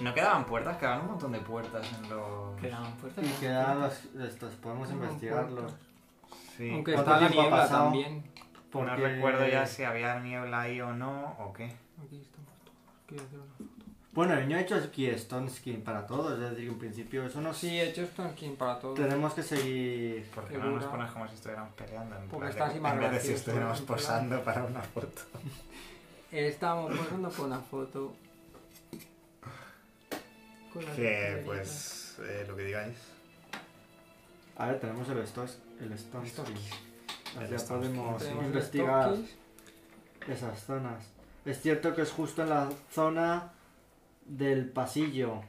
No quedaban puertas, quedaban un montón de puertas en los. Quedaban puertas. Y quedan los, estos, podemos Quedaban investigarlo. puertas. Sí. Aunque ¿Cuánto está la tiempo ha niebla pasado? también. Porque... No recuerdo ya si había niebla ahí o no, o qué. Aquí estamos todos. Quiero hacer una- Bueno, el niño ha hecho aquí stone skin para todos, es decir, en principio eso nos... Sí, he hecho esto aquí para todos. Tenemos que seguir... Porque Qué no nos dura. pones como si estuviéramos peleando. En, Porque plan de- está así más en vez de si gracioso, estuviéramos ¿no? posando para una foto. Estábamos pasando por una foto. Con las Que estrellitas. pues eh, lo que digáis. A ver, tenemos el, stos- el stone Stone skin. El Así ya stone podemos Tenemos los investigar Tokis. esas zonas. Es cierto que es justo en la zona del pasillo,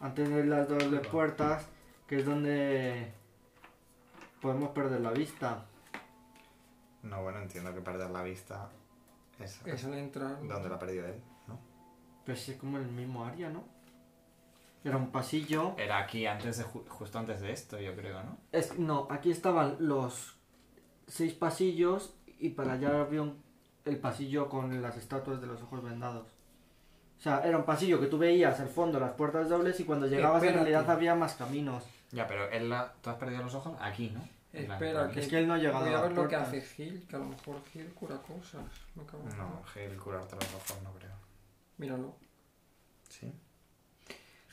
antes de las dobles puertas, que es donde podemos perder la vista. No, bueno, entiendo que perder la vista es Es al entrar. donde la perdió él, ¿no? Pero sí, Pues como el mismo área, ¿no? Era un pasillo. Era aquí antes de ju- justo antes de esto, yo creo, ¿no? Es, no, aquí estaban los seis pasillos y para allá había un- el pasillo con las estatuas de los ojos vendados. O sea, era un pasillo que tú veías al fondo las puertas dobles y cuando llegabas en Espérate. realidad había más caminos. Ya, pero él la... tú has perdido los ojos aquí, ¿no? En la- Espera, que- Es que él no ha llegado Voy a a ver las lo que puertas. hace Gil, que a lo mejor Gil cura cosas. Me cago en No, todo. Gil curarte los ojos, no creo. Míralo. ¿Sí?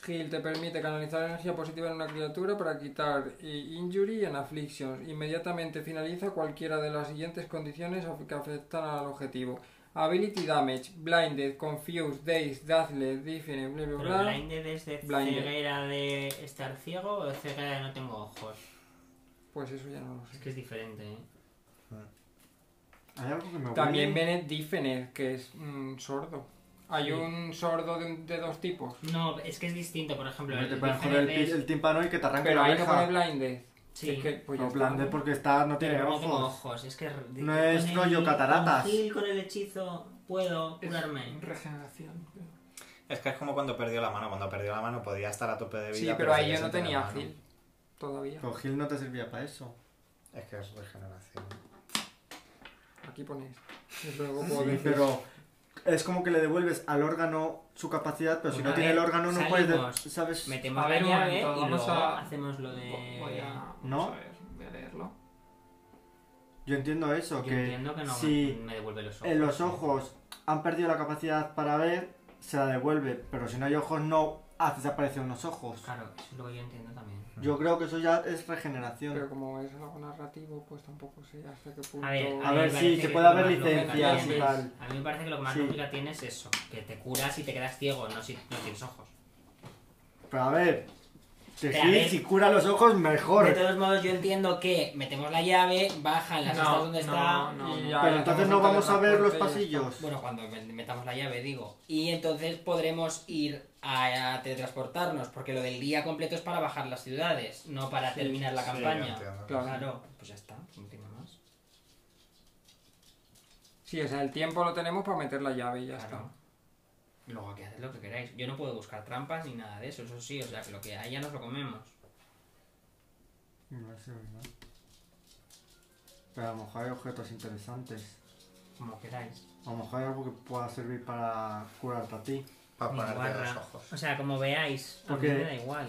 Gil te permite canalizar energía positiva en una criatura para quitar i- injury and affliction. Inmediatamente finaliza cualquiera de las siguientes condiciones af- que afectan al objetivo. Ability damage, blinded, confused, dazed, dazzled, different, bla bla Pero bla. blinded es de Blinded. ceguera de estar ciego o de ceguera de no tengo ojos. Pues eso ya no lo sé. Es que es diferente, ¿eh? Hay algo que me huele. También viene different, que es mm, sordo. Hay Sí. un sordo de, un- de dos tipos. No, es que es distinto, por ejemplo. Que te el pueden joder el, diferente pi- es- el tímpano y que te arranque Pero la ahí no pone oreja. blinded. Sí, Es que, pues ya No, está. blande porque está, no tiene pero no tengo ojos. ojos. Es que No es con el- rollo cataratas. Con Gil, con el hechizo, puedo curarme. Es regeneración. creo. Es que es como cuando perdió la mano. Cuando perdió la mano podía estar a tope de vida. Sí, pero ahí seguía yo no sin tener tenía mano. Gil. Todavía. Pero Gil no te servía para eso. Es que es regeneración. Aquí pones. Y luego Sí, puedes- pero es como que le devuelves al órgano su capacidad, pero si Bueno, no a tiene ver, el órgano no puedes... de- salimos. ¿Sabes? Metemos A ver, la un llave momento, ¿eh? y vamos luego a- hacemos lo de. Voy a. ¿No? vamos a ver, voy a leerlo. Yo entiendo eso, Yo que entiendo que no si me devuelve los ojos. en los ojos han perdido la capacidad para ver, se la devuelve, pero si no hay ojos no hace desaparecer unos ojos. Claro, eso es lo que yo entiendo también. Yo creo que eso ya es regeneración. Pero como es algo narrativo, pues tampoco sé hasta qué punto. A ver, A mí ver, me sí, parece que que puede lo haber más lógico licencias y tienes- tal. A mí me parece que lo que más Sí. lógico tiene es eso: que te curas y te quedas ciego, no si no tienes ojos. Pero a ver, que Pero a Gil, ver. si cura los ojos, De mejor. todos modos, yo entiendo que metemos la llave, bajan las estas donde está. y y- ya Pero le entonces damos no vuelta vamos de a la ver los puerta y ya está. pasillos. Bueno, cuando met- metamos la llave, digo. Y entonces podremos ir a, a teletransportarnos, porque lo del día completo es para bajar las ciudades, no para Sí. terminar la Sí, yo campaña. entiendo. Claro. claro, pues ya está, no tiene más. Sí, o sea, el tiempo lo tenemos para meter la llave y ya Claro. Luego que haced lo que queráis. Yo no puedo buscar trampas ni nada de eso, eso sí, o sea, que lo que hay ya nos lo comemos. No sé, ¿no? Pero a lo mejor hay objetos interesantes. Como queráis. A lo mejor hay algo que pueda servir para curarte a ti. Para Ni ponerte guarra. los ojos. O sea, como veáis, a mí Porque- me da igual.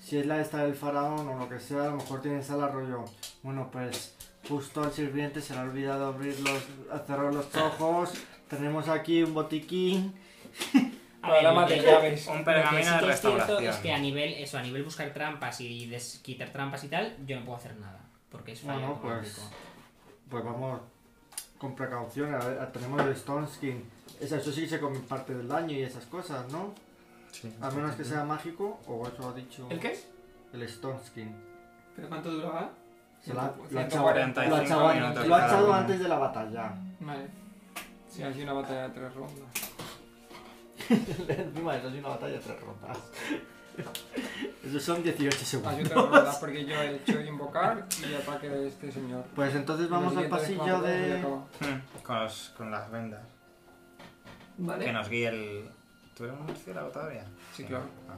Si es la esta del faraón o lo que sea, a lo mejor tienes al arroyo. Bueno, pues justo al sirviente se le ha olvidado abrir los, cerrar los ojos. Tenemos aquí un botiquín. A ver, Programa lo de que- llaves. Un Lo que pergamino de sí que es cierto restauración. es que a nivel, eso, a nivel buscar trampas y des- quitar trampas y tal, yo no puedo hacer nada. Porque es fallo Bueno, automático. Pues vamos con precaución. A ver, tenemos el Stone Skin. Eso, eso sí que se comparte del daño y esas cosas, ¿no? Sí. A menos que sea mágico, o eso ha dicho ¿El qué? el Stone Skin. ¿Pero cuánto duraba? Se la- lo ha echado- lo ha 145 echado an- minutos lo ha cada echado uno. antes de la batalla. Vale. Sí, ha sido una batalla de tres rondas. Encima de eso es una batalla de tres rondas. Esos son 18 Ha segundos. sido tres rondas porque Ah, yo he hecho invocar y ataque de este señor. Pues entonces vamos Lo al siguiente es pasillo cuatro, y de... acaba. Mm, Con, los- con las vendas. Que Vale. nos guíe el. ¿Tú eres un murciélago todavía? ¿Eh? Sí, claro. Ah.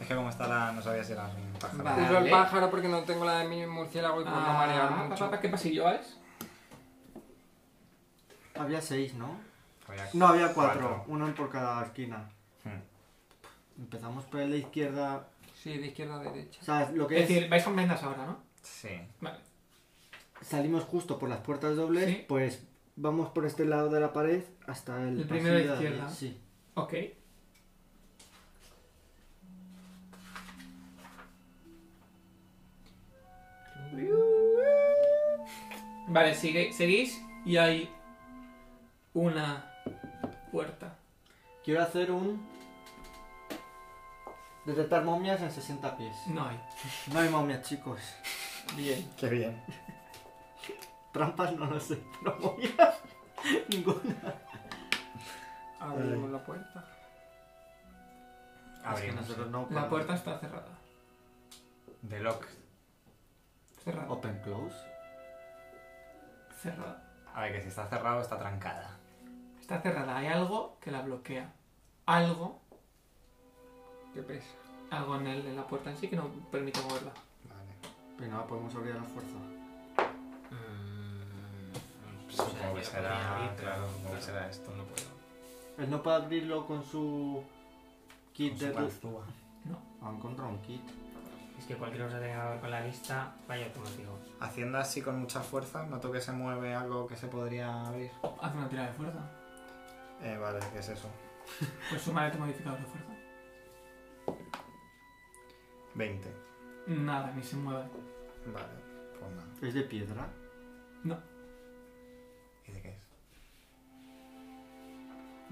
Es que como está la. No sabía si era un pájaro. Vale. Uso el pájaro porque no tengo la de mi murciélago y por pues, Ah, no marear mucho. ¿Qué pasillo es? Había 6, ¿no? Había No, había 4. cuatro. Uno por cada esquina. Mm. Empezamos por la izquierda. Sí, de izquierda a derecha. O sea, lo que Es es. decir, vais con vendas ahora, ¿no? Sí. Vale. Salimos justo por las puertas dobles, Sí. pues vamos por este lado de la pared hasta el. El primero de pasillo de izquierda. Sí. Ok. Vale, sigue, seguís y hay una puerta. Quiero hacer un. Detectar momias en 60 pies. No hay. No hay momias, chicos. Bien. Qué bien. Trampas no lo sé, pero momias. Ninguna. Abrimos la puerta. Es que Abrimos. nosotros no. La puerta está cerrada. The lock. Cerrada. Open close. Cerrada. A ver, que si está cerrado, está trancada. Está cerrada. Hay algo que la bloquea. Algo. Qué pesa. Algo en, el- en la puerta en sí que no permite moverla. Vale. Pero no la podemos abrir a la fuerza. Supongo Mm, yo que la podría será. abrir, pero Claro, supongo que claro, será esto. No puedo. Él no puede abrirlo con su. Kit Con de. su ganzúa. Ha encontrado Ah, un kit. Es que cualquier cosa que tenga que ver con la vista, vaya automático. Haciendo así con mucha fuerza, noto que se mueve algo que se podría abrir. Haz una tirada de fuerza. Eh, vale, ¿qué es eso? Pues sumale tu modificador de fuerza. 20. Nada, ni se mueve. Vale, pues nada. ¿Es de piedra? ¿Y de qué es?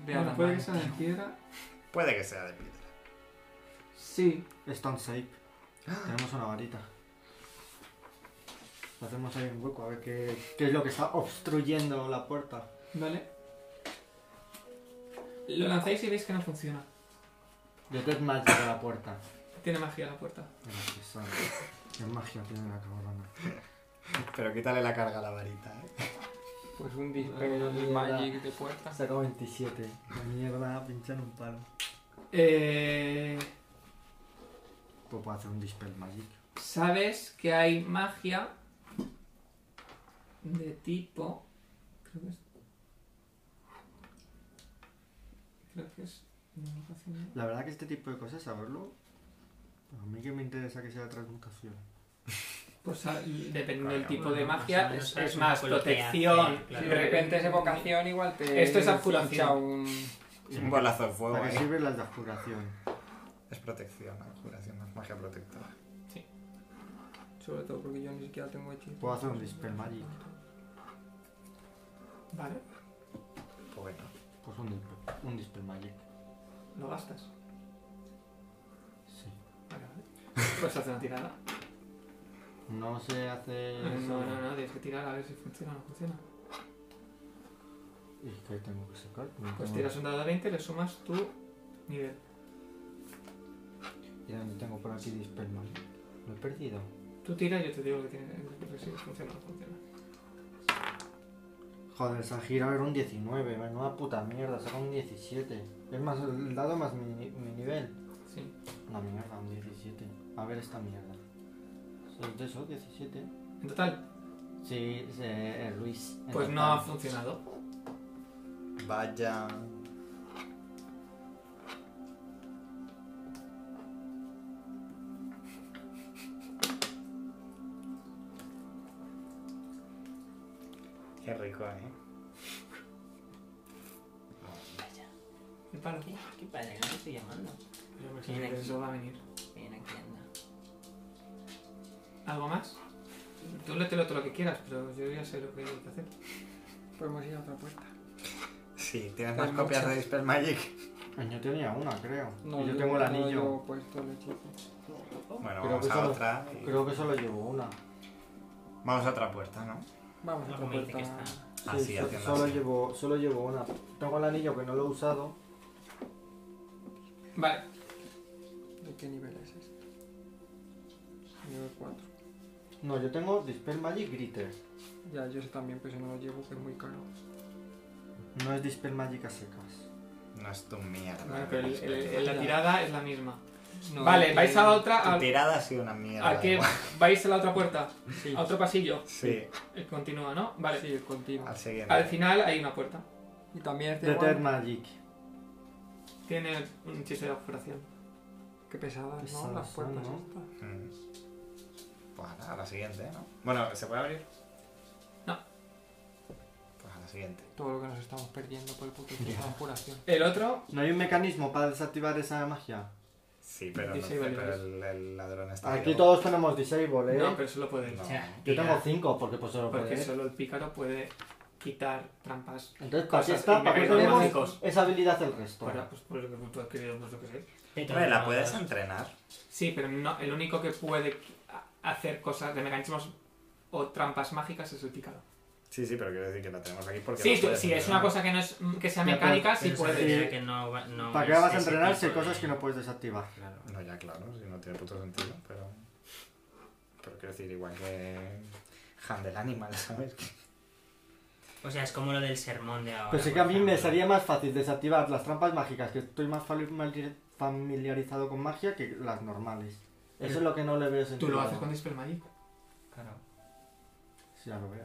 De Bueno, puede que adamante. sea de piedra. Puede que sea de piedra. Sí. Stone shape. Tenemos una varita. Hacemos ahí un hueco a ver qué, qué es lo que está obstruyendo la puerta. Vale. Lo lanzáis y veis que no funciona. De Death Magic a la puerta. Tiene magia la puerta. Qué santo. Qué magia tiene la cabrona. Pero quítale la carga a la varita, ¿eh? Pues un disparo de Mierda. magic de puerta. Saca 27. La mierda, pinchan un palo. Eh, Pues puedo hacer un Dispel Magic. Sabes que hay magia de tipo. Creo que es. Creo que es. no, no hace nada. La verdad que este tipo de cosas, saberlo, a mí que me interesa que sea transmutación. Pues ah, dependiendo del Claro, tipo bueno, de más magia, o menos es, sabes es un más poco lo que protección. hace, claro. Si de repente es evocación, igual te. Esto es abjuración. pincha Un... Eh, Un bolazo de fuego, ¿Para qué ¿eh? sirven las de abjuración? Es protección, abjuración, no es magia protectora. Sobre todo porque yo ni siquiera tengo hechizo. Puedo hacer un Dispel Magic. Vale, Pues bueno. Pues un Dispel, un dispel Magic. lo gastas. Sí. Vale, vale. Pues hace una tirada. No se hace No, eso. no, no, tienes que tirar a ver si funciona o no funciona. ¿Y qué tengo que sacar? No Pues tengo- tiras un dado de 20 y le sumas tu nivel. Ya no tengo por aquí Dispel Magic. Lo he perdido. Tú tiras y yo te digo que tiene, si funciona o no funciona. Joder, se ha girado era un 19, menuda puta mierda, saca un 17. Es más, el dado más mi, mi nivel. Sí. Una mierda, un 17. A ver esta mierda. ¿Es de eso? 17. En total, Sí, es, eh, eh, Luis. en pues no total. ha funcionado. Vaya. Qué rico, ¿eh? El palo. ¿Qué, qué padre, que no te estoy llamando. Sí, Viene aquí. Eso va a venir. Ven aquí, anda. ¿Algo más? Tú le te lo todo lo que quieras, pero yo ya sé lo que hay que hacer. Podemos ir a otra puerta. Sí, tienes Hay más copias muchas. de Dispel Magic. Ay, Pues Yo tenía una, creo. y Pues yo, yo tengo el no anillo. llevo puesto el hechizo. Oh, Bueno, Creo vamos que a solo- otra. y- Creo que solo llevo una. Vamos a otra puerta, ¿no? Vamos a Luego otra me dice que puerta. está. Así, Ah, Sí, so- haciendo solo, así. llevo, solo llevo una. Tengo el anillo que no lo he usado. Vale, ¿De qué nivel es este? Nivel 4. No, yo tengo Dispel Magic Gritter. Ya, yo sé también, pero si no lo llevo, que es muy caro. No es Dispel Magic a secas. No es tu mierda. Vale, pero el- Dispel el- Magic. el- la tirada es la misma. No, eh, Vale, es vais que- a otra. Tu ¿A, tirada ha sido una mierda. a qué? ¿Vais a la otra puerta? Sí, ¿A otro pasillo? Sí, Eh, Continúa, ¿no? Vale. sí, el continuo. Ah, al siguiente. Al final hay una puerta. Y también este es de Detect guante. Magic. Tiene un chiste de abjuración. Qué pesadas, ¿no? Pesadas Las son, puertas ¿no? estas. Mm. Pues a la, a la siguiente, ¿no? Bueno, ¿se puede abrir? No. Pues a la siguiente. Todo lo que nos estamos perdiendo por el puto transcuración. El otro, No hay un mecanismo para desactivar esa magia. Sí, pero, no, Disable, pero ¿no? el, el ladrón este está. Aquí ciego. todos tenemos disable, ¿eh? no, pero solo puede él. No. Yo tengo 5 porque pues solo Porque puede. solo el pícaro puede quitar trampas. Entonces, ¿para qué cosas está? y ¿Para qué mecanismos tenemos mágicos. esa habilidad el resto? Para, pues, por lo que tú has querido, pues lo que sé. Hombre, la puedes entrenar. Sí, pero no, el único que puede a- hacer cosas de mecanismos o trampas mágicas es el pícaro. Sí, sí, pero quiero decir que la tenemos aquí porque. Sí, la sí, puedes sí, es una entrenar. cosa que no es que sea Ya, pero- mecánica, sí Pero puede. sabría que no va- no ¿Para qué es vas a ese entrenar si hay tipo de- cosas que no puedes desactivar? Claro. No, ya claro, si no tiene puto sentido, pero. Pero quiero decir, igual que. Handel Animal, ¿sabes? O sea, es como lo del sermón de ahora. Pues sí que por a mí me ejemplo. sería más fácil desactivar las trampas mágicas, que estoy más fali- familiarizado con magia, que las normales. Eso es lo que no le veo Tú sentido. lo haces con Dispel Magic. Claro. Sí, ya lo veo.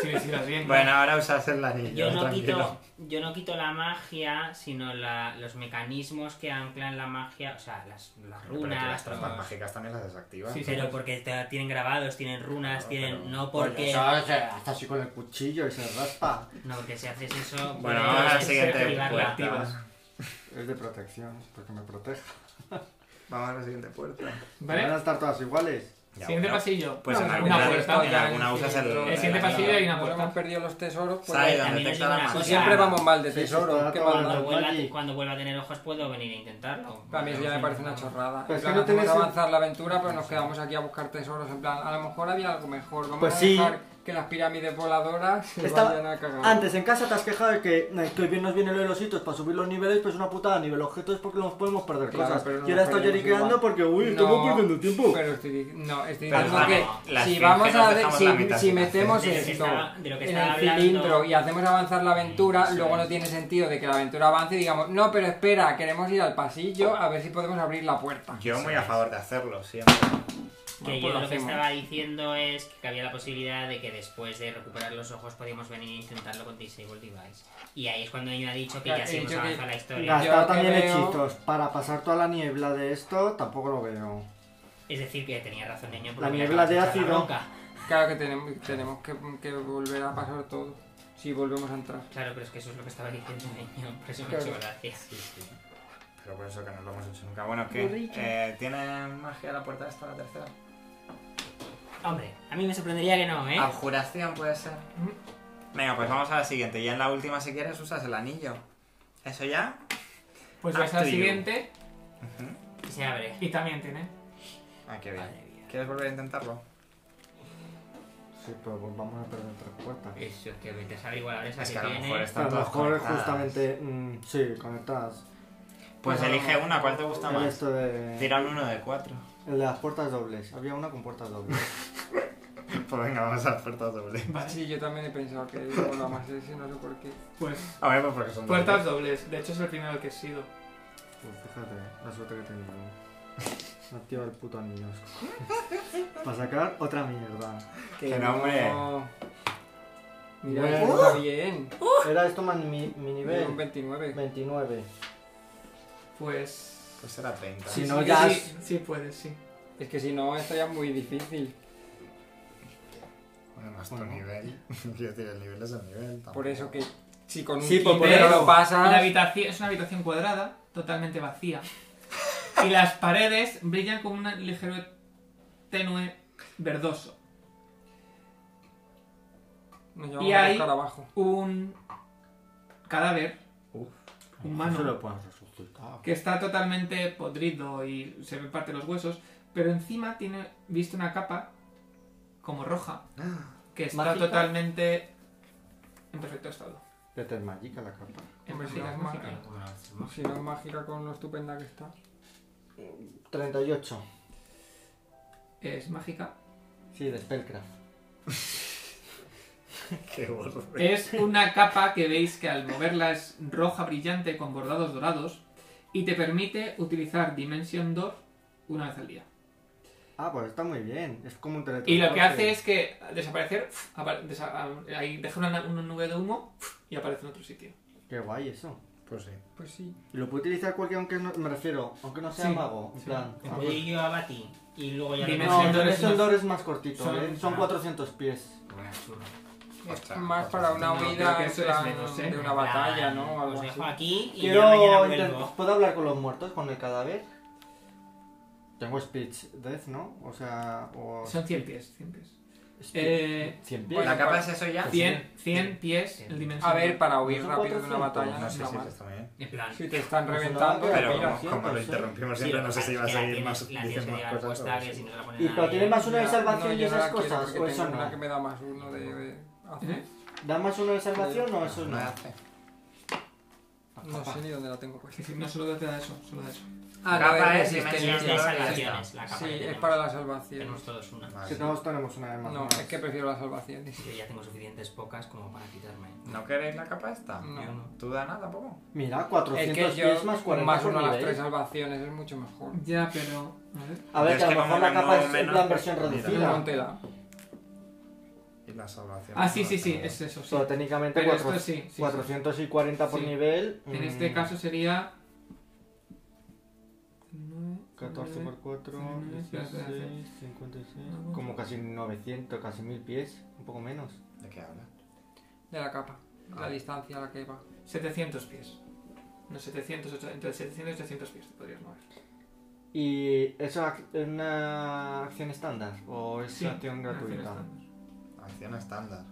Si lo hicieras bien. ¿no? Bueno, ahora usas el anillo. Yo no, tranquilo. quito, yo no quito la magia, sino la- los mecanismos que anclan la magia, o sea, las, las Pero tú runas. las trampas los- mágicas también las desactivas. Sí, sí. Pero porque te- tienen grabados, tienen runas, Claro, tienen. pero- No porque. eh, Hasta así con el cuchillo y se raspa. No, porque si haces eso. pues, Bueno, puedes vamos al es siguiente activar la desactivarla. puerta. activas. Es de protección, porque me protege. Vamos a la siguiente puerta. Van ¿Vale? a estar todas iguales. Ya, Siguiente bueno. pasillo. Pues en Una alguna, puerta, en ya, alguna en usas el. El siguiente el- pasillo hay una Como puerta. hemos perdido los tesoros, pues Sabe También dónde os detecta digo la una magia. cosa. siempre vamos mal de Sí, sí, tesoro. está qué tomando- maldad. Cuando vuelva, Magic. cuando vuelva a tener ojos, puedo venir a intentarlo. A mí eso ya me parece una chorrada. Pero En es plan, que no hacemos tienes- avanzar la aventura, pero nos quedamos aquí a buscar tesoros. En plan, a lo mejor había algo mejor. Vamos Pues a sí. dejar que las pirámides voladoras se Estaba- vayan a cagar. Antes en casa te has quejado de que, eh, que bien nos vienen los ositos para subir los niveles, pues una putada, nivel objeto es porque nos podemos perder Claro, cosas. pero no y ahora nos está perdemos lloriqueando igual. porque, uy, estamos perdiendo tiempo. Pero estoy, di- no, estoy Pero diciendo vamos, que la si esfinge vamos nos a hacer- dejamos si, la mitad. si metemos De lo que esto estaba- de lo que en estaba el hablando. cilindro y hacemos avanzar la aventura, Sí, luego sí. no tiene sentido de que la aventura avance y digamos, no, pero espera, queremos ir al pasillo a ver si podemos abrir la puerta. Yo muy a favor de hacerlo siempre. Que Bueno, yo pues lo lo que hacemos. estaba diciendo es que había la posibilidad de que después de recuperar los ojos podíamos venir e intentarlo con Disable Device. Y ahí es cuando ella ha dicho que Ya, ya he sí hemos dicho que- avanzado la Yo historia. lo Gastar que también veo- hechizos para pasar toda la niebla de esto tampoco lo veo. Es decir, que tenía razón niño. La niebla de ácido. Claro que tenemos, tenemos que, que volver a pasar todo si volvemos a entrar. Claro, pero es que eso es lo que estaba diciendo niño. Por eso me ha Claro. hecho gracia. Pero por eso que no lo hemos hecho nunca. Bueno, ¿qué? Eh, ¿Tiene magia la puerta esta, la tercera? Hombre, a mí me sorprendería que no, Ah. ¿eh? Abjuración puede ser. Venga, pues vamos a la siguiente. Ya en la última, si quieres, usas el anillo. Eso ya. Pues vas al Activo. siguiente Se abre. y también tiene. Ah, qué Madre bien. mía. ¿Quieres volver a intentarlo? Sí, pero pues vamos a perder tres puertas. Eso, que vete a saber igual ahora esa Es que que a lo mejor tiene. A están lo todas Eh, mejor es conectadas. justamente... mm, sí, conectadas. Pues elige una, ¿cuál te gusta El más? esto de... Tira un uno de cuatro. El de las puertas dobles. Había una con puertas dobles. Pues venga, vamos a las puertas dobles. Sí, yo también he pensado que volvamos a ese, no sé por qué. Pues A ver, pues porque son puertas dobles. dobles. De hecho es el primero que he sido. Pues fíjate, la suerte que he tenido. No Activa el puto anillo. Para sacar otra mierda. Que no, hombre. Mira, Bueno. está bien. Era esto más mi, mi Un nivel. 29. 29. Pues. Pues será 30. Sí. Si sí, no, sí, ya Sí, has- sí puedes, sí. Es que si no, esto ya es muy difícil. Bueno, más tu Bueno. nivel. Quiero decir, el nivel es el nivel. tampoco. Por eso que si con un Sí, por quince pues, eso. lo pasas... La habitación, es una habitación cuadrada, totalmente vacía. Y las paredes brillan con un ligero tenue verdoso. Nos Y llevamos a ahí- buscar abajo. Un cadáver Uf. Se humano lo puedes resucitar. que está totalmente podrido y se ve parte de los huesos, pero encima tiene visto una capa como roja que está Mágica. totalmente en perfecto estado. De Thermagica la capa. En Hombre, sí, perfecto es estado. mágica. Si no es mágica con lo estupenda que está. 38. Es mágica. Sí, de Spellcraft. Qué gordo. Es una capa que veis que al moverla es roja brillante con bordados dorados y te permite utilizar Dimension Door una vez al día. Ah, pues está muy bien. Es como un teletransporte. Y lo que hace es que al desaparecer, apa- desa- ahí deja una, una nube de humo y aparece en otro sitio. Qué guay eso. Pues sí. Pues sí. Lo puede utilizar cualquiera, aunque no, me refiero, aunque no sea Sí, mago. En sí. plan, Que ah, puede ir yo a Bati y luego ya Dime lo No, El pero Eldor es eso el más- Eldor es más cortito, son- ¿eh? son ah. 400 pies. Buena churra. Es Ostras, más ostras, para una no, creo huida que en eso es plan menos, ¿eh? de una batalla, ¿no? O Os algo así. pues dejo aquí y ya mañana Quiero. intent- vuelvo. ¿Puedo hablar con los muertos, con el cadáver? Tengo speech death, ¿no? O sea. O... Son 100 pies, 100 pies. speech- Eh, 100 pies. Bueno, la capa para- es eso ya. Pues 100, sí. 100 pies el dimensión. A ver, para huir son rápido de una 400, batalla No no sé está si mal. está muy bien. En plan. Si te están Pues reventando, nada, pero Pero mira. como, como lo 400, interrumpimos sí, siempre, no sé es si que iba a la seguir tienes- más La tienes que diciendo llevar más cosas. puesta, ¿no? que si no te la pone ¿Y pero nadie. tiene más una de No, salvación no, y yo no esas la quiero cosas? porque ¿O eso tengo una que no? ¿Eh? me da más uno de... de- ¿Eh? hacer. ¿Da más uno de salvación o eso Pues no? nada, hace. No sé ni dónde la tengo puesta. Sí, sí, No solo te da eso, solo da eso. Ah, Capa eh, la de es dimensión de resistencia. salvaciones. La capa Sí, que es tenemos. para la salvación. Tenemos todos una. Que Vale. todos tenemos una de más. No, es que prefiero la salvación. Yo ya tengo suficientes pocas como para quitarme. ¿No queréis la capa esta? No. Yo no. ¿Tú, Dana, tampoco? Mira, 400 Es que pies yo más 40 más por uno a las nivel. ¿eh? tres salvaciones es mucho mejor. Ya, pero. A ver. A ver, Yo que es a que lo mejor como la me capa muevo es en menos, plan versión mira. Pero reducida. Montela. Y la salvación. Ah, sí, sí, sí, Vale. es eso, sí. Solo técnicamente Pero esto 400 sí, sí, sí. 440 por Sí. nivel. En mm, este caso sería. 14 por 4, nueve, 16, espera, espera, 56. No, Como casi 900, casi 1000 pies, un poco menos. ¿De qué habla? De la capa. La Ah. distancia a la que va. 700 pies. No, 700, ocho- entre 700 y 800 pies te podrías mover. ¿Y eso ac- es una acción estándar o es Sí, acción una acción gratuita? estándar. Acción estándar.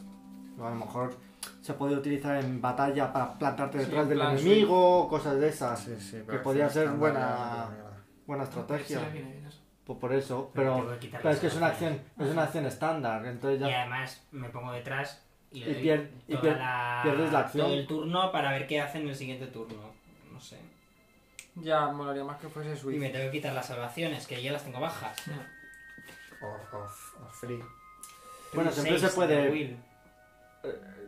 O a lo mejor se puede utilizar en batalla para plantarte Sí, detrás en del plan, sí. enemigo, cosas de esas. Sí, sí, pero podía ser estándar, buena- ya, ya, Buena Sí, estrategia. ahí viene, ahí viene eso. Pues por eso, tengo pero, quitarle pero es que es una salvaciones. acción, es una acción estándar, entonces Y ya además me pongo detrás y, le Y doy pier- y toda pier- la- pierdes la acción. todo el turno para ver qué hacen en el siguiente turno. No sé. Ya molaría más que fuese Y me Swift. tengo que quitar las salvaciones, que ya las tengo bajas. Ya. Off, off, off free. Bueno, Tengo siempre seis se puede- de Will.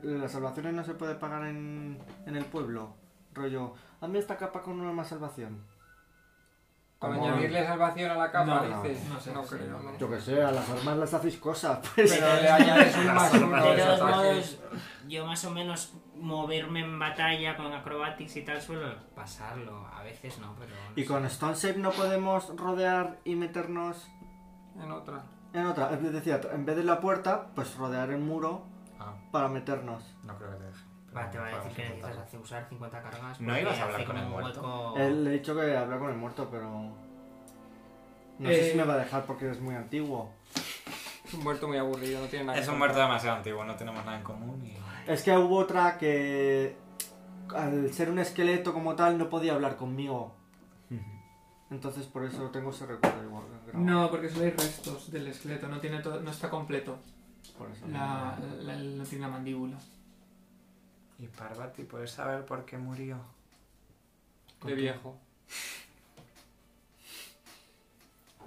las salvaciones no se puede pagar en, en el pueblo. Rollo, hazme esta capa con una más salvación. Para Como- añadirle salvación a la capa, No, no, dices. No, no sé, sí, creo, no. no. Yo que sé, a las armas las hacéis cosas, pues. Pero le añades un Las más uno armas de de todos ataque. modos, yo más o menos moverme en batalla con acrobatics y tal suelo pasarlo. A veces no, pero. no Y con Stone Shape no podemos rodear y meternos En otra. en otra. Es decir, en vez de la puerta, pues rodear el muro Ah, para meternos. no creo que te deje. sé. Va, te va a decir Podemos que necesitas intentarlo. hacer usar 50 cargas. ¿No porque ibas a hace hablar con el como un muerto? Oh. hueco- Él le he dicho que habla con el muerto, pero. No sé Eh. si me va a dejar porque es muy antiguo. Es un muerto muy aburrido, no tiene nada que Es un contar. muerto demasiado antiguo, no tenemos nada en común y... Es que hubo otra que. Al ser un esqueleto como tal, no podía hablar conmigo. Entonces por eso tengo ese recuerdo igual. grabado. No, porque solo hay restos del esqueleto, no, tiene todo, no está completo. Por eso. La, la- no tiene la mandíbula. Y Parvati, ¿puedes saber por qué murió? De viejo.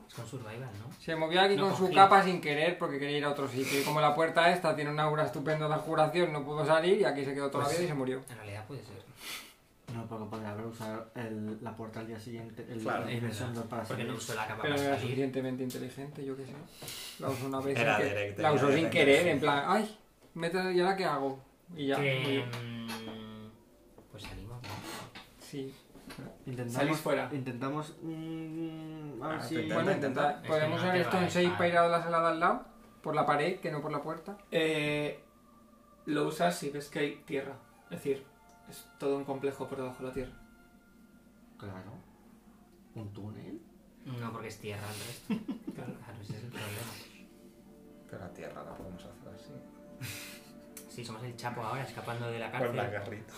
Es con survival, ¿no? Se movió aquí No con su cogí. capa sin querer porque quería ir a otro sitio. Y como la puerta esta tiene una aura estupenda de curación, no pudo salir y aquí se quedó toda la Pues vida y sí. se murió. En realidad puede ser. No, porque podría haber usado el- la puerta al día siguiente. El, Claro, el inversor para Porque no salir. usó la capa Pero no para era salir. suficientemente inteligente, yo qué sé. La usó una vez. Era sin que- directa, La era usó sin directa, querer, sí. en plan, ay, métela, ¿y ahora qué hago? Y ya. Que, murió. mm, Pues salimos, ¿no? Sí. Intentamos, Salís fuera. Intentamos. mm, a ver Ah, si. intenta, Bueno, intenta. intenta- Es que podemos no usar te esto en vale, 6 vale. para ir a la sala de al lado, por la pared, que no por la puerta. Eh, lo usas si ves que hay tierra. Es decir, es todo un complejo por debajo de la tierra. Claro. ¿Un túnel? No, porque es tierra el resto. Claro. Claro, ese es el problema. Pero la tierra la podemos hacer así. Sí, somos el Chapo ahora, escapando de la Con la cárcel. garrita.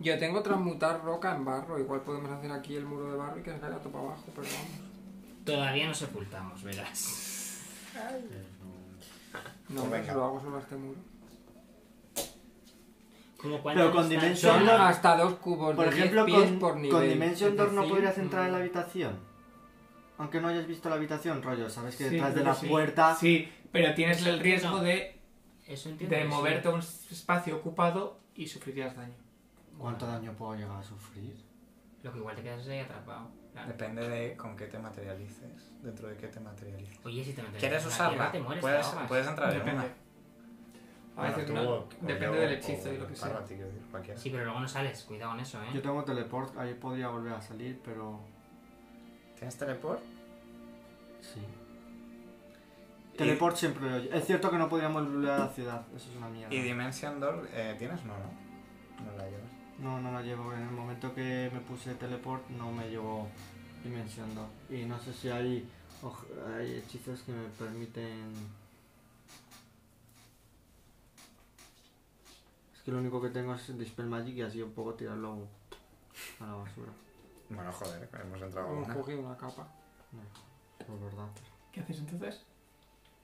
Yo tengo transmutar roca en barro. Igual podemos hacer aquí el muro de barro y que se caiga todo para abajo, pero vamos. Todavía nos sepultamos, verás. No, Pues venga. se lo hago solo a este muro. Como Pero con Dimension Son Door- hasta dos cubos Por de 10 ejemplo, pies con, por con nivel. Dimension Es Door no decir, podrías entrar en la mm, habitación. Aunque no hayas visto la habitación, rollo. Sabes que Sí, detrás de creo la que sí. puerta. Sí, pero tienes el riesgo No. de, Eso entiendo. de que sí. moverte a un espacio ocupado y sufrirías daño. ¿Cuánto daño puedo llegar a sufrir? Lo que igual te quedas ahí atrapado. Claro. Depende de con qué te materialices, dentro de qué te materialices. Oye, si te metes ¿Quieres en la tierra, usarla? te mueres, Puedes, te ahogas. puedes entrar en Depende. una. A veces tú no, o- o depende yo, del hechizo o y lo que sea. Parvati, quiero decir, cualquiera. Sí, pero luego no sales, cuidado con eso, Yo ¿eh? tengo teleport, ahí podría volver a salir, pero. ¿Tienes teleport? Sí. Teleport siempre lo Es cierto que no podríamos volver a la ciudad, eso es una mierda. ¿Y Dimension Door eh, tienes? No, no. No la llevas. No, no la llevo. En el momento que me puse teleport no me llevo Dimension 2. Y no sé si hay, oj- hay hechizos que me permiten... Es que lo único que tengo es Dispel Magic y así un poco tirarlo a la basura. Bueno, joder, hemos entrado a Hemos una. cogido una capa. Por verdad. ¿Qué haces entonces?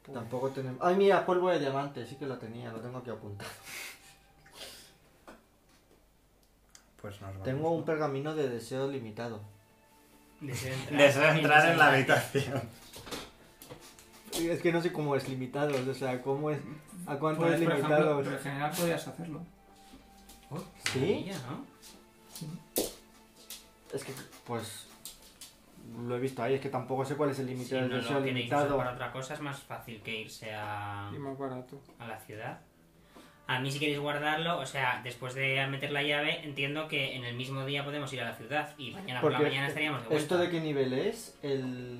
Pues, Tampoco tenemos... ¡Ay, mira! Polvo de diamante. Sí que la tenía. Lo tengo aquí apuntado. Pues nos vamos. Tengo un pergamino de deseo limitado. Deseo entrar, Deseo entrar en la Entonces, habitación. Es que no sé cómo es limitado. O sea, cómo es... ¿A cuánto Puedes, es Pues, por limitado? ejemplo, regenerar podrías hacerlo. Oh, qué ¿Sí? maravilla, ¿no? Es que, pues. Lo he visto ahí, es que tampoco sé cuál es el límite Si no del lo deseo queréis usar limitado. para otra cosa, es más fácil que irse a, Y más barato. a la ciudad. A mí si queréis guardarlo, o sea, después de meter la llave, entiendo que en el mismo día podemos ir a la ciudad y mañana por la Porque mañana estaríamos de vuelta. ¿Esto de qué nivel es? El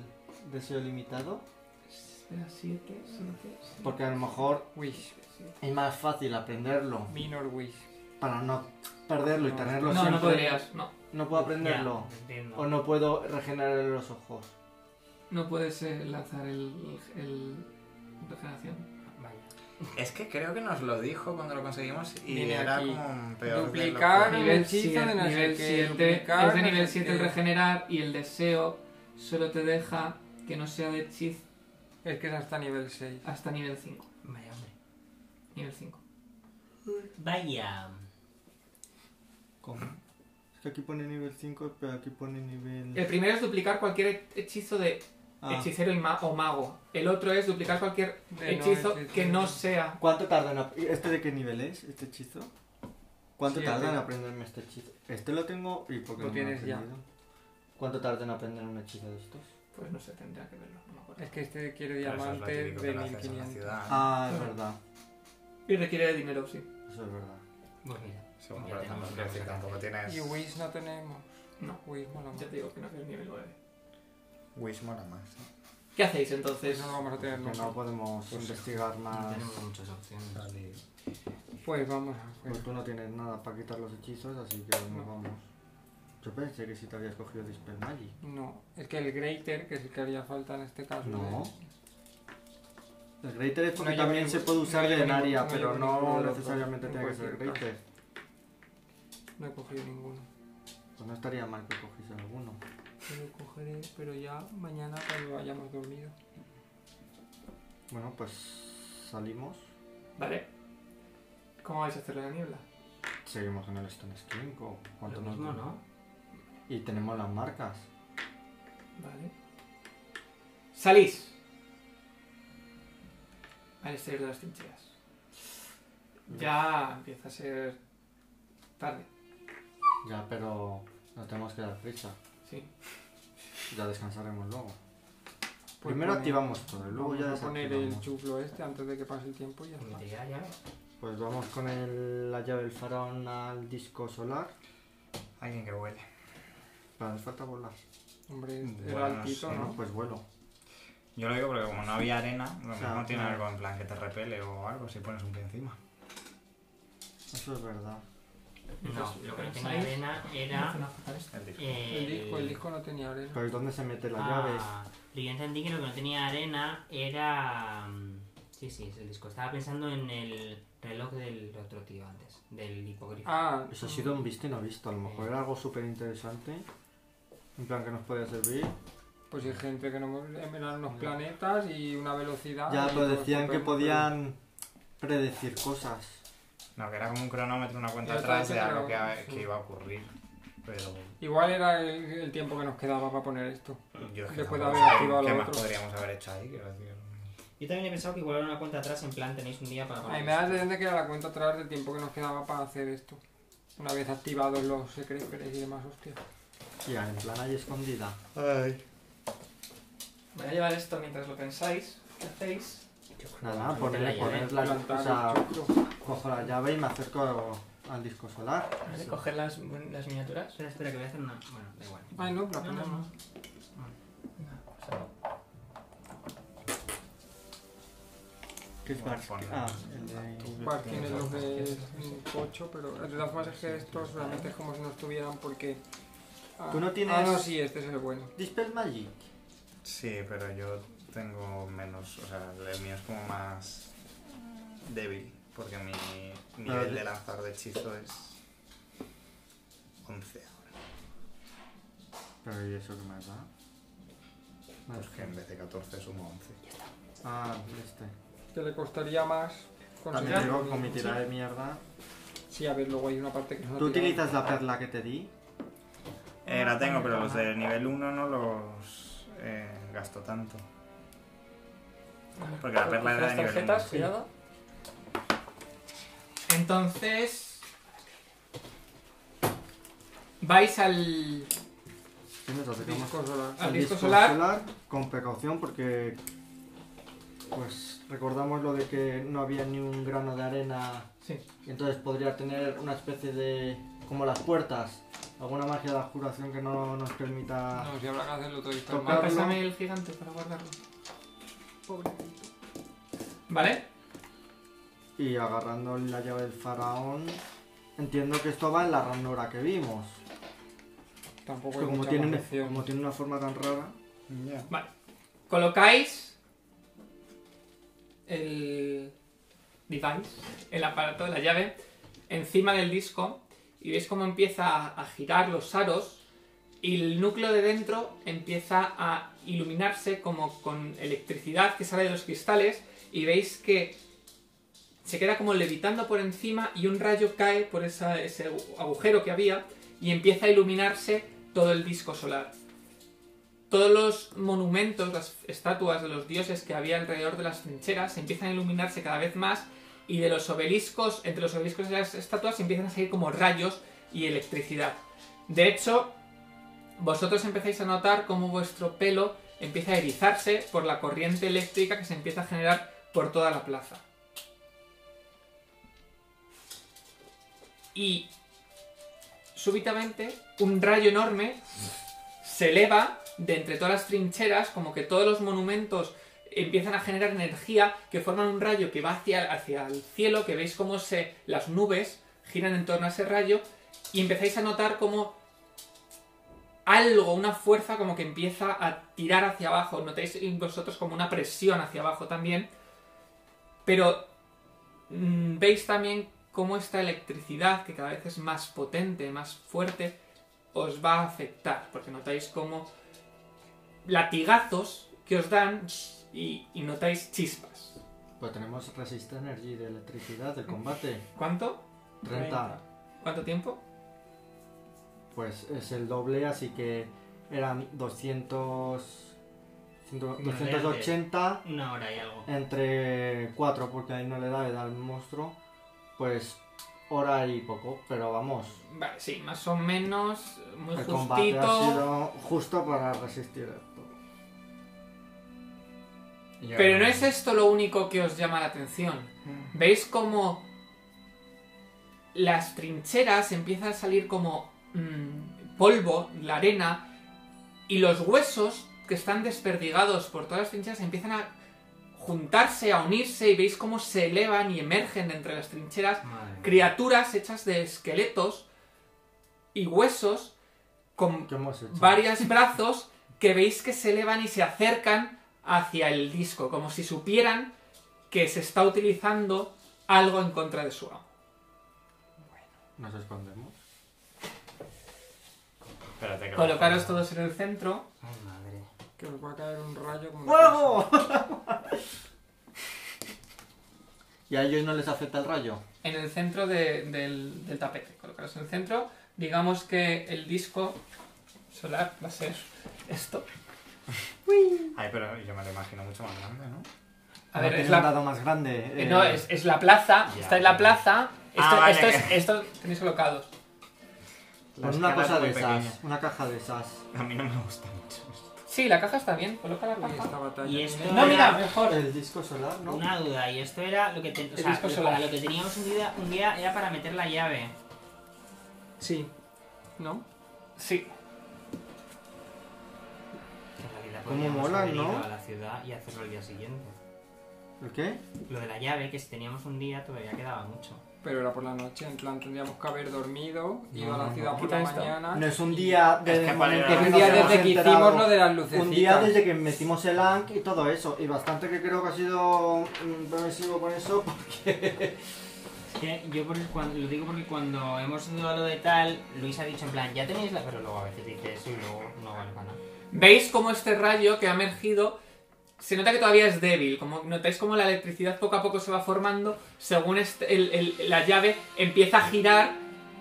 deseo limitado. Espera, 7, 7, 7. Porque a lo mejor Wish. es más fácil aprenderlo Minor wish. para no perderlo y No, tenerlo No, siempre. no podrías, no. No puedo Ya, aprenderlo. lo entiendo. O no puedo regenerar los ojos. No puedes eh, lanzar el, el regeneración. Vaya. Es que creo que nos lo dijo cuando lo conseguimos y Viene era aquí. como un peor. De lo Duplicar. que- Nivel hechizo 7, de no sé nivel qué, 7. duplicar, Es de no nivel sé 7 qué. el regenerar y el deseo solo te deja que no sea de hechizo Es que es hasta nivel 6. hasta nivel 5. Vaya, hombre. Nivel 5. Vaya. Es que aquí pone nivel 5, pero aquí pone El nivel. primero es duplicar cualquier hechizo de Ah. hechicero y ma- o mago. El otro es duplicar cualquier Eh, hechizo que no sea. ¿Cuánto tarda en ap- ¿Este de qué nivel es? ¿Este hechizo? ¿Cuánto Siete. tarda en aprenderme este hechizo? Este lo tengo y porque Lo tienes ya. ¿Cuánto tarda en aprender un hechizo de estos? Pues no sé, tendría que verlo, no me acuerdo. Es que este quiere Pero eso es lo diamante típico que de lo haces en la 1500. ciudad. Ah, es Claro. verdad. Y requiere de dinero, sí. Eso es verdad. Pues mira. Según Ya para tenemos tampoco, quiero decir, que tampoco tienes. Y wish no tenemos. No. Wish mola más. Ya te digo que no es el nivel 9. Wish mola más. ¿eh? ¿Qué hacéis entonces? Eso no lo vamos a tener Que no nunca. podemos Pues sí. investigar No más. tenemos muchas opciones. Vale, y- Pues vamos a Pues jugar. tú no tienes nada para quitar los hechizos, así que nos No. vamos. Yo pensé que si te habías cogido Dispel Magic. No, es que el Greater, que es el que haría falta en este caso. No. es- El Greater es No porque llevo también ningún- se puede no usar llevo de en ningún- área, no pero llevo ninguno no de los necesariamente dos, tiene en que ser cualquier Greater. No he cogido ninguno. Pues no estaría mal que cogiese alguno. Yo lo cogeré, pero ya mañana cuando hayamos dormido. Bueno, pues salimos. Vale. ¿Cómo vais a hacer la niebla? Seguimos en el Stone Skin. ¿o ¿Cuánto Lo nos mismo, da? ¿no? Y tenemos las marcas. Vale. Salís. Al exterior de las trincheras. Ya empieza a ser tarde. Ya, pero nos tenemos que dar prisa. Sí. Ya descansaremos luego. Pues Primero pone- activamos todo, y luego Vamos ya a poner el desactivamos. chuflo este antes de que pase el tiempo y ya Pues está. metería ya. Pues vamos con el- la llave del faraón al disco solar. Alguien que huele. Para les falta volar. Hombre, este Bueno, era altito, sí, ¿no? Bueno, pues vuelo. Yo lo digo porque como no había arena, lo Claro, mismo tiene claro. algo en plan que te repele o algo si pones un pie encima. Eso es verdad. No, Entonces, lo que no ¿pensáis? tenía arena No, era. no, fatal esto. El disco. eh, El disco, el disco no tenía arena. Pero ¿y ¿dónde se mete la llave? Ah, yo entendí que lo que no tenía arena era. mm, Sí, sí, es el disco. Estaba pensando en el reloj del otro tío antes, del hipogrifo. Ah, Eso Pues ha sido un visto y no visto. A lo mejor era algo súper interesante. En plan que nos podía servir. pues hay gente que no eran unos planetas y una velocidad. Ah, Ya, y pero todo decían eso, que pero- podían predecir cosas. No, que era como un cronómetro, una cuenta Yo atrás de también algo que, creo, a- sí. que iba a ocurrir. Pero Igual era el, el tiempo que nos quedaba para poner esto. yo es que Después de tampoco haber sé activado ¿Qué lo más otro. podríamos haber hecho ahí? Quiero decir. Yo también he pensado que igual era una cuenta atrás, en plan tenéis un día Ah, para A mí poner me da la esto. sensación de que era la cuenta atrás del tiempo que nos quedaba para hacer esto. Una vez activados los secretos y demás, hostia. Ya, en plan ahí escondida. Ay. Voy a llevar esto mientras lo pensáis. ¿Qué hacéis? Nada, Ponte la poner, llave. poner la Plantar o sea, el choclo. cojo la llave y me acerco al disco solar. ¿Has de coger las, las miniaturas? Espera, espera, que voy a hacer una. Bueno, da igual. Ay, no, la No, no, ponemos. no. O sea, ¿Qué es Bueno, pues, ponlo. Barsk? Ah, el de... Bar tiene los de cocho, pero de todas formas es que estos realmente es como si no estuvieran porque... Ah, Tú no tienes- Ah, no, sí, este es el bueno. Dispel Magic. Sí, pero yo tengo menos. O sea, el mío es como más débil. Porque mi nivel de lanzar de hechizo es 11 ahora. Pero ¿y eso qué más da? Pues que en vez de 14 sumo 11. Ah, este. Que le costaría más También conseguirlo. digo, con mi tirada de mierda. Sí, a ver, luego hay una parte que no ¿Tú utilizas la perla que te di? Eh, la tengo, pero los de nivel 1 no los eh, gasto tanto. Porque la perla era de nivel uno. tarjetas, cuidado. Entonces. Vais al. Sí, nos acercamos Disco solar. Al disco solar. Con precaución porque... Pues recordamos lo de que no había ni un grano de arena Sí. Y entonces podría tener una especie de. como las puertas. Alguna magia de la curación que no nos permita. No, si habrá que hacerlo todo esto. Tocar. Vale, Pásame el gigante para guardarlo. pobrecito. ¿Vale? Y agarrando la llave del faraón. Entiendo que esto va en la ranura que vimos. Tampoco Es hay que como mucha tiene, protección. como tiene una forma tan rara. Ya. Colocáis. El. Device. El aparato de la llave. Encima del disco. Y veis cómo empieza a- a girar los aros. Y el núcleo de dentro empieza a iluminarse como con electricidad que sale de los cristales. Y veis que se queda como levitando por encima y un rayo cae por esa- ese agu- agujero que había y empieza a iluminarse todo el disco solar. Todos los monumentos, las estatuas de los dioses que había alrededor de las trincheras empiezan a iluminarse cada vez más y de los obeliscos, entre los obeliscos y las estatuas empiezan a salir como rayos y electricidad. De hecho, vosotros empezáis a notar cómo vuestro pelo empieza a erizarse por la corriente eléctrica que se empieza a generar por toda la plaza. y súbitamente un rayo enorme se eleva de entre todas las trincheras, como que todos los monumentos empiezan a generar energía que forman un rayo que va hacia, hacia el cielo, que veis cómo se, las nubes giran en torno a ese rayo y empezáis a notar como algo, una fuerza como que empieza a tirar hacia abajo, notáis en vosotros como una presión hacia abajo también, pero Mm, veis también cómo esta electricidad, que cada vez es más potente, más fuerte, os va a afectar, porque notáis cómo latigazos que os dan y, y notáis chispas. Pues tenemos resist energy de electricidad del combate. ¿Cuánto? 30. ¿Cuánto tiempo? Pues es el doble, así que eran 200. ciento- Como 280. Una hora y algo. entre 4 porque ahí no le da, le da al monstruo, pues hora y poco, pero vamos. Vale, sí, más o menos, eh, muy El combate ha justito. sido justo para resistir esto. Yo Pero no es esto lo único que os llama la atención. ¿Veis como las trincheras empieza a salir como mm, polvo, la arena, y los huesos que están desperdigados por todas las trincheras empiezan a juntarse, a unirse, y veis cómo se elevan y emergen de entre las trincheras Madre mía. criaturas hechas de esqueletos y huesos con ¿Qué hemos hecho? varios brazos que veis que se elevan y se acercan hacia el disco, como si supieran que se está utilizando algo en contra de su amo. Nos escondemos. Espérate que lo- Colocaros todos en el centro. Ay, madre. Que os va a caer un rayo como... ¡Fuego! ¿Y a ellos no les afecta el rayo? En el centro de- del, del tapete. Colocaros en el centro. Digamos que el disco solar va a ser esto. Ay, pero yo me lo imagino mucho más grande, ¿no? A No ver, tiene es un la, dado más grande. eh, eh, no, es, es la plaza. Ya. Está en la plaza. Esto, Ah, vale, esto es- que- esto tenéis colocados. La Con una escala cosa es muy de esas, pequeña. una caja de esas. A mí no me gusta mucho. Sí, la caja está bien, coloca la Uy, esta caja. batalla. Y esto No, mira, era- mejor. El disco solar, ¿no? Una duda, y esto era lo que, te- o sea, disco lo- solar. lo que teníamos un día, un día era para meter la llave. Sí. ¿No? Sí. Que en realidad Cómo podríamos mola, haber ido ¿no? a la ciudad y hacerlo el día siguiente. ¿El qué? Lo de la llave, que si teníamos un día todavía quedaba mucho. Pero era por la noche, en plan tendríamos que haber dormido, ido No, a no, la ciudad por Quita la esto. mañana. No es un día desde que el para- Es momento que un nos día hemos desde que enterado. Ah, hicimos lo de las lucecitas. Un día desde que metimos el ANC y todo eso. Y bastante que creo que ha sido mm, permisivo con eso. Es que yo por el- cuando- lo digo porque cuando hemos ido a lo de tal, Luis ha dicho en plan, ya tenéis la... Pero luego a veces dice eso y luego no vale para nada. ¿Veis cómo este rayo que ha emergido se nota que todavía es débil? Como, notáis cómo la electricidad poco a poco se va formando según este- el- el- la llave empieza a girar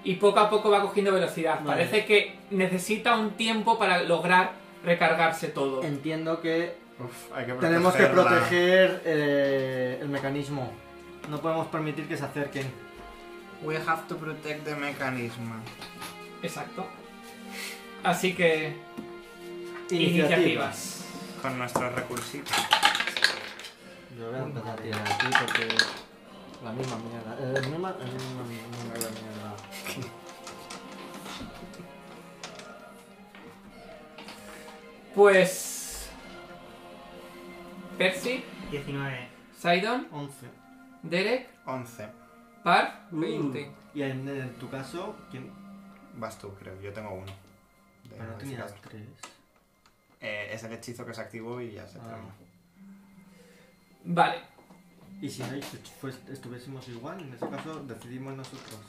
y poco a poco va cogiendo velocidad. Vale. Parece que necesita un tiempo para lograr recargarse todo. Entiendo que Uf, hay que tenemos que protegerla. proteger eh, el mecanismo. No podemos permitir que se acerquen. We have to protect the mechanism. Exacto. Así que... Iniciativas. Con nuestros recursitos. Yo voy a Uy, empezar madre. tirar aquí porque la misma mierda. eh, La misma, la misma número de mierda. Pues... Percy, 19. Sidon, 11. Derek, 11. Par, 20. Y en, en tu caso, ¿quién? Vas tú, creo. Yo tengo uno. De Pero no tenías modificador. 3. Eh, es el hechizo que se activó y ya se Ah. termina. Vale. Y si no pues, estuviésemos igual, en ese caso decidimos nosotros.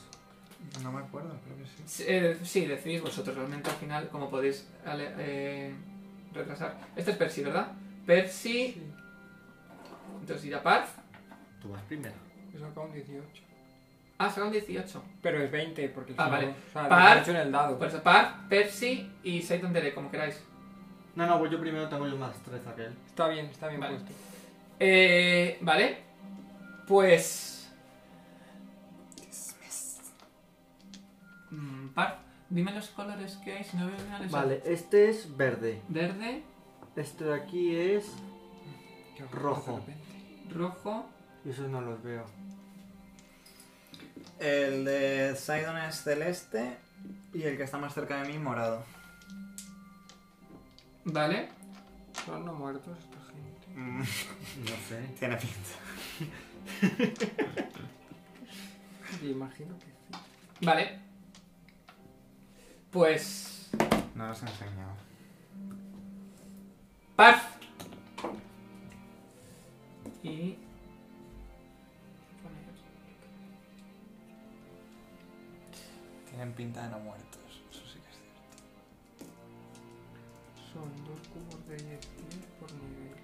No me acuerdo, creo que sí. Eh, sí, decidís vosotros realmente al final cómo podéis ale- eh, retrasar. Este es Percy, ¿verdad? Percy. Entonces irá Parf. Tú vas primero. He sacado un 18. Ah, saca un 18. Pero es 20, porque Ah, si no- vale. o sea, Par- 18 en el dado. Pues Parf, Percy y Satan Dere, como queráis. No, no, voy yo primero, tengo yo más 3 aquel. Está bien, está bien Vale. puesto. Eh, vale. Pues. Mm, Parf, dime los colores que hay si no veo bien al Vale, este es verde. Verde, Este de aquí es. Qué Rojo. de repente. rojo. Y esos no los veo. El de Sidon es celeste y el que está más cerca de mí, morado. Vale. Son no muertos esta gente. Mm, No sé. tiene pinta. Y imagino que sí. Vale. Pues. No los he enseñado. Paz. Y. Tienen pinta de no muertos. Eso sí que es cierto. Son dos cubos de 10 pies por nivel.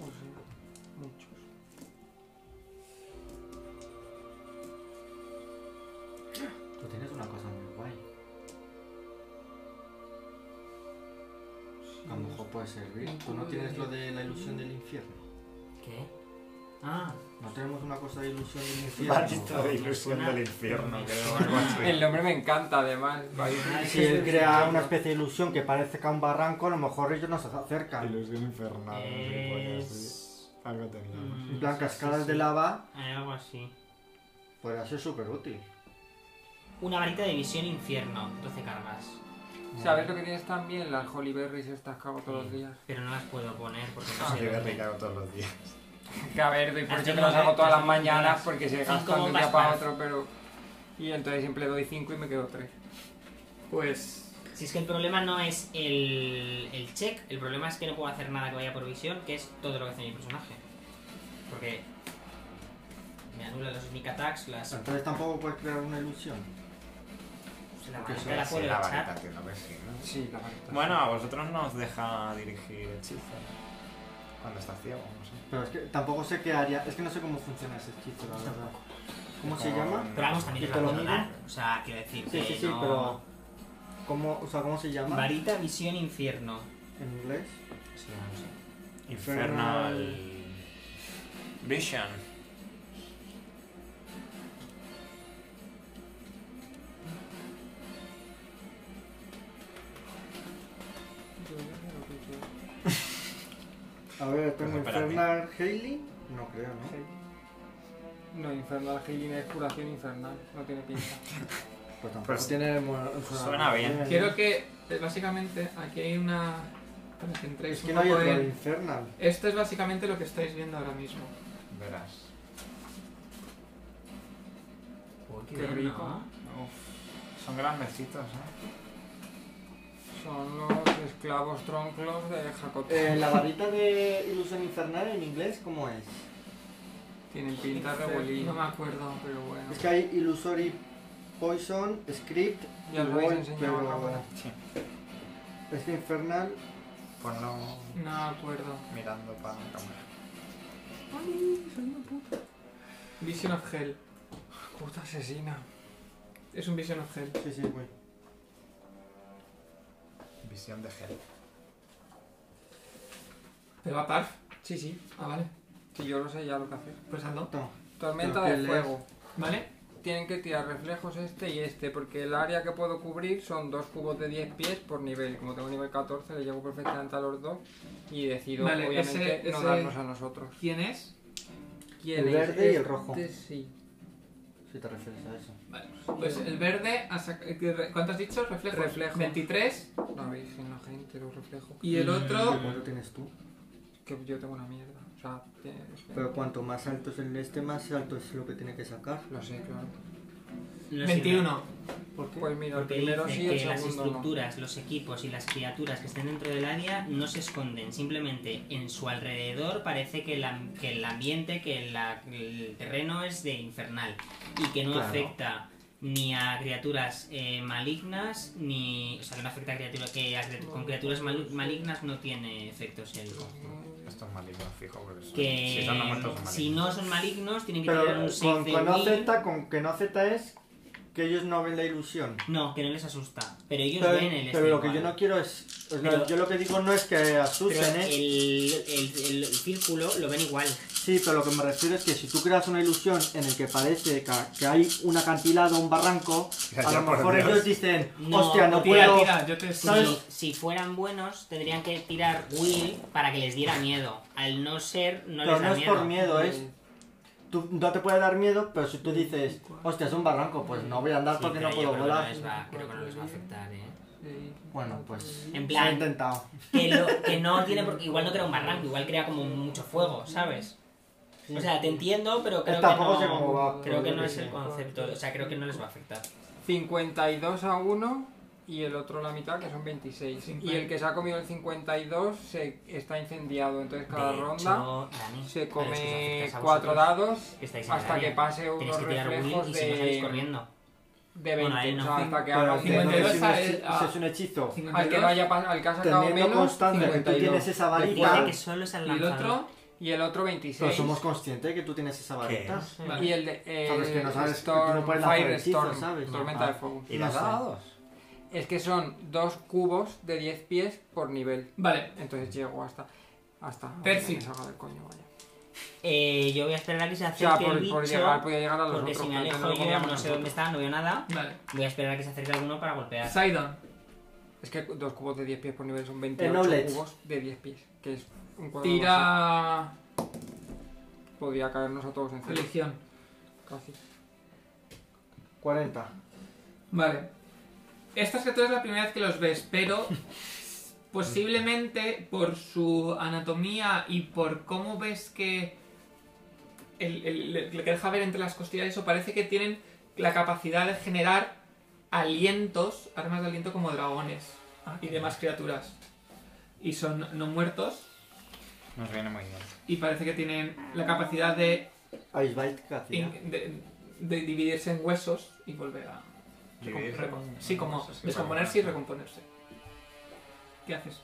O sea, muchos. Tú tienes una cosa muy guay. A lo mejor puede servir. ¿Tú no tienes lo de la ilusión del infierno? ¿Qué? Ah, No tenemos una cosa de ilusión del Maldita infierno. de ilusión del infierno, creo. algo El así. nombre me encanta, además. Vale. Si él crea una especie de ilusión que parezca un barranco, a lo mejor ellos nos acercan. Ilusión infernal. es... Algo Mm. teníamos. En plan, cascadas Sí, sí. de lava Algo así. podría ser súper útil. Una varita de visión infierno, 12 cargas. ¿Sabes lo que tienes también? Las Holy Berries estas que hago todos los días. Pero no las puedo poner porque no Ah, Yo sé. dónde. berrica todos los días. Que a ver, doy por Las hecho Ah, que tengo las hago re- todas las las tengo mañanas todas. porque se Cinco gastan de un día bombas para más. otro, pero. Y entonces siempre doy 5 y me quedo 3. Pues. Si es que el problema no es el, el check, el problema es que no puedo hacer nada que vaya por visión, que es todo lo que hace mi personaje. Porque me anula los sneak attacks, las... Entonces tampoco puedes crear una ilusión. pues La que varita sea la Sí, puedo la echar. varita, que lo ves, sí, ¿no? Sí, la verdad. Bueno, a vosotros no os deja dirigir hechizos. Cuando estás ciego, no sé. Pero es que tampoco sé qué área. Es que no sé cómo funciona ese hechizo, la verdad. ¿Cómo se Como- llama? Pero vamos, también ¿Y te te la lo puedo miro? dar. O sea, quiero decir Sí, que sí, sí, no... pero. ¿Cómo, o sea, ¿cómo se llama? Varita visión infierno. En inglés. Sí, no sé. Infernal Vision. A ver, tengo Pues espérate. Infernal Hailey. No creo, ¿no? No, infernal, Healing es curación infernal, no tiene pinta. Pues tampoco Pues- tiene mo- suena bien. tiene- Quiero que, eh, básicamente, aquí hay una... Para que entréis Es que un no hay poco otro en- Infernal. Esto es básicamente lo que estáis viendo ahora mismo. Verás. Uy, Qué bien, rico. ¿no? Uf, son grandecitos, ¿eh? Son los esclavos tronclos de Jacob. Eh, la varita de Ilusión Infernal en inglés, ¿cómo es? Tienen pinta Entonces, revolín. No me acuerdo, pero bueno. Es que hay Illusory Poison, Script, Ya y lo habéis Void, enseñado en la pero boda. Sí. es que Infernal Ponlo No me acuerdo. Pues mirando para la cámara. Ay, soy una puta. Vision of Hell. Puta asesina. Es un Vision of Hell. Sí, sí, güey. Visión de gel. ¿Te va a Parf? Sí, sí. Ah, vale. Si yo lo sé ya lo que hacer. Pues hazlo. No. Tormenta de Pero que lees. fuego. ¿Vale? Tienen que tirar reflejos este y este, porque el área que puedo cubrir son dos cubos de 10 pies por nivel. Como tengo nivel 14, le llevo perfectamente a los dos y decido, Vale, obviamente, ese- no ese- darnos a nosotros. ¿Quién es? ¿Quién El es verde y el rojo. este? Sí. Si te refieres a eso. Vale. Pues el verde. ha saca- eh, que re- ¿Cuánto has dicho? Reflejo. Reflejo. 23. La virgen, la gente, los reflejos. Y el otro. ¿Cuánto tienes tú? Que yo tengo una mierda. O sea, tiene- Pero cuanto más alto es el este, más alto es lo que tiene que sacar. lo sé, claro. Lo siento. 21. ¿Por qué? Pues mira, el Porque primero dice sí, el que las segundo no. estructuras, los equipos y las criaturas que estén dentro del área no se esconden, simplemente en su alrededor parece que, el am- que el ambiente, que la- el terreno es de infernal y que no Claro. afecta ni a criaturas eh, malignas, ni... O sea, que no afecta a criaturas que a cri- con criaturas malu- malignas no tiene efectos el conjuro. Mm, Esto es maligno, fijo, porque son- Que si son no muertos son si malignos. no son malignos tienen que tirar Pero un save con, de con no will. acepta, con que no acepta es que ellos no ven la ilusión. No, que no les asusta. Pero ellos Pero, ven el este pero lo que igual. yo no quiero es... o sea, Pero- yo lo que digo no es que Pero asusten, ¿eh? el, el- el- el círculo lo ven igual. Sí, pero lo que me refiero es que si tú creas una ilusión en el que parece que, que hay un acantilado, un barranco, a Ya, lo por mejor Dios. ellos dicen, No, hostia, no Tira, puedo... tira, yo te ¿Sabes? Si, si fueran buenos, tendrían que tirar Will para que les diera miedo. Al no ser, no Pero les da no es miedo. por miedo, es... eh, Tú no te puede dar miedo, pero si tú dices, hostia, es un barranco, pues no voy a andar Sí, porque pero no yo puedo creo que no volar. les va- creo que no les va a afectar, ¿eh? Bueno, pues... En Se ha plan, intentado. que, lo- que no tiene por- igual no crea un barranco, igual crea como mucho fuego, ¿sabes? O sea, te entiendo, pero creo que Tampoco sé no, cómo va. creo que yo no qué es sé. el concepto, o sea, creo que no les va a afectar. 52 a 1 y el otro la mitad, que son 26. Y Cincuenta. el que se ha comido el 52 se está incendiado, entonces cada De ronda hecho, Dani, se a los que os come afectáis a 4 vosotros, dados que estáis en el hasta que área, pase tenéis unos que tirar Will reflejos y si no salís de, corriendo. de 20, Bueno, ahí no. o sea, hasta que Pero haga el un de- cincuenta y dos si es un sale- hechi- ah. si es un hechizo. al que no haya pas- al que ha sacado Teniendo menos constante que tú 52 tienes esa Recuerda varita, que solo es el Y el lanzador. otro. y el otro 26 pero somos conscientes de que tú tienes esa varita. es? Vale. y el de eh, Sabes que no sabes- Storm- que no puedes lanzar Fire hechizos, Storm, ¿sabes? tormenta Ah. de fuego ¿Y No los sé. dados? es que son dos cubos de 10 pies por nivel Vale. Entonces llego hasta. hasta Percy. me salga del coño, vaya. Eh, yo voy a esperar a que se O acerque sea, el por, bicho. por llegar, podía llegar a los porque otros. si me pero antes alejo lo yo, comíamos no sé dónde nosotros. está, no veo nada. Vale. Voy a esperar a que se acerque alguno para golpear. Sidon. Es que dos cubos de 10 pies por nivel son 28 knowledge. cubos de 10 pies, que es un cuadrado. así. Tira. Podía caernos a todos encima. Religión. Casi. 40. Vale. Estas criaturas es la primera vez que los ves, pero posiblemente por su anatomía y por cómo ves que el, el- lo que deja ver entre las costillas eso parece que tienen la capacidad de generar alientos, armas de aliento como dragones y demás criaturas. Y son no muertos Nos viene muy bien. y parece que tienen la capacidad de, Ice Bite casi. ¿no? de- de dividirse en huesos y volver a, Dividir. Recom- Sí, como Sí, sí, descomponerse y vale. recomponerse. ¿Qué haces?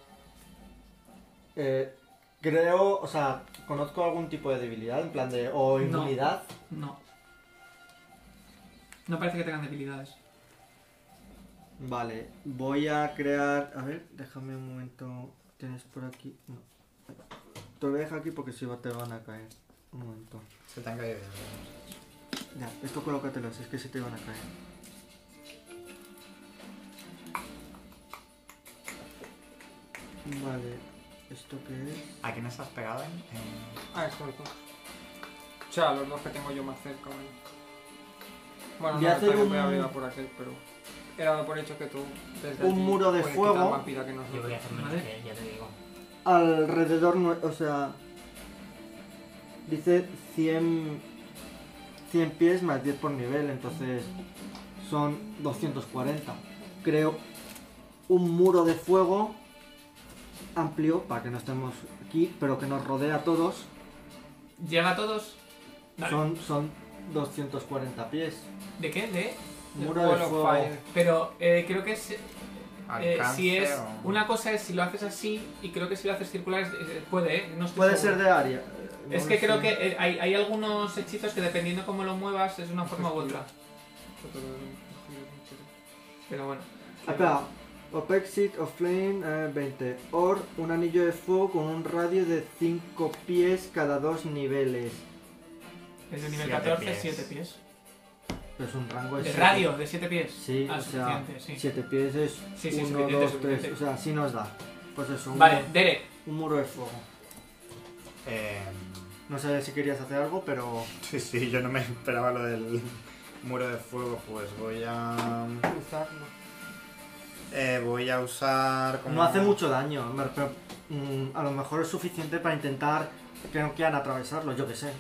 Eh, creo, o sea, conozco algún tipo de debilidad, en plan de. o No. inmunidad. No. No parece que tengan debilidades. Vale, voy a crear. A ver, déjame un momento. ¿Tienes por aquí? No. Te lo voy a dejar aquí porque si no te van a caer. Un momento. Se te han caído. Ya, esto colócatelos, es que se te van a caer. Vale. ¿Esto qué es? ¿A quién estás pegado? En, en- Ah, estos dos. O sea, los dos que tengo yo más cerca, vaya. Bueno, Voy no, a el hacer ataque un- voy a brigar por aquel, pero... He dado por hecho que tú... desde Un allí muro de puedes fuego. quitar más vida que nosotros. Yo voy a hacer menos Madre. que él, ya te digo. Alrededor, nue- o sea... Dice 100... 100 pies más 10 por nivel, entonces son 240. Creo un muro de fuego amplio para que no estemos aquí, pero que nos rodea a todos. ¿Llega a todos? Vale. Son, son 240 pies. ¿De qué? ¿De? El Muro de Wall of fuego. Fire. Pero eh, creo que es... eh, alcance si es... o- Una cosa es si lo haces así y creo que si lo haces circular es- es- puede, ¿eh? No estoy Puede seguro. ser de área. eh, Es no que sé. creo que eh, hay, hay algunos hechizos que dependiendo cómo lo muevas es una forma u otra. Pero bueno. Acá, Opexit of Flame eh, 20. Or, un anillo de fuego con un radio de 5 pies cada dos niveles. Es de nivel Siete 14, pies. 7 pies. Es un rango de El siete- radio de 7 pies. Pues Sí, Ah, o sea, suficiente, sí. 7 pies es Sí, sí, 1, suficiente, 2, 3. suficiente. O sea, sí nos da. Pues eso, un, Vale, muro, Derek. un muro de fuego. Eh, No sé si querías hacer algo, pero. sí, sí, yo no me esperaba lo del muro de fuego. Pues voy a. Usarlo. eh, voy a usar. como- No hace mucho daño, me- pero mm, a lo mejor es suficiente para intentar que no quieran atravesarlo, yo que sé.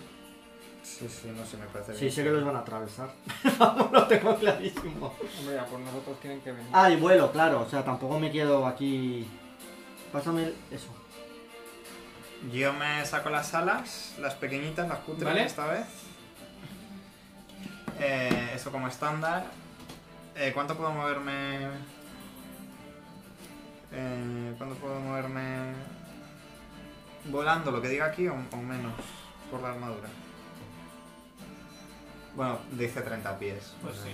Sí, sí, no sé, me parece Sí, bien. sé que los van a atravesar. Vamos, lo tengo clarísimo. Hombre, a por nosotros tienen que venir. Ah, y vuelo, claro, o sea, tampoco me quedo aquí. Pásame el- eso. Yo me saco las alas, las pequeñitas, las cutres Vale. esta vez. Eh, eso como estándar. Eh, ¿Cuánto puedo moverme? Eh, ¿Cuánto puedo moverme? ¿Volando lo que diga aquí o, o menos? Por la armadura. Bueno, dice 30 pies. Pues sí.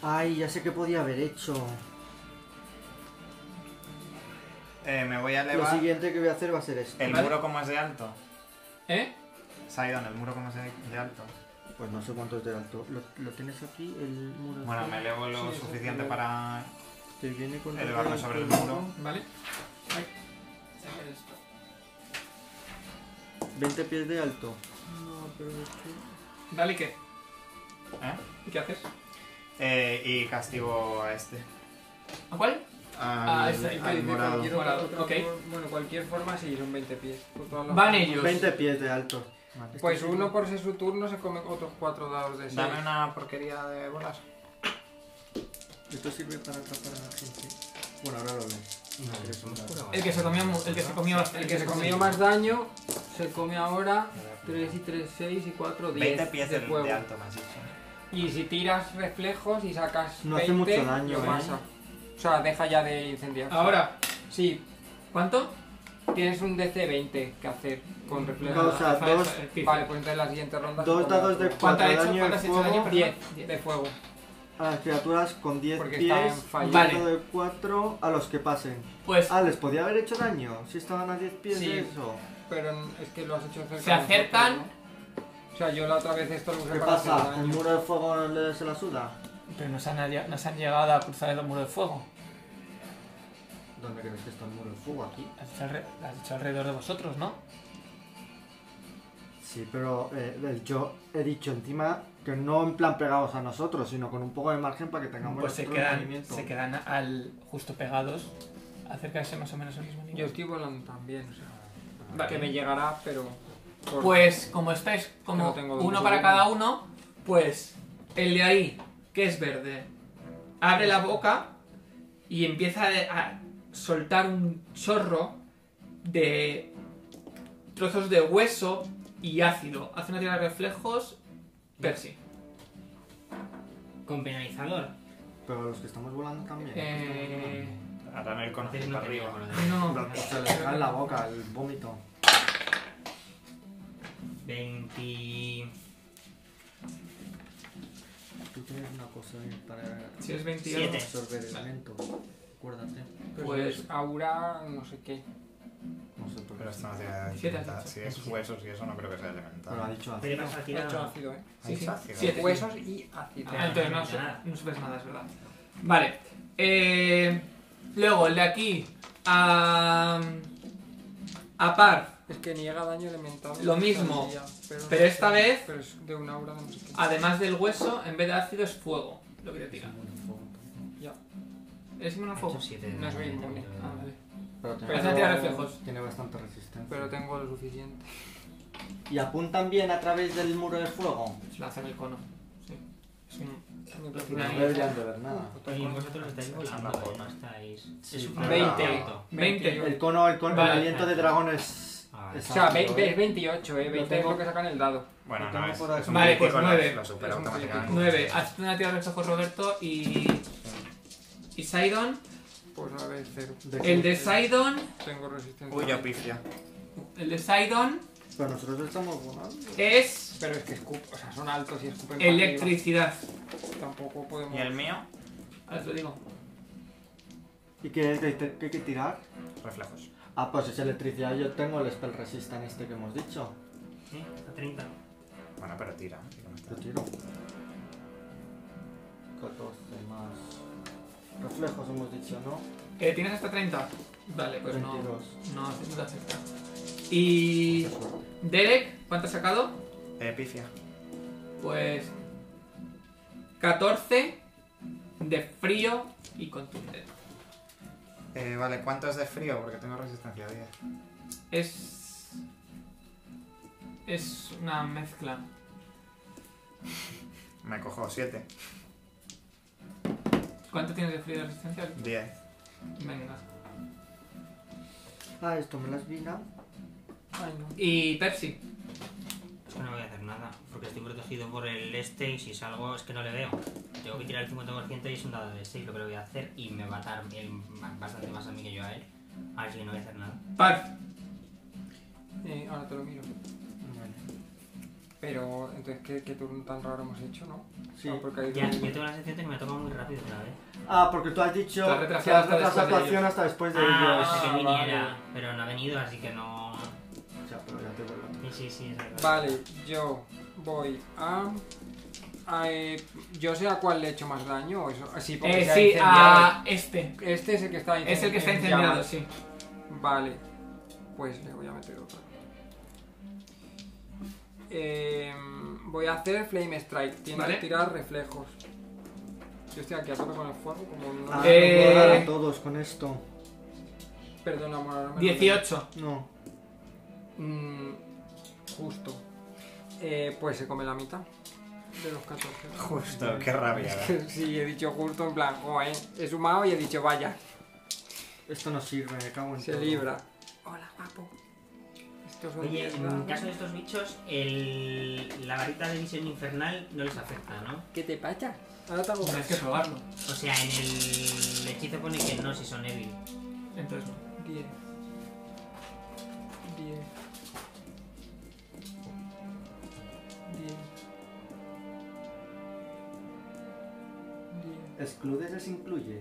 Ay, ya sé que podía haber hecho. Eh, me voy a Lo elevar. siguiente que voy a hacer va a ser esto. ¿El Vale. muro como es de alto? ¿Eh? Saidon, ¿el muro como es de de alto? Pues no sé cuánto es de alto. ¿Lo, lo tienes aquí, el muro? Bueno, me elevo lo Sí, sí, suficiente sí. para Te viene con elevarme sobre el muro. Vale. Ay. Saca esto. 20 pies de alto. No, pero es que- Dale, ¿y qué? ¿Eh? ¿Y qué haces? Eh, y castigo a este. ¿A cuál? Al, Ah, este, al que dice morado. cualquier- Morado, ok. Bueno, cualquier forma sí, son 20 pies. por todas las- Van ellos. 20 pies de alto. Vale. Pues uno por ser su turno se come otros cuatro dados de 6. Dame una porquería de bolas. Esto sirve para atrapar a la gente. Bueno, ahora lo ves. El que se comió, mu- el que se comió bastante. El que se comió más daño se come ahora 3 y 3, 6 y 4, 10 20 pies de de, fuego. de alto, me has dicho. Y si tiras reflejos y sacas No hace 20, mucho daño, lo ¿eh? pasa. O sea, deja ya de incendiar. Ahora, Sí, ¿cuánto? tienes un DC 20 que hacer con reflejos. O sea, Ah, vale, dos- el pico. Vale, pues entonces la siguiente ronda... se Dos come dados otro. de ¿Cuánto cuatro ha hecho? daño ¿Cuánto de has hecho daño? fuego perdón? 10 de fuego. a las criaturas con 10 Porque está en pies. fallo. y Vale. uno de 4 a los que pasen. Pues Ah, les podía haber hecho daño si estaban a 10 pies Sí. de eso. Pero es que lo has hecho cerca. Se de nosotros, acercan. ¿no? O sea, yo la otra vez esto lo usé ¿Qué para hacer pasa? daño. ¿El muro de fuego no le- se la suda? Pero nos han, alli- nos han llegado a cruzar el muro de fuego. ¿Dónde crees que está el muro de fuego? ¿Aquí? Has hecho, alre- has hecho alrededor de vosotros, ¿no? Sí, pero eh, el- yo he dicho encima que no en plan pegados a nosotros, sino con un poco de margen para que tengamos Pues se nosotros el quedan, movimiento. se quedan al justo pegados. Acercarse más o menos al mismo nivel. Yo estoy volando también, o sea, Vale. que me llegará, pero... por- Pues como estáis como no tengo uno mucho para tiempo. cada uno, pues el de ahí, que es verde, abre la boca y empieza a soltar un chorro de trozos de hueso y ácido. Hace una tira de reflejos, Percy. Con penalizador. Pero los que estamos volando también. Eh, Harán el Entonces conocimiento no tenía arriba. con lo de- no, O sea, les cae en la boca el vómito. 20. Tú tienes una cosa ahí para si es 21, Siete. absorber Vale. elementos. Acuérdate. Pues, pues- aura, no sé qué. No sé por qué. Pero esto no tiene Siete has elemental. dicho. Si es huesos y eso no creo que sea Pero ha elemental. dicho Pero ácido. vas a He hecho tirar. ácido, ¿eh? sí, sí, Ácido. siete. Huesos y ácido. Ah, entonces no, no, nada. no supes nada, es verdad. Vale. eh, luego, el de aquí a, a par, Es que niega daño elemental. Lo mismo, Sabía, pero esta vez- Ah. Pero es de una aura de no sé qué. además del hueso, en vez de ácido es fuego, lo que te tira. Ya. Es inmune al He fuego. hecho siete de No es daño, inmune. pero- Ah, vale. Pero Pero esa tira reflejos. Eh, Tiene bastante resistencia. Pero tengo lo suficiente. ¿Y apuntan bien a través del muro de fuego? Lanzan el cono. Sí. Es un Me No Ahí. deberían de ver nada. Ah. Oye, vosotros estáis Pues volando, ¿eh? no estáis... Es un pero- 20. contacto. 20. El cono, el cono, Vale. el aliento de dragón es. Ah, es O sea, ve- ácido, ve- es ¿eh? 28, eh. 20 es tengo. lo que sacan el dado. Bueno, Lo no tengo es. por ahí. es un Vale, crítico, pues no nueve. es- Lo supera Es un automáticamente. 9. Haz una tira de reflejos, Roberto. Y. Y Sidon. Pues 9 es 0. De El qué? de Sidon. Tengo resistencia. Uy, ya pifia. El de Sidon Pero nosotros lo estamos volando. es. Pero es que escupo, o sea, son altos y escupen. para arriba. Electricidad. Tampoco podemos. ¿Y el mío? Ahora te lo digo. ¿Y qué es? ¿Qué te- qué hay que tirar? Reflejos. Ah, pues es electricidad. Yo tengo el spell resistant este que hemos dicho. Sí, a 30. Bueno, pero tira. que no está. Lo tiro. 14 más. Reflejos hemos dicho, ¿no? Eh, ¿Tienes hasta 30? Vale, pues no. 22. No, no te afecta. Y. Qué suerte. Derek, ¿cuánto has sacado? Eh, pifia. Pues. 14 de frío y contundente. Eh, vale, ¿cuánto es de frío? Porque tengo resistencia 10. Es. Es una mezcla. Me cojo 7. ¿Cuánto tienes de frío de resistencia? 10. Venga. Ah, esto me las vina. Ay, no. Y Percy. Es que no voy a hacer nada, porque estoy protegido por el este y si salgo es que no le veo. Tengo que tirar el 50% y es un dado de 6 lo que lo voy a hacer y me va a atar él ma- bastante más a mí que yo a él. Así que no voy a hacer nada. Par. Eh, ahora te lo miro. Pero, entonces, ¿qué, qué turno tan raro hemos hecho, no? Sí. Ah, porque hay Ya, dos- yo tengo la sensación de que me toca muy rápido cada vez. Ah, porque tú has dicho Te has que retrasado has hasta retrasado después tu de acción ellos. hasta después de Ah, ellos. pensé que vale. viniera, pero no ha venido, así que no. O sea, pero ya te vuelvo. Sí, sí, sí, es verdad. Vale, yo voy a... a, eh, yo sé a cuál le he hecho más daño. o Eso. Sí, porque Eh, se ha sí, incendiado. a este. Este es el que está incendiado. Es el que está incendiado, sí. Vale, pues le voy a meter otra. Eh, voy a hacer Flame Strike. Tienes Vale. que tirar reflejos. Yo estoy aquí a tope con el fuego, como no. Ah, Eh. no puedo dar a todos con esto. Perdona, amor, ahora me lo- 18. No. Mm, justo. Eh, pues se come la mitad de los 14. Justo, qué rabia. Es ¿verdad? que sí, he dicho justo en plan, joe, he sumado y he dicho vaya, Esto no sirve, me cago en se todo. libra. Hola, guapo. Esto es Oye, en caso de estos bichos, el, la varita de visión infernal no les afecta, ¿no? ¿Qué te pasa? Ahora te hago Tienes que probarlo. O sea, en el hechizo pone que no si son débil. Entonces no. 10. 10. 10. 10. ¿Excludes es incluye?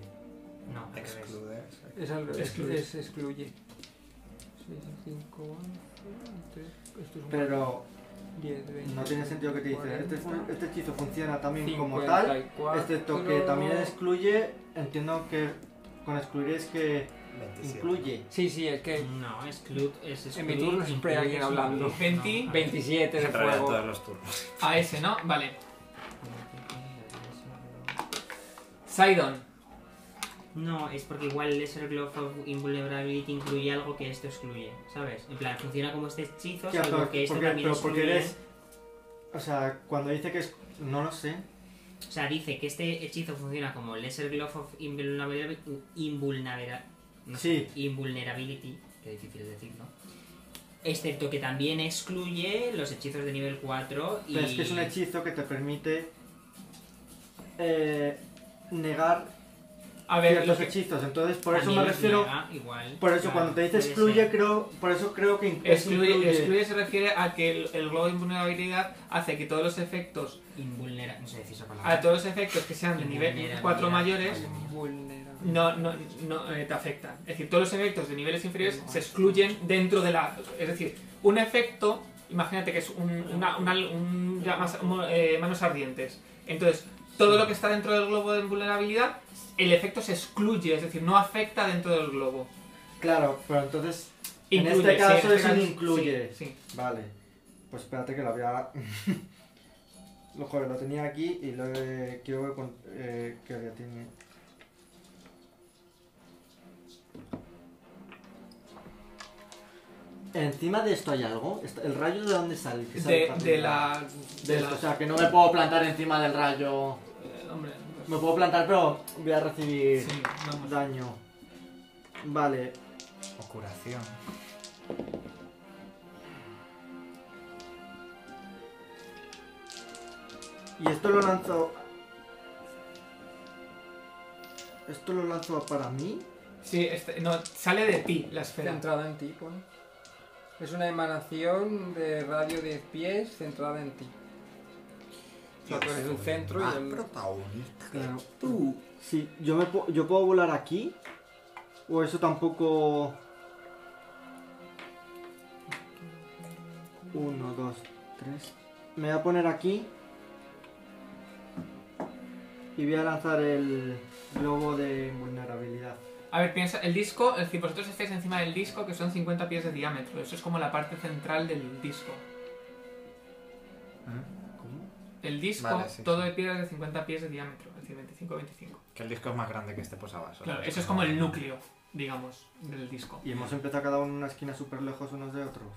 No, al revés. Excludes. Es al revés, Excluye. es- excluye. 6, 5, 11, 3, esto es un Pero 10, 20. no tiene sentido que te dice. Este, fu- este hechizo funciona también como tal, 54, excepto que también excluye. Entiendo que con excluir es que 27. incluye. Sí, sí, es que No, es club, es es En mi club, turno siempre hay incluye, alguien hablando. es incluye. 20, No, 27 de En realidad, fuego. todos los turnos. A ese, ¿no? Vale. Sidon. No, es porque igual el Lesser Glove of Invulnerability incluye algo que esto excluye, ¿sabes? En plan, funciona como este hechizo, Ya, salvo pero- que esto porque- también pero porque excluye. eres- O sea, cuando dice que es. No lo sé. O sea, dice que este hechizo funciona como Lesser Glove of Invulnerability. invulnera- no sé, Invulnerability, que difícil es decirlo. Excepto que también excluye los hechizos de nivel 4 y. Pero es que es un hechizo que te permite. eh, negar A ver, lo ciertos que- hechizos. Entonces, por eso me también refiero. niega, igual, Por eso, claro, cuando te dice puede excluye, ser. creo. Por eso creo que in- es excluye, excluye se refiere a que el, el globo de invulnerabilidad hace que todos los efectos, Invulnera... No sé decir esa Ah, palabra. a todos los efectos que sean de nivel 4 mayores, Vulnerable. no, no, no eh, te afectan. Es decir, todos los efectos de niveles inferiores se excluyen dentro de la... Es decir, un efecto, imagínate que es un, una, una- un llamas- mo- eh, manos ardientes. Entonces, todo lo que está dentro del globo de vulnerabilidad, el efecto se excluye, es decir, no afecta dentro del globo. Claro, pero entonces En Incluye, este sí, caso en este es un caso- incluye. sí, sí. Vale. Pues espérate que la voy a... lo joder, lo tenía aquí y lo he- quiero ver con- eh, que lo tiene. Encima de esto hay algo. Esto- ¿El rayo de dónde sale? Que sale De, para de arriba. la. De De esto, la. o sea, que no me puedo plantar encima del rayo. eh, hombre, Me puedo plantar, pero voy a recibir sí, vamos. daño. Vale, O curación. Y esto lo lanzo. Esto lo lanzo para mí. Sí, este- no, sale de ti la esfera. Centrada en ti, pone. Es una emanación de radio 10 pies centrada en ti. O sea, tú eres el centro y el... Ah, Uh. protagonista. Claro. Sí, yo me pu- yo puedo volar aquí. O eso tampoco. Uno, dos, tres. Me voy a poner aquí. Y voy a lanzar el globo de invulnerabilidad. A ver, piensa, el disco, es decir, vosotros estáis encima del disco que son 50 pies de diámetro. Eso es como la parte central del disco. ¿Mm? ¿Cómo? El disco, Vale, sí, todo sí. de piedra es de 50 pies de diámetro, es decir, 25, 25. Que el disco es más grande que este posavasos. Claro, eso es como el núcleo, digamos, del disco. Y hemos empezado cada uno en una esquina súper lejos unos de otros.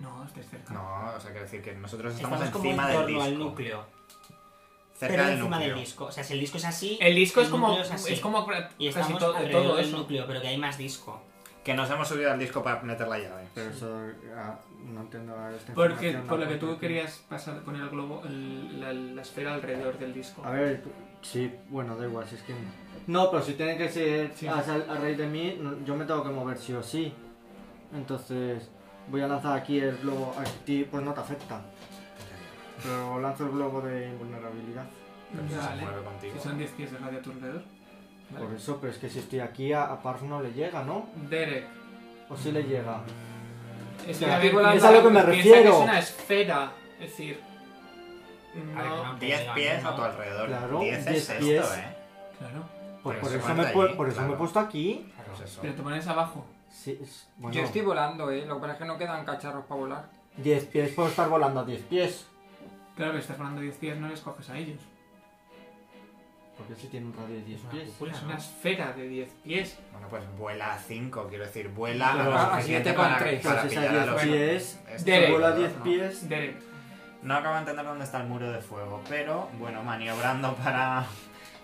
No, estés cerca. No, o sea, quiero decir que nosotros estamos, Estamos como en encima del torno disco. al núcleo. Cerca pero del encima núcleo. Eh, del disco. O sea, si el disco es así. El disco es como, núcleo así. es como pra- Y casi estamos to- de alrededor todo del eso. núcleo, pero que hay más disco. Que nos hemos subido al disco para meter la llave. Pero eso ah, no entiendo esta Porque, información, por lo no que puedo decir. tú querías pasar, poner el globo, el- la, la esfera alrededor del disco. A ver, sí, bueno, da igual, si es que... No, pero si tiene que ser Sí. a, sal- a raíz de mí, no- yo me tengo que mover sí o sí. Entonces, voy a lanzar aquí el globo, a ti pues no te afecta. Pero lanzo el globo de invulnerabilidad. Pero si se Vale. mueve contigo. Que son 10 pies de radio a tu alrededor. Vale. Por eso, pero es que si estoy aquí, a, a Parf no le llega, ¿no? Derek. O si le llega. Es sea, a ver, es a piensa- lo que me piensa refiero. que es una esfera. Es decir. A ver, No. no. 10 pies a tu alrededor. Claro, 10 10 es esto, pies. ¿eh? Claro. Pues Pero por se eso, me, cuenta pu- allí, por eso me he claro. puesto aquí. Pues eso. Pero te pones abajo. Sí, es- Yo bueno, estoy volando, eh. Lo que pasa es que no quedan cacharros para volar. 10 pies, puedo estar volando a 10 pies. Claro, pero estás volando 10 pies, no les coges a ellos. Porque si tiene un radio de 10 Es una pies. cúpula, Es ¿no? una esfera de 10 pies. Bueno, pues vuela a 5, quiero decir, vuela Pero a a lo suficiente siete con para, tres. para Pues es a pillar a 10 los pies, Esto Derek. es Vuela a volador, 10 ¿no? pies. Derek. No acabo de entender dónde está el muro de fuego, pero bueno, maniobrando para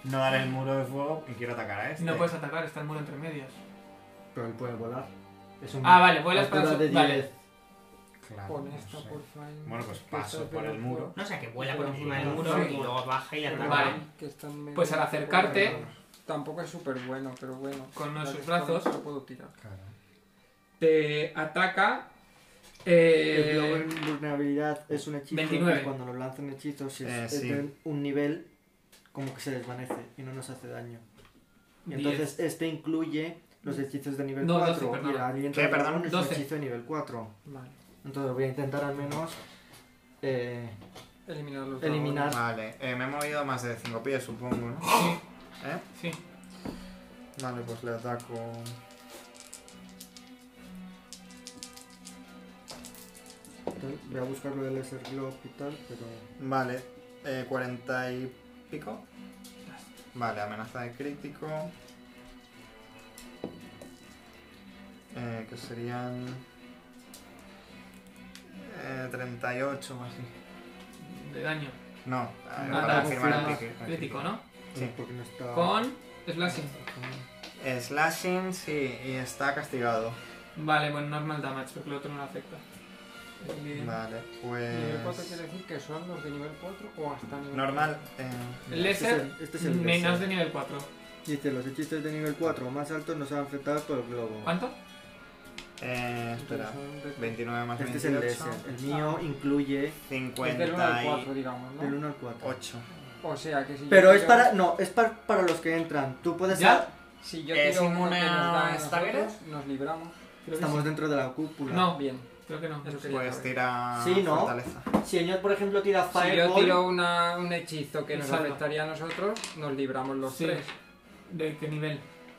no dar el muro de fuego y quiero atacar a este. No puedes atacar, está el muro entre medios. Pero él puede volar. Es un Ah, vale, vuelas para altura su- de vale. 10. Claro, Pon Ah, no esta, sé. por favor. Bueno, pues paso por el muro. No, o sea, que vuela por encima del Sí. muro y luego baja y la Pero ataca. Vale. bueno, que están medio- Pues al acercarte- Bueno, Tampoco es súper bueno, pero bueno. Con uno de Ya que sus estamos, brazos. Lo puedo tirar. Claro. Te ataca. El globo de Eh, invulnerabilidad es un hechizo 29. que cuando lo lanzan hechizos, si Eh, es sí. de un nivel, como que se desvanece y no nos hace daño. Y 10. entonces este incluye los hechizos de nivel No, 4. 12, y el perdona. aliento ¿Qué, de perdón? dragón es 12. un hechizo de nivel 4. Vale. Entonces voy a intentar al menos eh, Eliminar los eliminar. Vale, eh, me he movido más de 5 pies, supongo, ¿no? sí, ¿Eh? sí. Vale, pues le ataco. Entonces, voy a buscar lo del Lesser Globe y tal, pero. Vale, eh, 40 y pico. Vale, amenaza de crítico. Eh, que serían. Eh, 38 o así. De daño. No, eh, no, para confirmar el confirma. pique. el Crítico, pique. ¿no? Sí. Porque no está. Con slashing. Eh, Slashing, sí, y está castigado. Vale, bueno, normal damage, porque el otro no lo afecta. El- Vale, Nivel 4 quiere pues. decir que son los de nivel 4 o hasta nivel Normal. El Eh, Este es Lesser, el, este es el menos Lesser. de nivel 4. Dice, los hechizos de nivel 4 más altos no se han afectado por el globo. ¿Cuánto? eh, Entonces espera. son de- 29 más Este es el de 28. ese. El mío incluye Es del 1 al 4, 58. digamos, del ¿no? 1 al 4. O sea que si yo Pero es tiro- para... No, es para, para los que entran. Tú puedes... ¿Ya? Si yo ¿Es tiro uno que inmune nos da a a nosotros, staggeres? nos libramos. Creo que Estamos sí. dentro de la cúpula. No, Bien. creo que no. Eso quería Pues saber. tira Sí, ¿no? fortaleza. Si Eñor, por ejemplo, tira Si yo Fireball... tiro una- un hechizo que Me nos salva. afectaría a nosotros, nos libramos los Sí. tres. ¿De qué nivel?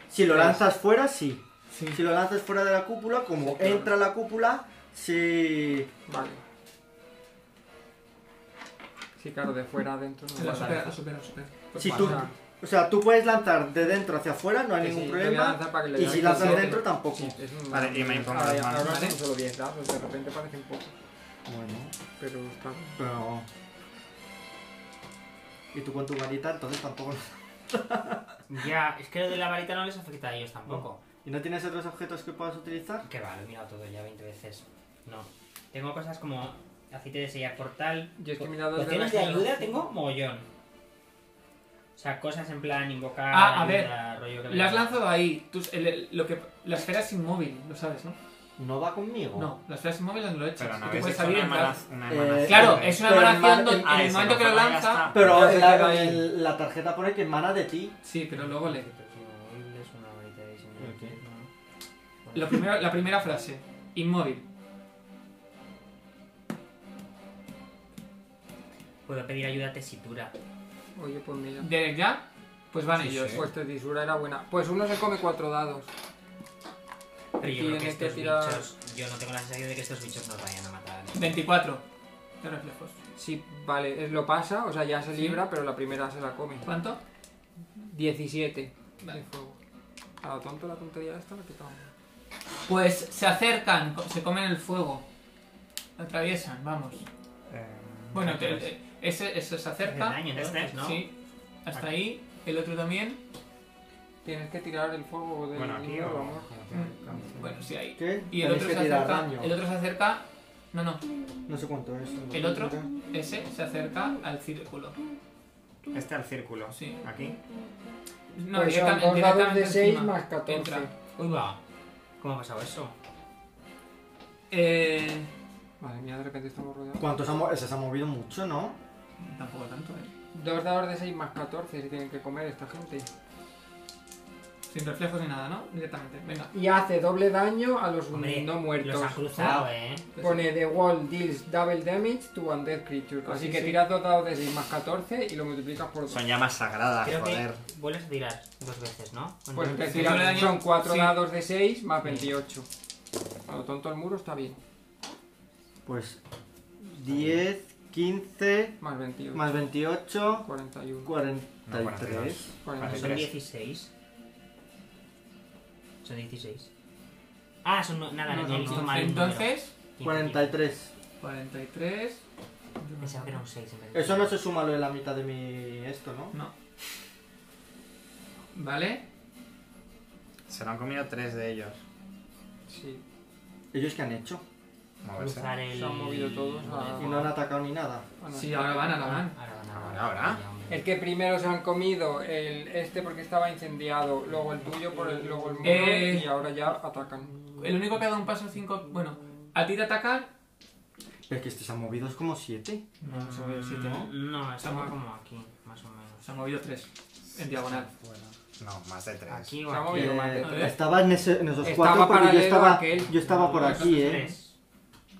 Si lo lanzas fuera, sí. Sí. Si lo lanzas fuera de la cúpula, como Sí, claro. entra la cúpula, si... Vale. Sí, claro, de fuera adentro no La vale. supera, la supera, la supera. Pues Si O tú, sea, o sea, tú puedes lanzar de dentro hacia afuera, no hay que ningún sí, te voy a problema. lanzar para que le Y des si un lanzas siete. dentro, tampoco. Sí, es un- Vale, y me impongo Ahora- las manos, Ahora ¿vale? son solo 10 dados, pues de repente parecen pocos, Bueno, pero está bien. pero... Y tú con tu varita, entonces tampoco... Ya, es que lo de la varita no les afecta a ellos tampoco. ¿Y no tienes otros objetos que puedas utilizar? Que va, lo he mirado todo ya 20 veces. No. Tengo cosas como aceite de sellar portal. Yo es que he po- mirado el de Pociones de la ayuda generación. tengo mogollón. O sea, cosas en plan invocar. Ah, a ayuda, rollo que me- La has lanzado ahí. Tú- el- el- lo que, la esfera es inmóvil, lo sabes, ¿no? No va conmigo. No, la esfera es inmóvil donde lo echas. Pero no y tú habéis puedes hecho salir una, y entrar. emana- una Eh, emanación. Claro, de- es una Pero en emanación mar- donde- Ah, en el ese momento que lo no, ya lanza. está. Pero entonces la, queda ahí. el- la tarjeta pone que emana de ti. Sí, pero luego le. Es una varita de diseño. ¿El qué? No. Lo primero, la primera frase. Inmóvil. Puedo pedir ayuda a tesitura. Oye, pues mira. ¿De ya? Pues van Sí, ellos. sí. Pues tesisura era buena. Pues uno se come cuatro dados. Pero yo Tiene creo que que estos tirar- bichos. Yo no tengo la sensación de que estos bichos nos vayan a matar. 24. De reflejos. Sí, vale, es- lo pasa, o sea, ya se Sí. libra, pero la primera se la come. ¿Cuánto? 17 Vale. de fuego. A lo tonto la tontería esta la quitamos. Pues se acercan, co- se comen el fuego. Atraviesan, vamos. Eh, Bueno, te- eh, ese, ese se Hace acerca. daño, entonces, ¿no? Sí. Hasta ahí. El otro también. Tienes que tirar el fuego del Bueno, aquí libro, o... amor. Mm. Bueno, sí, ahí. ¿Qué? Y el Tenéis otro que se tirar acerca. daño. El otro se acerca. No, no. No sé cuánto es. El otro, ese, se acerca al círculo. Este al círculo. Sí. Aquí. No, Pues son directam- dos dados directamente de seis encima. más 14. Entra. Uy, va. ¿Cómo ha pasado eso? Eh. Madre mía, de repente estamos rodeados. ¿Cuánto se ha, mo- se ha movido mucho, no? Tampoco tanto, eh. Dos dados de 6 más 14 se tienen que comer esta gente. Sin reflejos ni nada, ¿no? Directamente. Venga. Y hace doble daño a los Hombre, no muertos. Los han cruzado, eh. Pues Pone The Wall deals double damage to undead creature. Pues Así sí, que sí. tiras dos dados de 6 más 14 y lo multiplicas por 2. Son llamas sagradas, Creo Ah, joder. que vuelves a tirar dos veces, ¿no? Con Pues el- te sí, doble tiras, daño. son 4 Sí. dados de 6 más 28. A lo tonto el muro está bien. Pues 10, 15, Más 28. más 28, 41. 43. 42. Son Tres. 16. Son 16. Ah, son no- nada, no, he visto mal. el número. Entonces, 43. 43. Pensaba que era un 6 en vez de Eso no se suma lo de la mitad de mi esto, ¿no? No. Vale. Se lo han comido tres de ellos. Sí. ¿Ellos qué han hecho? Moverse. cruzar el. Se han movido todos a- Y no han atacado ni nada. Ah, no. Sí, ahora van, ahora Ahora, van. ahora, Ahora, ahora. Ya, hombre. Es que primero se han comido el este porque estaba incendiado, luego el tuyo, por el, luego el muro Eh. y ahora ya atacan. El único que ha dado un paso 5. Bueno, a ti te atacan. Pero es que este se han movido es como 7. No, se ha movido 7, No, ¿no? no, Estamos- estamos como aquí, más o menos. Se han movido 3. En diagonal. No, más de tres. Aquí o Se ha aquí. movido más de Eh, tres. Estaba en, ese- en esos Estaba 4 porque yo paralelo a estaba, aquel. yo estaba por No, aquí, ¿eh? Tres.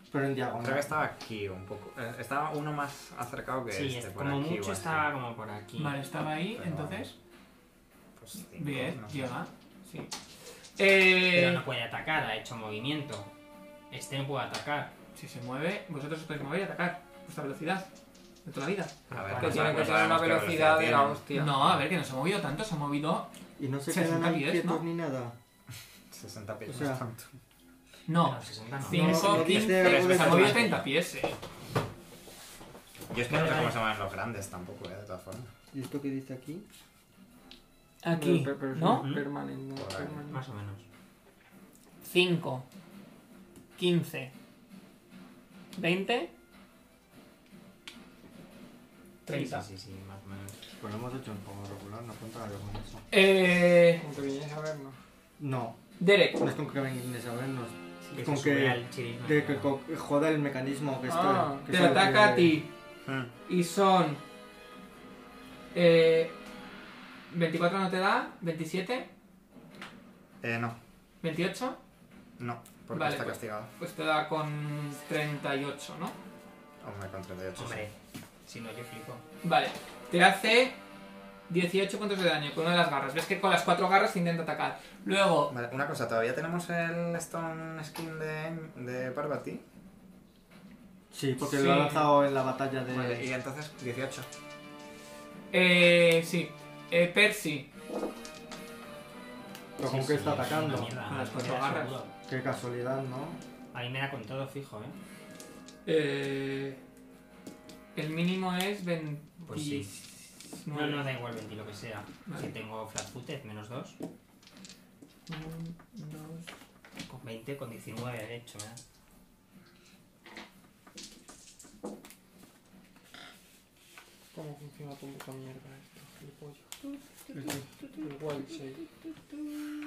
Pero en Creo que diagonal. estaba aquí un poco. Eh, estaba uno más acercado que Sí, este, por como aquí. mucho o así. estaba como por aquí. Vale, estaba ahí, Pero entonces. Pues cinco, Bien, no sé. llega. Sí. Pero Eh. no puede atacar, ha hecho movimiento. Este no puede atacar. Si se mueve, vosotros os podéis mover y atacar. Vuestra velocidad. De toda la vida. A ver, pues Que no Que tiene sabemos que tener una qué velocidad de la tienen. hostia. No, a ver, que no se ha movido tanto, se ha movido. Y no se 60 quedan ahí pies, quietos ¿no? ni nada. 60 pies O no es sea, tanto. No. Pero 60 no. No, no 5, dice 15, veces se ha movido más. 30 pies, eh. Yo es que no sé cómo se llaman los grandes tampoco, eh, de todas formas. ¿Y esto que dice aquí? Aquí, pero, pero es ¿no? un permanent, no, Por ahí. permanent. Más o menos. 5, 15, 20, 30. Sí, sí, sí, más o menos. Pues lo hemos hecho en forma regular, no cuenta algo con eso. Eh, Como que vinieras a vernos. No, Derek, no es con que vengan a vernos. Que Con se que- sube al chirismo. De que co- joda el mecanismo que está. Ah, que Ah. te está- ataca a que- ti Hmm. y son. Eh, 24 no te da, 27, Eh, no, 28, no, porque Vale, está pues. castigado. pues te da con 38, ¿no? Hombre, con 38. sí. Hombre, si no, yo flipo. Vale, te hace 18 puntos de daño con una de las garras. Ves que con las cuatro garras intenta atacar. Luego, Vale, una cosa, ¿todavía tenemos el Stone Skin de, de Parvati? Sí, porque Sí. lo ha lanzado en la batalla de. Vale, y entonces 18. eh, sí, eh, Percy. Pero ¿con qué está es una atacando? mierda, Con las cuatro mira, garras. seguro. Qué casualidad, ¿no? A mí me da con todo fijo, ¿eh? eh, el mínimo es 20. Pues sí. No, no, da igual 20 lo que sea. Vale. Si tengo flat footed, menos 2. Mm, Con 20, con 19 de hecho, ¿eh? ¿Cómo funciona tu puta mierda esto? El pollo. El wild shape.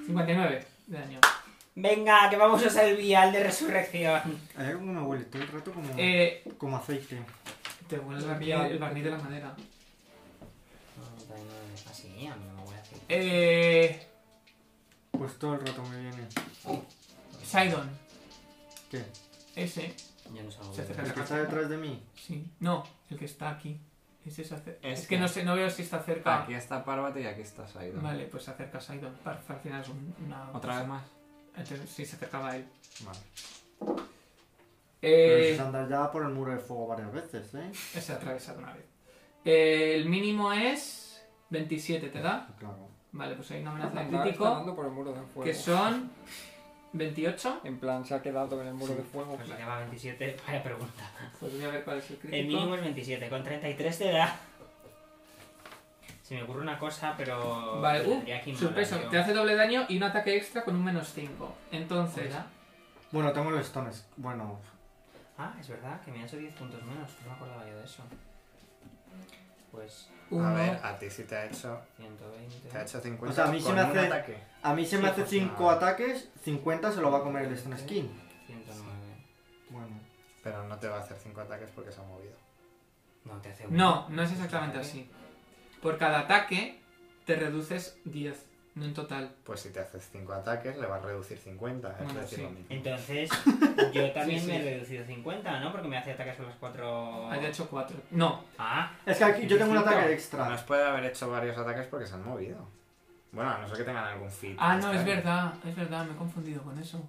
59 de daño. Venga, que vamos a usar el vial de resurrección. Hay algo que me huele todo el rato como, Eh, como aceite. te vuelve el barniz, Bien. el barniz de la madera. Así, a mí no me voy a hacer. Eh, Pues todo el rato me viene. Sidon, ¿Qué? ese. Yo no salgo. Se acerca. ¿El que está detrás de mí? Sí. No, el que está aquí. Ese se acer- Este. Es que no sé, no veo si está cerca. Aquí está Parvati y aquí está Saidon. Vale, pues se acerca a Sidon. Para, al final es un- una. ¿Otra vez más? Entonces sí, se acercaba a él. Vale. Pero si Eh, se han dado ya por el muro de fuego varias veces, ¿eh? se ha atravesado una vez. Eh, el mínimo es 27, ¿te da? Ah, Claro. Vale, pues hay una amenaza en Está- está crítico. dando por el muro de fuego. Que son 28. En plan, se ha quedado en el muro Sí, de fuego. Pues le lleva 27, vaya pregunta. Pues voy a ver cuál es el El crítico. mínimo es 27, con 33 te da. Se me ocurre una cosa, pero. Vale, lo uh, tendría que ignorar, Sorpresa, yo. te hace doble daño y un ataque extra con un menos 5. Entonces, Hola. Bueno, tengo los stones. Bueno, Ah, es verdad, que me ha hecho 10 puntos menos. No me acordaba yo de eso. Pues A uno, ver, a ti sí te ha hecho, te ha 120. hecho 50 O sea, a mí se con me un hace- ataque. a mí se me Sí, hace pues 5 nada. ataques, 50 se lo va a comer el stone skin. 109. Bueno, Pero no te va a hacer 5 ataques porque se ha movido. No, te hace No, uno. no es exactamente así. Por cada ataque te reduces 10, no en total. Pues si te haces 5 ataques, le vas a reducir 50. Es Bueno, decir, sí. lo mismo. Entonces, yo también Sí, sí. me he reducido 50, ¿no? Porque me hace ataques con las 4. Has hecho 4. No, Ah, es que aquí yo tengo un Cinco. ataque Nos extra. puede haber hecho varios ataques porque se han movido. Bueno, a no ser que tengan algún fit. ah, no, es extraño. verdad, es verdad, me he confundido con eso.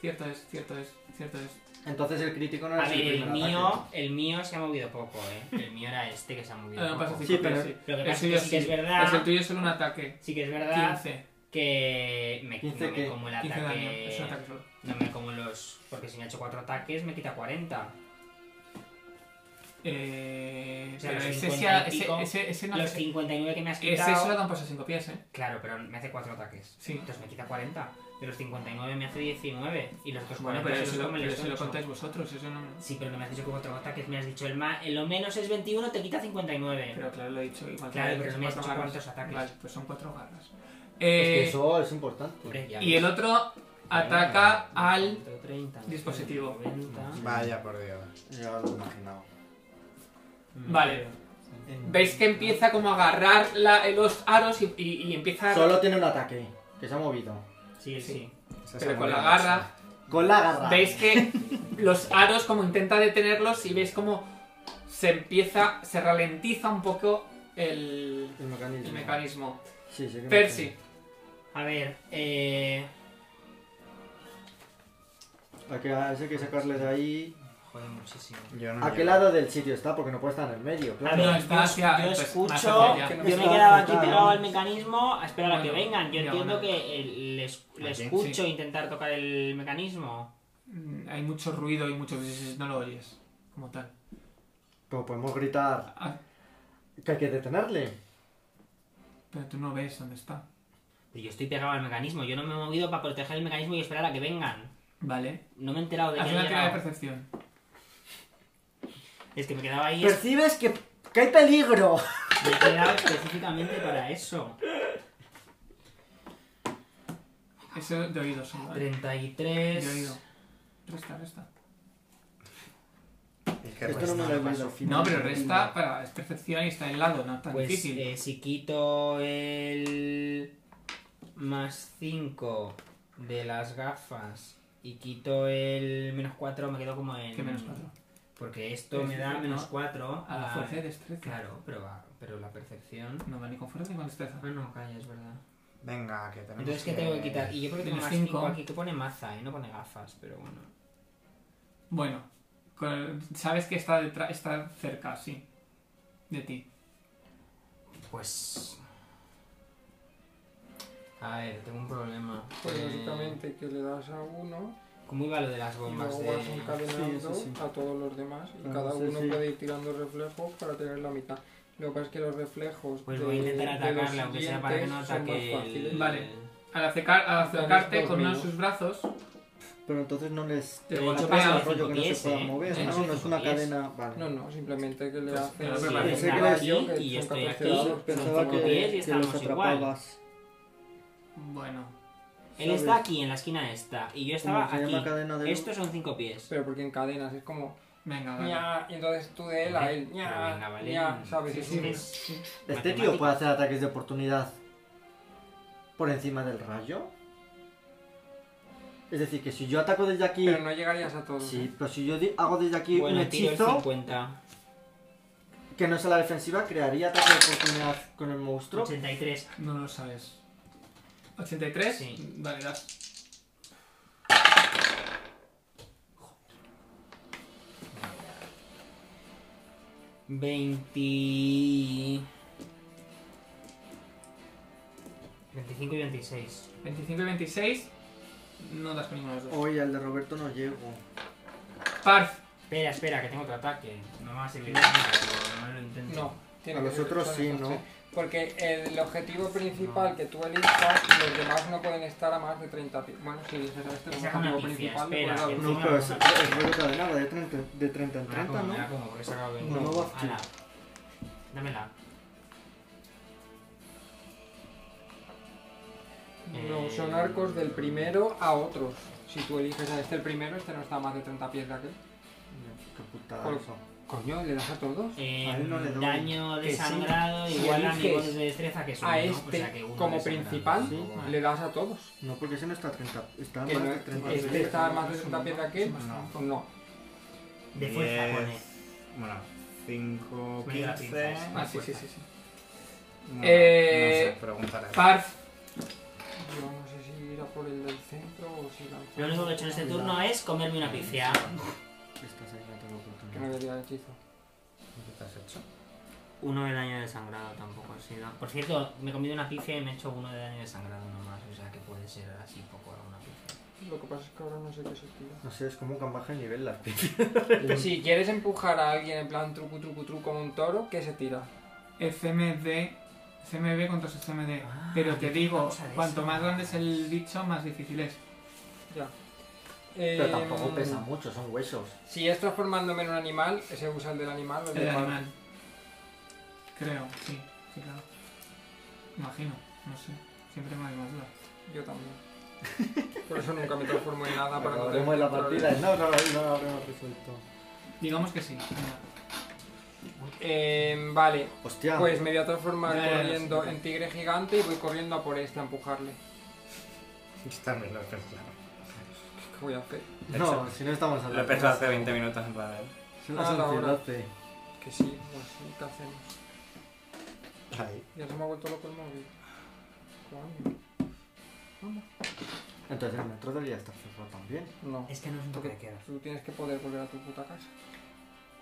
Cierto es, cierto es, cierto es. Entonces el crítico no a es ver, pues el primer mío, ataque. el mío se ha movido poco, ¿eh? El mío era este que se ha movido. Ah, no pasa poco. cinco, pero- sí. Lo que El pasa es suyo que sí que es sí. verdad. Pues el tuyo es solo un ataque. Sí que es verdad 15. que me, 15 no me que- como el 15 daño, es ataque. un ataque solo. No me como los. Porque si me ha hecho 4 ataques, me quita 40. Eh, O sea, pero los ese, 50 sí ha- y ese, pico, ese, ese no Los hace- 59 que me has Ese solo quitado. da un paso 5 pies, eh. Claro, pero me hace 4 ataques. Sí. Entonces me quita 40. De los 59 me hace 19. Y los otros 40 Bueno, pero se eso los lo, come el pero eso lo estómago. contáis vosotros, eso no. Sí, pero no me has dicho que cuatro ataques, me has dicho el más, lo menos es 21, te quita 59. Pero claro, lo he dicho igual. que Claro, antes, pero son me has cuatro dicho garras. cuántos ataques. Vale, pues son 4 garras. Es Eh, que eso es importante. Hombre, ya Y ves. el otro ataca al. 130, dispositivo. 90. Vaya por Dios. Ya lo he imaginado. Mm. Vale. Veis que empieza como a agarrar la- eh, los aros y, y- y empieza a. Solo tiene un ataque, que se ha movido. Sí, el sí. Se Pero se con movió la mucho. garra. Con la garra. Veis que los aros, como intenta detenerlos, y veis como se empieza. Se ralentiza un poco el, El mecanismo. el mecanismo. Sí, sí. que me Percy, A ver, eh... entiendo. Hay que, hay que sacarle de ahí. Joder, muchísimo. Yo no ¿A qué llego. lado del sitio está? Porque no puede estar en el medio, A claro. Ah, No, ver, está yo- hacia- yo pues, escucho, más hacia allá. yo Que no me he está quedado aquí apuntado. pegado al mecanismo a esperar a que Bueno, vengan. Yo diagonal. entiendo que el- le, es- le Aquí, escucho intentar tocar el mecanismo. mm, hay mucho ruido y mucho. No lo oyes, como tal. Pero podemos gritar Ah, que hay que detenerle. pero tú no ves dónde está. Pero yo estoy pegado al mecanismo, yo no me he movido para proteger el mecanismo y esperar a que vengan. Vale. No me he enterado de que Haz una han tirada de llegado. percepción. Es que me quedaba ahí Percibes que, que hay peligro. Me he quedado específicamente para eso. Eso de oído solo. ¿vale? 33. De oído. Resta, resta. Es que Esto resta, no me lo he no visto pasa. No, pero resta para. Es percepción y está en lado, no es tan Pues difícil. eh, si quito el más 5 de las gafas y quito el menos 4, me quedo como en. que menos 4. Porque esto me da menos 4 A la fuerza de destreza. ah, Claro, pero, va- pero la percepción. No va ni con fuerza ni con destreza. Ah, no, calla, es verdad. Venga, que tenemos Entonces, ¿qué tengo que quitar? Y yo creo que tengo Menos más 5 cinco. aquí que pone maza y no pone gafas, pero bueno. Bueno, con- sabes que está, detrás, está cerca, sí. De ti. Pues. A ver, tengo un problema. Pues Eh, básicamente que le das a uno ¿Cómo iba lo de las y bombas luego de.? vas encadenando Sí, eso sí. a todos los demás y Ah, cada sí, uno sí. puede ir tirando reflejos para tener la mitad. Lo que pasa es que los reflejos. Pues de- voy a intentar de los atacarla, aunque sea para que no siguientes son ataque. más el- fáciles. Vale. Al, acercar- al Entonces, acercarte dos con uno de menos. sus brazos, Pero entonces no les. Te Te golpea, pasa de rollo cinco que no pies, se pueda ¿eh? mover, Te ¿no? pasa de No es cinco una pies. cadena. Vale. No, no, simplemente que le Pues, haces. claro, pero Sí, está Vale. Pensé que aquí yo, que y son yo estoy aquí. 14 dados, son Pensaba cinco pies y que, que los estamos igual. atrapabas. bueno, Él está ¿sabes? aquí, en la esquina esta, y yo Como estaba se llama aquí. cadena de luz. Estos son cinco pies. Pero porque encadenas, es como. venga, Ah, dale. ña, y entonces tú de él a él. ña, pues Venga, vale. ña, ¿sabes? Sí, Es sí, un- es- Este matemáticas. tío puede hacer ataques de oportunidad por encima del rayo. Es decir, que si yo ataco desde aquí. Pero no llegarías a todos. ¿eh? Sí, pero si yo di- hago desde aquí un Bueno, tiro el hechizo 50. que no es a la defensiva, crearía ataque de oportunidad con el monstruo. 83. No lo sabes. 83, Sí. vale, das. Veinti... 25 y 26. 25 y 26, no das con ninguno de los dos. Oye, al de Roberto no llego. Parf, Espera, espera, que tengo otro ataque. No me va a servir No. de nada, pero no lo intento. No, tiene A que los ser- otros son sí, estos ¿no? tres. Porque el objetivo principal que tú elijas, los demás no pueden estar a más de 30 pies. Bueno, si eliges a este Esa como es una objetivo pifia, principal, espera, pues, que- claro, No, pero es, es rollo cadena, va de 30, de 30 en Me da 30, como, me da ¿no? como, porque he sacado 20. No, no va a- Ala. Dámela. Eh, no, son arcos del primero a otros. Si tú eliges a este el primero, este no está a más de 30 pies de aquel. Qué putada eso. Coño, le das a todos. Eh, A él no le doy. daño Que sí. desangrado Si igual a mi eliges bonus de destreza que es uno, a ¿no? este O sea que uno como desangrado. principal, Sí. Le das a todos. No, porque ese no está a 30, está a Que más no de es- 30. este sí. está a más de 30 pies de aquel. Sí, no. No. De fuerza Diez. pone. Bueno, 5, Me la 15. pinzas. Ah, sí, sí, sí, sí. Bueno, Eh, no sé, preguntaré. Parf, Yo no sé si ir a por el del centro o si lanzar- Lo único que he hecho en este turno es comerme una pifia. Esta sí, no tengo este Que no oportunidad. le diga el hechizo. ¿Qué te has hecho? Uno de daño desangrado tampoco ha sido. Por cierto, me he comido una pifia y me he hecho uno de daño desangrado nomás, o sea que puede ser así poco alguna pifia. Lo que pasa es que ahora no sé qué se tira. No sé, es como que han bajado el nivel las Eh, piezas. Pues si quieres empujar a alguien en plan truco, truco, truco como un toro, ¿qué se tira? FMD, CMB contra su CMD. Ah, Pero te qué digo, cosa de cuanto esas. más grande es el bicho, más difícil es. Ya. Pero Em, tampoco pesa mucho, son huesos. Si es transformándome en un animal, se usa el del animal o el El del palo? animal. Creo, sí, sí, claro. Imagino, no sé. Siempre me ha dado dudas. Yo también. Por eso nunca me transformo en nada Ah, para no tener Acabaremos la control. partida. No, no, no, no lo habremos resuelto. Digamos que sí. venga. Em, vale, Hostia. pues me voy a transformar Ya, ya, ya, corriendo sí. en tigre gigante y voy corriendo a por este a empujarle. Yo también lo he pensado. ¿Qué voy a hacer? No, si no estamos Lo he hablando. pensado hace 20 minutos en plan. Si no Ah, la hora. estamos hablando. Que sí, pues sí, ¿qué hacemos? Ahí. Ya se me ha vuelto loco el móvil. Coño. Anda. Entonces el metro debería estar cerrado también. No, Es que no es un toque de queda. tú tienes que poder volver a tu puta casa.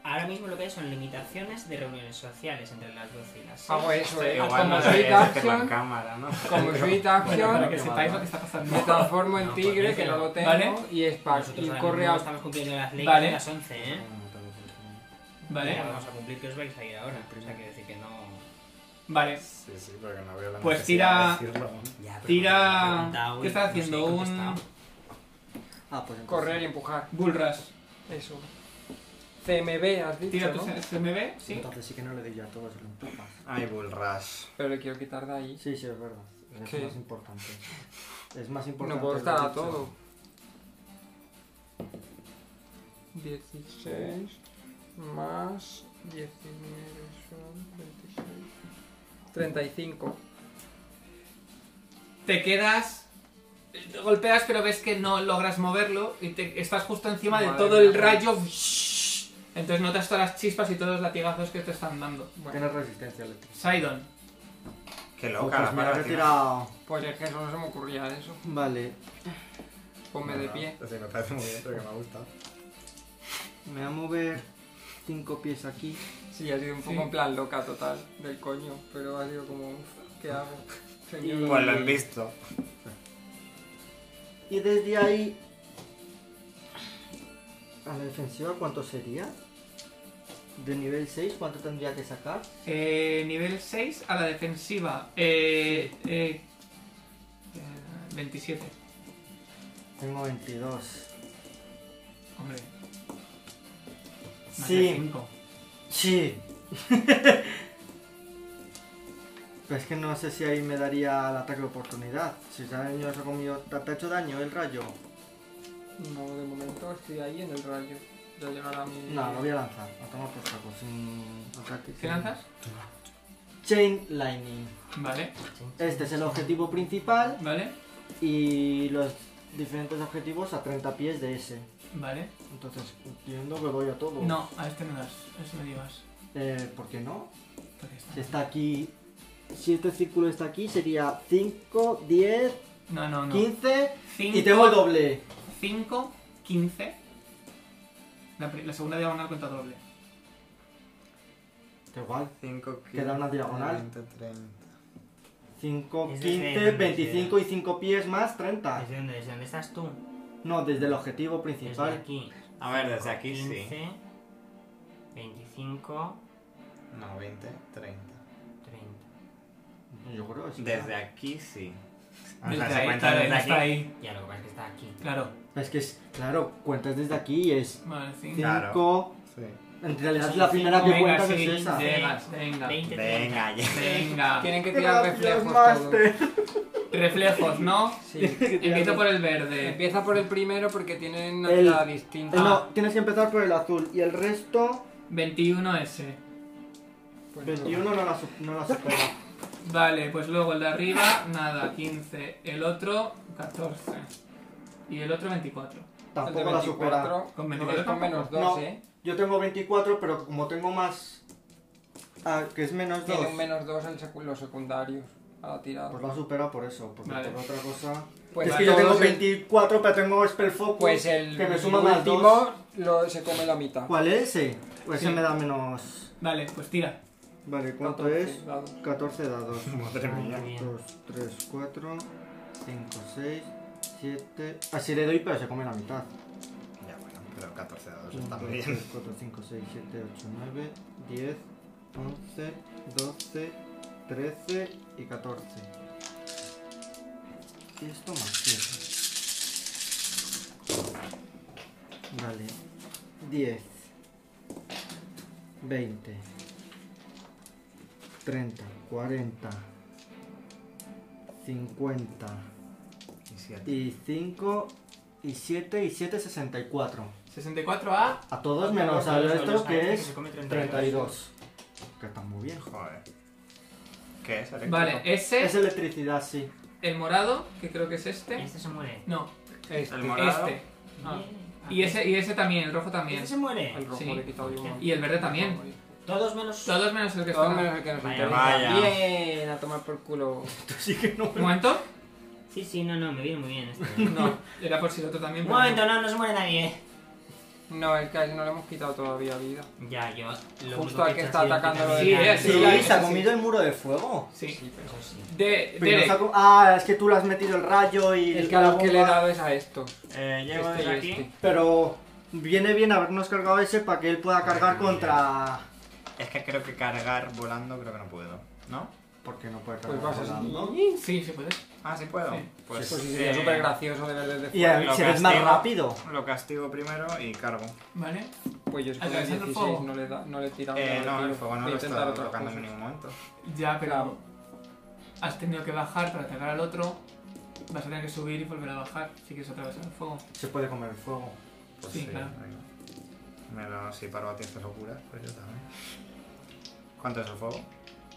Ahora mismo lo que hay son limitaciones de reuniones sociales entre las 12 y las 6. Hago eso, Pues, eh. Igual como no sweet deberías hacerlo en action, cámara, ¿no? como sweet Bueno, para action, que sepáis lo que está pasando. me transformo en No, tigre, coño, que no pero- lo tengo, ¿Vale? y es pa- Nosotros y ahora corre mismo a... estamos cumpliendo las leyes Vale. de las 11, Ah, ¿eh? Vale, Ya vamos a cumplir que os vais a ir ahora. O sea, quiero decir que no... vale. Sí, sí, porque no veo la Pues necesidad de tira- decirlo. Ya, pero Tira- me he preguntado y ¿qué estás no sé, haciendo? he Un- contestado. Ah, pues entonces. correr y empujar. Bullrush. Eso. CMB, has dicho, Tira tu ¿no? CMB, sí. Entonces sí que no le doy yo a todos los empapas. Ay, Bull Rush. Pero le quiero quitar de ahí. Sí, sí, es verdad. Es ¿Qué? más importante. Es más importante. No puedo el estar a derecho. todo. 16 más 19 son 26. 35. Te quedas, te golpeas, pero ves que no logras moverlo y te, estás justo encima de Madre todo el mía. rayo. Shhh. Entonces notas todas las chispas y todos los latigazos que te están dando. Bueno, Tienes resistencia eléctrica. Sidon, Qué Pues loca la mira, para, que he tío. tirado. Pues es que eso no se me ocurría eso. Vale, Ponme de pie. Sí, me parece muy bien, pero que me ha gustado. me voy a mover 5 pies aquí. Sí, ha sido un poco Sí. en plan loca total, del coño. Pero ha sido como, "Uf, ¿qué hago? Señor. Y- Pues lo han visto. Y desde ahí. A la defensiva, ¿cuánto sería? De nivel 6, ¿cuánto tendría que sacar? eh, nivel 6 a la defensiva. Eh, eh, eh, 27. Tengo 22. Hombre, más de Sí, 5. sí. Pero Pues es que no sé si ahí me daría el ataque de oportunidad. Si ese daño se ha comido. ¿Te te ha hecho daño el rayo? No, de momento estoy ahí en el rayo. Ya llegará mi. No, lo voy a lanzar. A tomar por saco, sin ataque. ¿Qué sin- lanzas? Chain Lightning. Vale, Este es el objetivo principal vale, y los diferentes objetivos a 30 pies de ese. vale. Entonces, entiendo que voy a todo. No, a este no das, a este no llevas. Eh, ¿Por qué no? porque está- Si está aquí. Si este círculo está aquí, sería 5, 10, No, no, no. 15 Cinco- y tengo el doble. 5, 15. La, pri- la segunda diagonal cuenta doble. Da igual. 5 Queda una diagonal. 20, 30. 5, Es 15, desde- 25 y 5 pies más 30. ¿Desde dónde, desde dónde estás tú? No, desde el objetivo Desde principal. aquí. A ver, desde aquí sí. 15, 25, No, 20, 30. 30. Yo creo que sí. Desde aquí sí. O Desde sea, Ah, se ahí, cuenta claro, desde no está aquí. ahí. Ya lo que pasa es que está aquí. Claro. Es que es, claro, cuentas desde aquí y es Vale, 5. 5. Claro. En realidad, Sí, la primera que Venga, cuentas sí, es esa. de- Llegas, venga. 20, Sí. 30. Venga, ya. Venga. Tienen que tirar reflejos todos. Reflejos, ¿no? Sí. Empiezo por el verde. Empieza por el primero porque tienen una El- tirada Eh, distinta. Ah. Ah, No, tienes que empezar por el azul y el resto, 21S. Pues no. 21 no la, su- no la supera. Vale, pues luego el de arriba, nada, 15. El otro, 14. Y el otro, 24. El de Tampoco la supera. 24, Con no, 24 con menos 2, No. ¿eh? Yo tengo 24, pero como tengo más. Ah, que es menos 2. Tiene un menos 2 en secu- los secundarios a la tirada. Pues la supera por eso, porque Vale. por otra cosa. Pues es que yo todos tengo el- 24, pero tengo Spell Focus. Pues el que me suma más último 2. lo- se come la mitad. ¿Cuál es ese? Pues ese Sí. me da menos. Vale, pues tira. Vale, ¿cuánto 14 es? dados. 14 dados. Madre mía. 2, 3, 4, 5, 6, 7. Así le doy, pero se come la mitad. Ya bueno, pero 14 dados 1, está 2, muy 3, bien. 4, 5, 6, 7, 8, 9, 10, 11, 12, 13 y 14. Y esto más 7. Vale. 10, 20, 30, 40, 50 Y siete. y 5 y 7 y 7, 64. 64A. A todos menos A al todos menos resto a este que que es se come 32. 32. Que está muy bien. Joder. ¿Qué es? eléctrico? Vale, Es ese, electricidad, sí. el morado, que creo que es este. Este se muere. No, Este. El morado. este. Ah. Bien. Y ese, y ese también, el rojo también. Este se muere. El rojo Sí. le he quitado yo un- Y el verde también. Todos menos. Todos menos el que Todo está. menos el que nos Vaya, interesa. vaya. Bien, a tomar por culo. ¿Un momento? Sí, sí, no, no, me viene muy bien este. No, era por si el otro también. Un pero momento, no, no se muere nadie. No, el que a ese no le hemos quitado todavía vida. Ya, yo. Lo Justo único al he que hecho está ha sido atacando quitarle lo de- vida. Sí, la- se ha comido el muro de fuego. no. Sí. pero- Eso sí. De, Pero no se ha com- ah, es que tú le has metido el rayo y El que la a los que le he bomba. dado es a estos. Eh, llego Este y desde aquí. este. Pero viene bien habernos cargado ese para que él pueda cargar contra. Es que creo que cargar volando creo que no puedo. ¿No? Porque no puede cargar Pues vas a volando. Sí, sí puedes. Ah, sí puedo. Sí. Pues, Pues sí, sería eh, súper gracioso de ver desde Y fuera. a ver Lo si eres más castigo. rápido. Lo castigo primero y cargo. Vale. Pues yo si con el Atravesando el 16 fuego. no le, da, no le he tirado. Eh, nada, no, el tío. fuego no Voy a lo intentar está otras tocando en cosas. ningún momento. Ya, pero Claro. has tenido que bajar para atacar al otro. Vas a tener que subir y volver a bajar si quieres atravesar el fuego. Se puede comer el fuego. Pues Sí, sí, claro. venga. Me lo, si paro a tiendas locuras, pues yo también. ¿Cuánto es el fuego?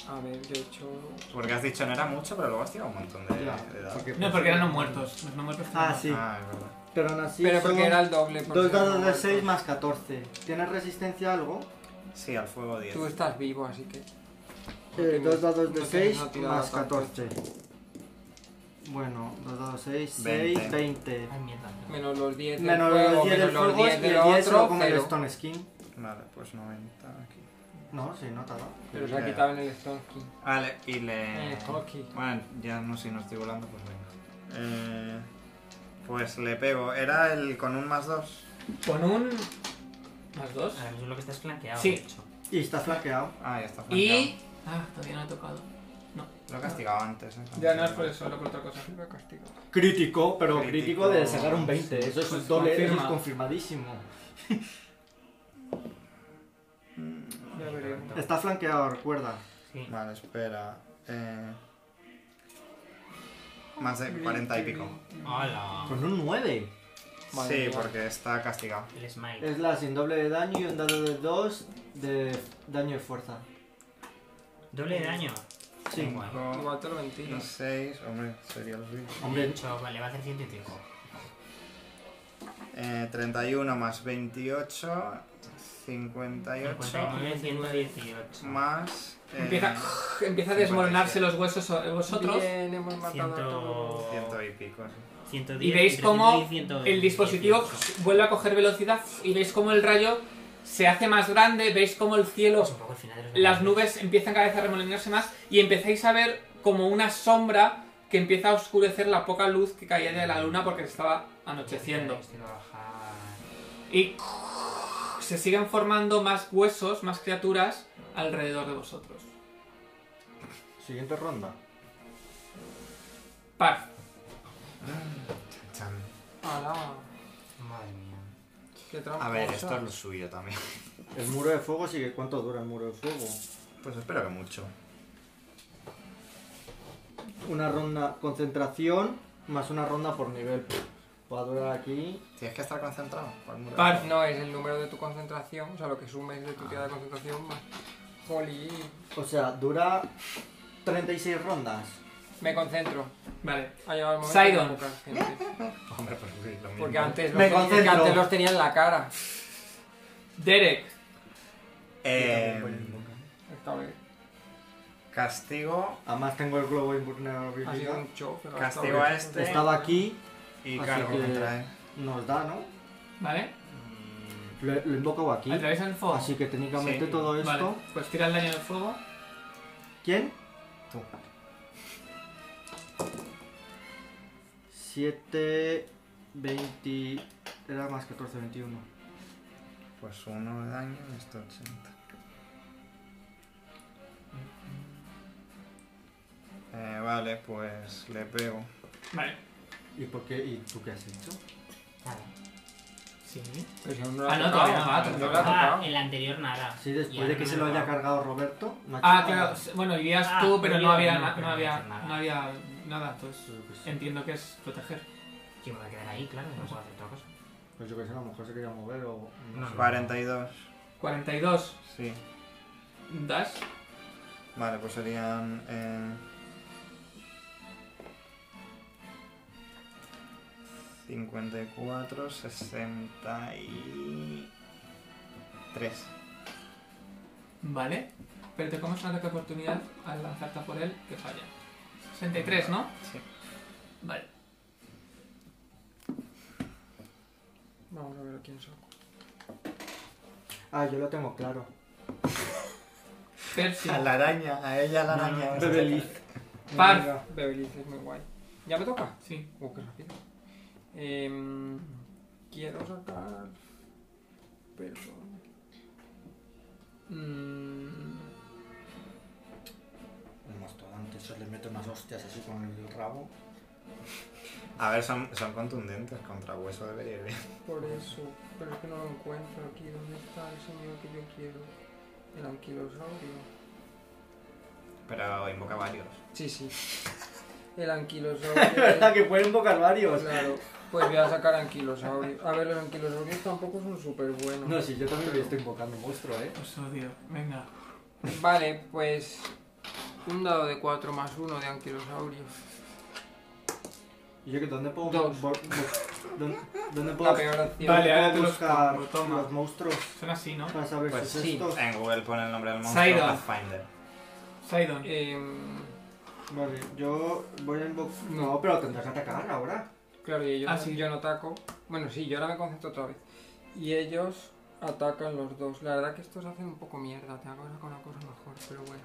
A ver, yo he hecho. Porque has dicho no era mucho, pero luego has tirado un montón de, Ya, de dados. porque- No, porque eran los muertos. Los no muertos. Ah, sí. Ah, es verdad. Pero aún así Pero porque son era el doble. porque dos era dados de muerto. 6 más 14. ¿Tienes resistencia a algo? Sí, al fuego 10. Tú estás vivo, así que. Eh, dos dados de no tienes 6 una tirada más tanto. 14. Bueno, dos dados 6, 20. 6, 20. Ay, mierda. no. Menos los 10 del Menos fuego, los 10 del menos los fuego y 10 el del 10 se lo otro, come el cero. Stone Skin. Vale, pues 90 aquí. No, sí, no te ha dado. Pero se ha quitado en el Stonky. Vale, y En le... Eh, el Stonky. Bueno, ya no sé si no estoy volando, pues venga. Eh, pues le pego. Era el con un más 2. Con un. Más dos. Ahora mismo lo que estás flanqueado. Sí. de hecho. Y está flanqueado. Ah, ya está. Y. Ah, todavía no he tocado. Lo he castigado antes. ¿eh? Ya no es por eso, era por otra cosa. Lo he castigado. Crítico, pero Crítico. crítico de sacar un 20. Eso es Pues doble, eso confirma. es confirmadísimo. Ya veremos. Está flanqueado, recuerda. Sí. Mm, Vale, espera. Eh, más de 40 y pico. Hola. Con un 9. Madre Sí, mía. porque está castigado. El smite. Es la sin doble de daño y un dado de 2 de daño de fuerza. Doble de daño. Sí. Guay. Igual te lo mentira. 6, hombre, sería lo suyo. Hombre. De hecho, vale, va a hacer 105. Eh, 31 más 28, 58 59, 118. más. eh, Empieza, empieza a desmoronarse 57. los huesos eh, vosotros. Bien, hemos matado a todos. Ciento 100. y pico, sí. 110, Y veis cómo 118. el dispositivo vuelve a coger velocidad y veis cómo el rayo se hace más grande, veis cómo el cielo, Es Pues un poco el final de los las demonios. nubes empiezan cada vez a remolonarse más y empezáis a ver como una sombra que empieza a oscurecer la poca luz que caía de la luna porque se estaba anocheciendo. Este va a bajar. Y se siguen formando más huesos, más criaturas alrededor de vosotros. Siguiente ronda. Par. Chan, chan. Ala, Madre mía. qué trampa. A ver, esto es lo suyo también. El muro de fuego sigue. ¿Cuánto dura el muro de fuego? Pues espero que mucho. Una ronda concentración más una ronda por nivel. Va a durar aquí. Tienes que estar concentrado. Pues, por el muro. Par. No, es el número de tu concentración, o sea, lo que sumes de tu Ah. tirada de concentración más. Jolí, O sea, dura 36 rondas. me concentro. Vale. Ha llegado el momento de Sidon. invocar gente. Hombre, pues sí, lo mismo. Porque antes, los Me tenía- porque concentro. antes los tenía en la cara. Derek. Eh, pues, Esta vez. castigo. Además tengo el globo Ha sido invulnerabilidad. un chof. pero Castigo esta a vez- este. Estaba aquí, Y Así cargo que- contra él. nos da, ¿no? ¿Vale? Mm, Lo, lo he invocado aquí. Atraviesa el fuego. Así que técnicamente Sí. todo esto. Vale. Pues tira el daño del fuego. ¿Quién? Tú. 7, 20. Era más 14, 21. Pues uno de daño y esto 80. Eh, vale, pues le pego. Vale. ¿Y por qué? ¿Y tú qué has hecho? Nada. Sí. Pero si aún no Ah, no, todavía no va, todavía no no la ha va. Ah, tocado. el anterior nada. Sí, Y después ahora de que no se me lo haya va. cargado Roberto. no ha hecho Ah, nada. claro. Bueno, irías Ah, tú, pero yo no había, no, na- pero no, no había, hacer nada. no había nada. Entonces, Yo qué sé. entiendo que es proteger. Yo me voy a quedar ahí, claro, no puedo hacer otra cosa. Pues yo que sé, a lo mejor se quería mover o. No, sé. 42. 42. Sí. Das. Vale, pues serían. Eh, 54, 63. Vale. Pero te comes una ataque de oportunidad al lanzarte a por él que falla. 63, ¿no? Sí. Vale. Vamos a ver quién son. Ah, yo lo tengo claro. Percy. A la araña, a ella la araña. vamos a Bebeliz. Par. Venga. Bebelice es muy guay. ¿Ya me toca? Sí. Uh, qué rápido. Em, quiero sacar. Perdón. Mm, Un mastodonte, eso le mete unas hostias así con el rabo. sacar. A ver, son, son contundentes. Contra hueso debería ir bien. por eso. Pero es que no lo encuentro aquí. ¿Dónde está el señor que yo quiero? El anquilosaurio. Pero invoca varios. Sí, sí. El anquilosaurio. verdad que pueden invocar varios. Claro. Pues voy a sacar anquilosaurio. A ver, los anquilosaurios tampoco son súper buenos. No, sí, yo también lo estoy invocando monstruo, eh. Os odio. Venga. Vale, pues un dado de 4 más 1 de anquilosaurio. ¿Y yo que dónde puedo Dos. bo- bo- ¿Dónde, dónde puedo La peor acción. Vale, ahora te los buscar pongo, toma. los monstruos Son así, ¿no? para saber Pues si es sí. esto? En Google pone el nombre del monstruo Sidon. Pathfinder. Sidon. Em, Vale, yo voy a invocar. No. No, pero tendrás que atacar ahora. claro, y ellos Ah, sí. yo no ataco. Bueno, sí, yo ahora me concentro otra vez. Y ellos atacan los dos. La verdad que estos hacen un poco mierda. Te hago con una cosa mejor, pero bueno.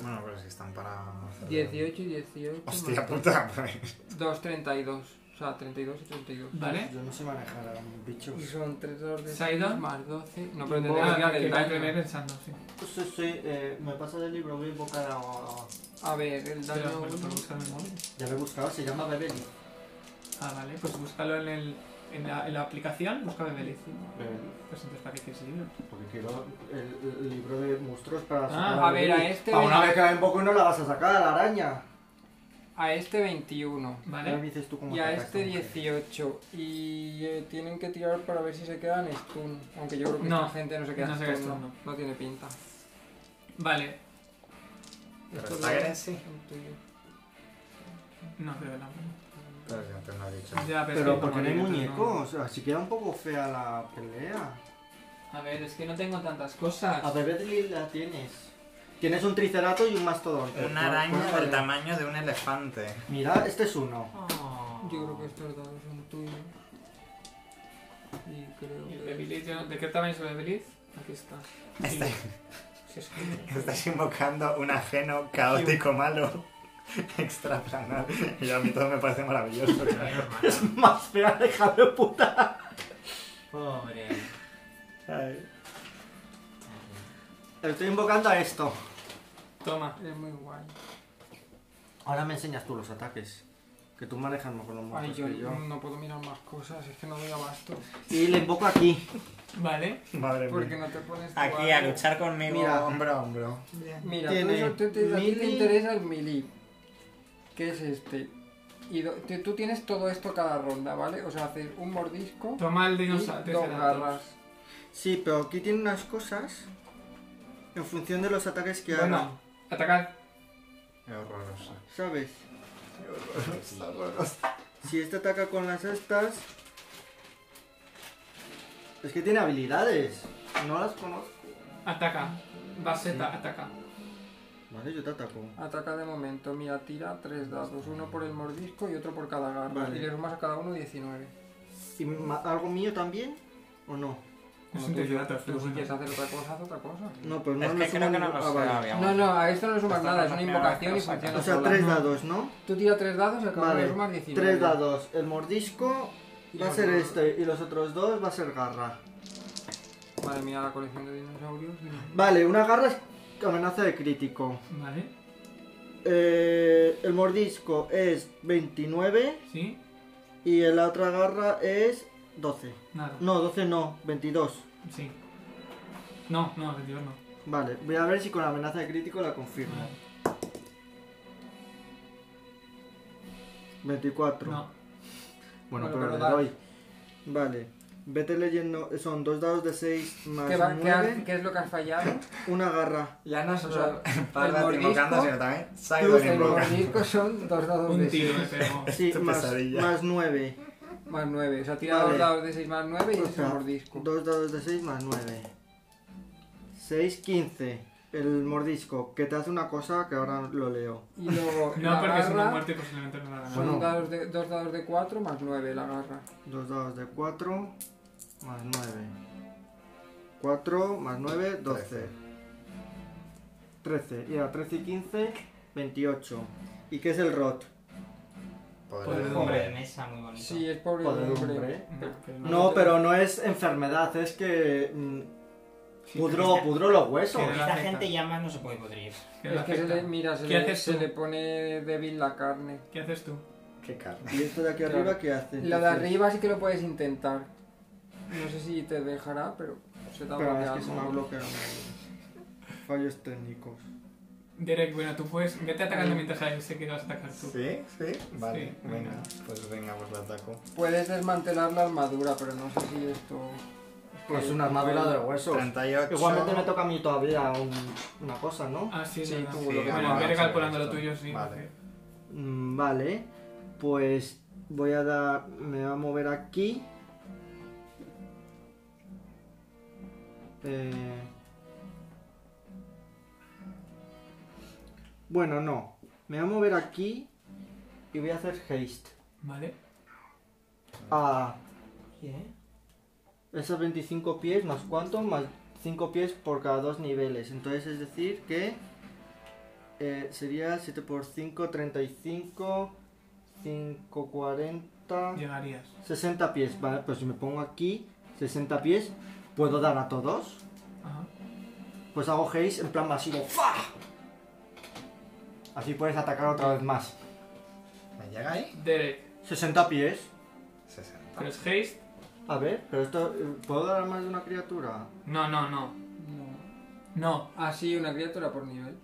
Bueno, pero si están para... hacer- 18 y 18. Hostia más puta, pues. 2, 32. O sea, 32 y 32. Vale. Yo no sé manejar a un bicho. Y son 3 2 de Sidon. más 12. No, pero Y tendría que Ah, dar que el va a terminar daño. pensando, sí. Sí, sí, eh, me pasa del libro, voy a invocar a. A ver, el Espera, daño me lo 1. puedo buscar en el móvil. Ya lo he buscado, se llama Bebeli. Ah, vale, pues búscalo en, el, en, la, en la aplicación, busca Bebeliz. Bebeli. Pues entonces, ¿para qué quieres el libro? Porque quiero el, el libro de monstruos para. sacar Ah, A ver, a Bebeli. este, Pa' una vez que la invoco no la vas a sacar, la araña. a este 21. Ahora me Vale. dices tú cómo Y a atacas, este ¿no? 18. Y eh, tienen que tirar para ver si se quedan stun. Aunque yo creo que No, esta gente no se queda no se stun. queda no. stun, No tiene pinta. Vale. Pero Estos está dos bien, sí. son tuyos. No, pero la... Pero si antes no he dicho. Ya, es Pero que porque no hay como libro, muñecos, así queda un poco fea la pelea. A ver, es que no tengo tantas cosas. A Bebeli la tienes. Tienes un tricerato y un mastodonte. Una araña Pues, del tamaño de un elefante. Mira, este es uno. Oh. Yo creo que estos dados son tuyos. Y creo Y el que. Bebeliz, yo no- ¿De qué tamaño es el Bebeliz? Aquí está. Está- Sí, es que- Estás invocando un ajeno caótico malo extraplanal. Y a mí todo me parece maravilloso. Menos mal. Más fea, déjame puta. Pobre. Ay. Estoy invocando a esto. Toma. Es muy guay. Ahora me enseñas tú los ataques. Que tú manejas mejor los Ay, monstruos yo pues que yo. no puedo mirar más cosas, es que no doy abasto. Y le invoco aquí. Vale. Madre Porque mía. no te pones. tú Aquí a algo. luchar conmigo Mira. hombro a hombro. Mira, tú Tiene eso te, te- a ti te mili- interesa el melee, que es este. Y do- te- tú tienes todo esto cada ronda, ¿vale? O sea, haces un mordisco Toma el y dos dinosaurio. garras. Sí, pero aquí tiene unas cosas. En función de los ataques que haga. Bueno, atacad. Qué horroroso. ¿Sabes? Qué horroroso, horroroso. Si este ataca con las estas. Es que tiene habilidades. No las conozco. Ataca. Baseta, ataca. Vale, yo te ataco. Ataca de momento, mira, tira tres dados, uno por el mordisco y otro por cada garra. Vale. Y le sumas a cada uno 19. ¿Y ma- algo mío también? ¿O no? Es Como un tú, desiderato, tú pero si bueno. quieres hacer otra cosa, haz otra cosa. No, pero no Es le que sumo creo que no ningún- lo ah, vale. sabíamos. No, no, a esto no le sumas Esta nada, es es la una primera vez que invocación lo y sacas. funciona O sea, sola. tres dados, ¿no? Tú tira tres dados y a cada uno Vale, le sumas 19. Tres dados. El mordisco Y va a los ser dos. este y los otros dos va a ser garra. Vale, mira la colección de dinosaurios. Vale, una garra es amenaza de crítico. Vale. Eh, el mordisco es 29 Sí. y la otra garra es 12. Nada. No, 12 no, 22. Sí. No, no, 22 no. Vale, voy a ver si con la amenaza de crítico la confirmo. 24. No. Bueno, Bueno, pero pero le dale. doy. Vale. Vete leyendo, son dos dados de 6 más ¿Qué, va- qué has- 9, ¿Qué es lo que has fallado? una garra. Ya no solo O Parda el invocando, mordisco, sino también Los Sidon invocando. mordiscos son dos dados de Un eh, tiro eh. 6 me pegó. Sí, Qué más, pesadilla. más 9. más 9. O sea, tira Vale. dos dados de 6 más 9 y O es el sea, mordisco. Dos dados de 6 más 9. 6, 15. El mordisco, que te hace una cosa que ahora lo leo. Y luego No, la porque es una garra muerte y posiblemente no la gana. son Bueno. dados de, dos dados de 4 más 9 la garra. Dos dados de 4 más 9. 4 más 9, 12. 13. Y a 13 y 15, 28. ¿Y qué es el rot? Pobre Pobre de Pues, hombre. mesa, muy bonito. Sí, es pobre Joder, hombre. hombre. pero No, pero no es enfermedad, es que. mm, Sí, Pudró, pudró los huesos. Pero la Esta afecta. gente ya más no se puede podrir. que le Es que se afecta. le, mira, se ¿Qué le, haces se tú? le pone débil la carne. ¿Qué haces tú? Qué carne. ¿Y esto de aquí Claro. arriba qué hace? Lo de Entonces- arriba sí que lo puedes intentar. No sé si te dejará, pero se te ha Pero es bloqueado. que se me ha bloqueado. eh, Fallos técnicos. Derek, bueno, tú puedes. Vete atacando mientras a él se quiere atacar tú. ¿Sí? ¿Sí? Vale, Sí, venga. venga. Pues venga, pues lo ataco. Puedes desmantelar la armadura, pero no sé si esto... Pues una armadura de huesos. 38. Igualmente me toca a mí todavía un- una cosa, ¿no? Ah, sí, Sí, sí. tú Sí, lo que Bueno, vamos me voy a das. recalculando hacer lo esto. tuyo, sí. Vale. Mm, Vale, pues voy a dar. Me va a mover aquí. Eh, Bueno, no. Me va a mover aquí y voy a hacer haste. Ah, Vale. A Bien. esos 25 pies, más cuánto, más 5 pies por cada dos niveles. Entonces, es decir que eh, sería 7 por 5, 35, 5, 40, Llegarías. 60 pies. Vale, pues si me pongo aquí 60 pies, ¿puedo dar a todos? Ajá. Pues hago haste en plan masivo. ¡Fa! Así puedes atacar otra vez más. ¿Me llega ahí? Derek, 60 pies. 60. ¿pero es haste? A ver, pero esto. eh, ¿Puedo dar a más de una criatura? No, no, no. No. No. Así una criatura por nivel.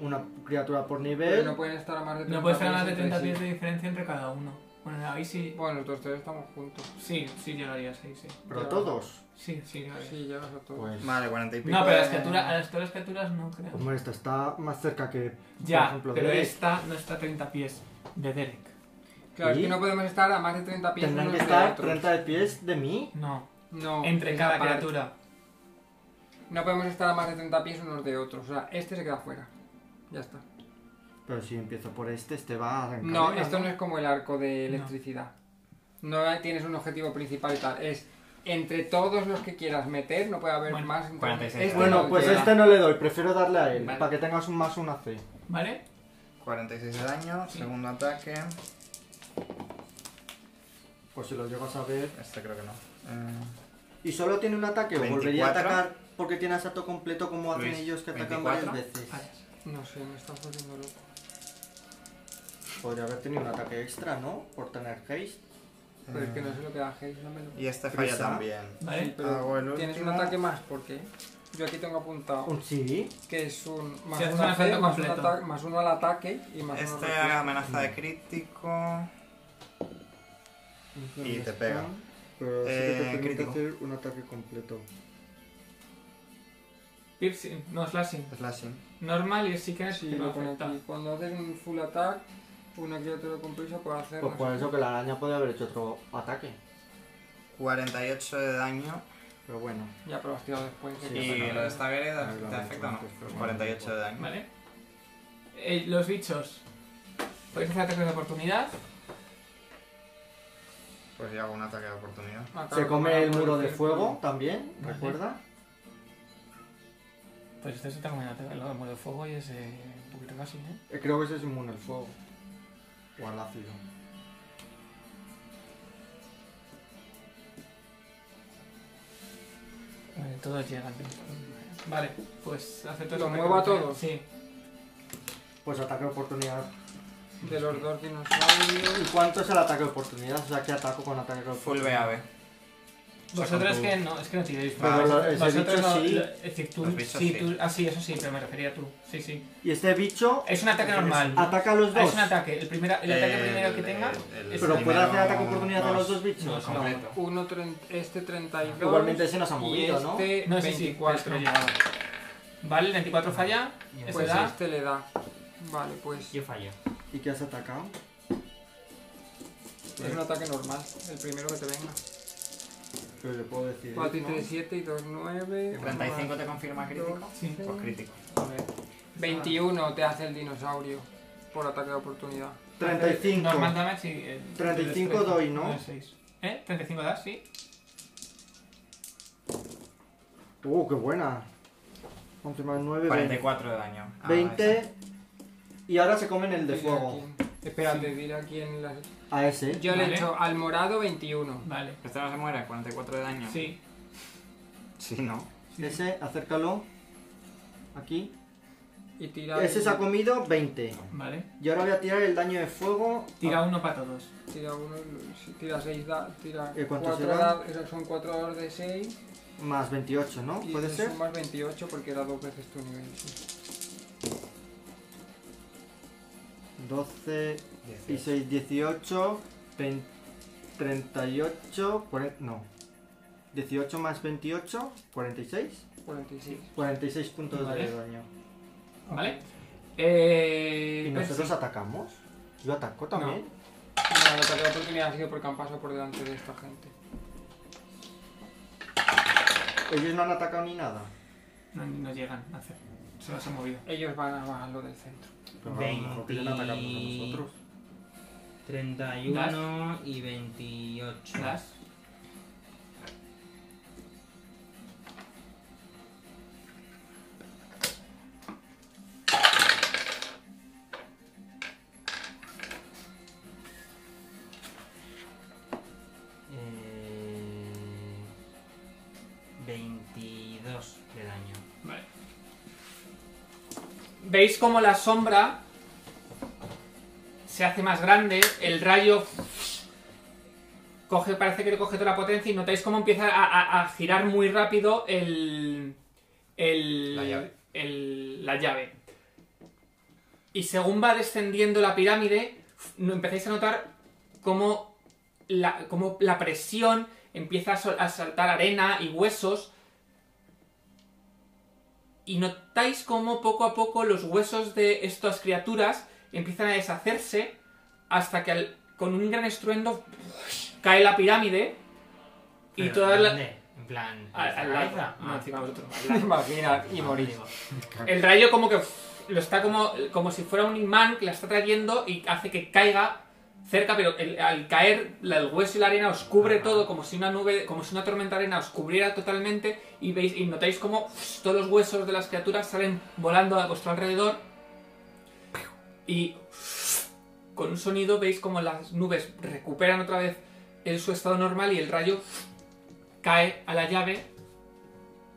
Una criatura por Pero nivel. no pueden estar a más de 30 No puedes tener más de pies 30 entre pies sí. de diferencia entre cada uno. Bueno, ahí sí. Bueno, los tres estamos juntos. Sí, sí llegarías, ahí sí. Pero todos. Sí, sí llegarías. Sí, llegas a todos. Pues. Vale, 40 y pico. No, pero a de- las criaturas, a las, todas las criaturas no creo. Hombre, esta está más cerca que. Ya, por ejemplo, pero Derek. esta no está a 30 pies de Derek. Claro, ¿Y? es que no podemos estar a más de 30 pies Tendrán unos que de estar otros. 30 de pies de mí. No, No, entre es cada aparte. criatura. No podemos estar a más de 30 pies unos de otros. O sea, este se queda fuera. Ya está. Pero si empiezo por este, este va a arrancar. No, esto no es como el arco de No. electricidad. No, tienes un objetivo principal y tal. Es entre todos los que quieras meter, no puede haber Bueno, más. entre- 46. este Bueno, no pues llega. este no le doy, prefiero darle a él, Vale. para que tengas un más una C. ¿Vale? 46 de daño, Sí. segundo ataque. Pues si lo llego a saber. Este creo que no. Eh, ¿Y solo tiene un ataque o volvería a 24. atacar porque tiene asalto completo como hacen Luis, ellos que atacan 24. varias veces? No sé, me está volviendo loco. Podría haber tenido un ataque extra, ¿no? Por tener haste. Pero es que no sé lo que da Haze, no me lo- Eh. y este falla Prisa. también. ¿Vale? Sí, Ah, pero Hago el tienes un último. ataque más, ¿por qué? Yo aquí tengo apuntado ¿Un sí? que es un más Si haces uno un a efecto C, más, un completo. ata- más uno al ataque y más uno al Este reflejo. amenaza de crítico. Y te pega. Pero sí que Eh, te permite crítico. hacer un ataque completo. Piercing, no, slashing. Slashing. Normal y sí que Sí, no lo pone afecta. aquí. Cuando haces un full attack, una criatura con prisa puede hacer. Pues por eso que la araña podría haber hecho otro ataque. 48 de daño. Pero bueno. Ya, pero lo has tirado después. que Sí, ya y está bueno, eh, lo de acabado. esta vereda, Ahí lo ¿te veo afecta o no? antes, pero Pues bueno, 48 de daño. ¿Vale? Eh, los bichos. Podéis hacer ataques de oportunidad. Pues yo hago un ataque de oportunidad. Acabo Ah, Se come de el muro de hacer- fuego también, Vale. ¿recuerda? Pues este se te comiendo el muro de fuego y es un poquito casi, ¿eh? Eh, Creo que ese es inmune al fuego. O al ácido. Vale, Eh, todos llegan. Vale, pues acepto ¿Los ese muevo a ataque. todos? Sí. Pues ataque de oportunidad. De los dos dinosaurios. ¿Y cuánto es el ataque de oportunidad? O sea, que ataco con ataque de Full oportunidad. BAB. Vosotros tú. que no, es que no tiréis. Pero Vosotros- lo- ese vosotros bicho no- sí. lo- es decir, tú, Los bichos sí, sí. tú- ah, sí, eso sí, pero me refería a tú. Sí, sí. Y este bicho Es un ataque normal. ataca a los Ah, dos. es un ataque. El, primera- el ataque primero que tenga. es Pero puede hacer ataque de de oportunidad a los dos eh, No, bichos. no. Completo. Uno, tren- este 32. Igualmente ese nos ha y movido, ¿no? este No, sí, sí, 24. pero llegaba. Vale, el 24 falla. Ese pues da. este le da. Vale, pues Yo fallo. ¿Y qué has atacado? este. es un ataque normal. El primero que te venga. Pero le puedo decir. 4 y ¿no? 3, 7 y 2, 9. 35 te confirma crítico. Sí. Pues crítico. A ver. 21 te hace el dinosaurio por ataque de oportunidad. 35. Normal damage y. eh, 35 destreza, doy, ¿no? de seis. ¿Eh? 35 das, sí. Uh, qué buena. 11 más 9, 20. 44 de daño. Ah, 20. Y ahora se comen el de Dile fuego. aquí- Espérate, dile aquí en las... A ese. Yo le Vale. he hecho al morado 21. Vale. ese. Este no se muere, 44 de daño. Sí. Sí, ¿no? Ese, acércalo. Aquí. Y tira. Ese se ha comido 20. Vale. Y ahora voy a tirar el daño de fuego. Tira uno para todos. Tira uno, si tira 6 da, tira ¿Y cuánto 4 será? son 4 dados de 6 Más 28, ¿no? y ¿Puede le ser? sumas 28 porque era dos veces tu nivel. sí. 12 y 6, 18, 20, 38, 40. No. 18 más 28, 46. 46. 46 puntos Vale. de daño. ¿Vale? ¿Y Eh, nosotros Percy. atacamos? atacamos? ¿Yo ataco también? No, el ataque de oportunidad ha sido porque han pasado por delante de esta gente. Ellos no han atacado ni nada. no, no llegan a hacer. Se los ha movido. Ellos van a bajar lo del centro. Pero a lo mejor quieren atacarnos a nosotros. 31 y 28. Das. Eh, 22 de daño. Vale. Veis como la sombra se hace más grande, el rayo coge, parece que le coge toda la potencia y notáis cómo empieza a, a- a girar muy rápido el, el- La llave. el- la llave. Y según va descendiendo la pirámide, no- empezáis a notar cómo la, cómo la presión empieza a sol- a saltar arena y huesos y notáis cómo poco a poco los huesos de estas criaturas empiezan a deshacerse hasta que al- con un gran estruendo cae la pirámide y Pero, toda la... ¿dónde? En plan. Al, ¿en al la lado. cabeza? No, Ah. encima de vosotros, al lado. Imagina, y morir. El rayo como que uf, lo está como, como si fuera un imán que la está trayendo y hace que caiga cerca, pero el- al caer la- el hueso y la arena os cubre Ajá. todo, como si una nube, como si una tormenta de arena os cubriera totalmente y veis y notáis como uf, todos los huesos de las criaturas salen volando a vuestro alrededor y uf, con un sonido veis como las nubes recuperan otra vez el- su estado normal y el rayo uf, cae a la llave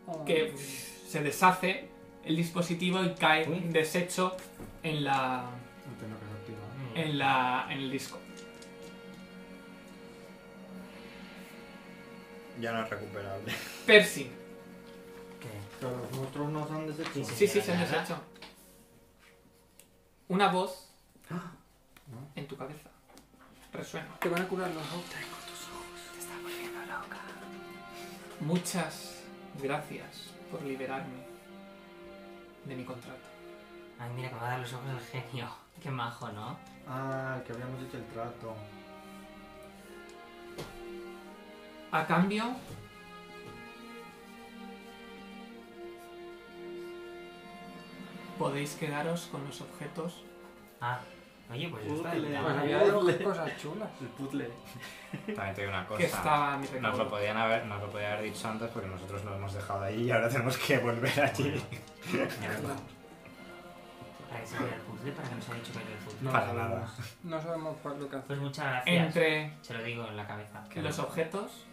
Oh. que pff, se deshace el dispositivo y cae Uy. deshecho en la No tengo que activar. Mm. en la en el disco. Ya no es recuperable. Percy. ¿Qué? Pero los monstruos no se han deshecho. Sí, Sí, sí, se han Nada. deshecho. Una voz en tu cabeza. Resuena. Te van a curar los autos. Muchas gracias por liberarme de mi contrato. Ay, mira, que me va a dar los ojos al genio. Qué majo, ¿no? Ah, el que habíamos hecho el trato. A cambio. Podéis quedaros con los objetos Ah, oye, pues ya está. Útiles. ya. Pues Ah, había vale. dos cosas chulas. El puzzle. También te digo una que cosa. estaba a mi Nos lo, recaudo. podían haber, nos lo podían haber dicho antes porque nosotros lo hemos dejado ahí y ahora tenemos que volver allí. Para que se vea el puzzle, para que nos ha dicho que era el puzzle. No. Para nada. No sabemos para lo que hacer. Pues muchas gracias. Entre Se lo digo en la cabeza. los objetos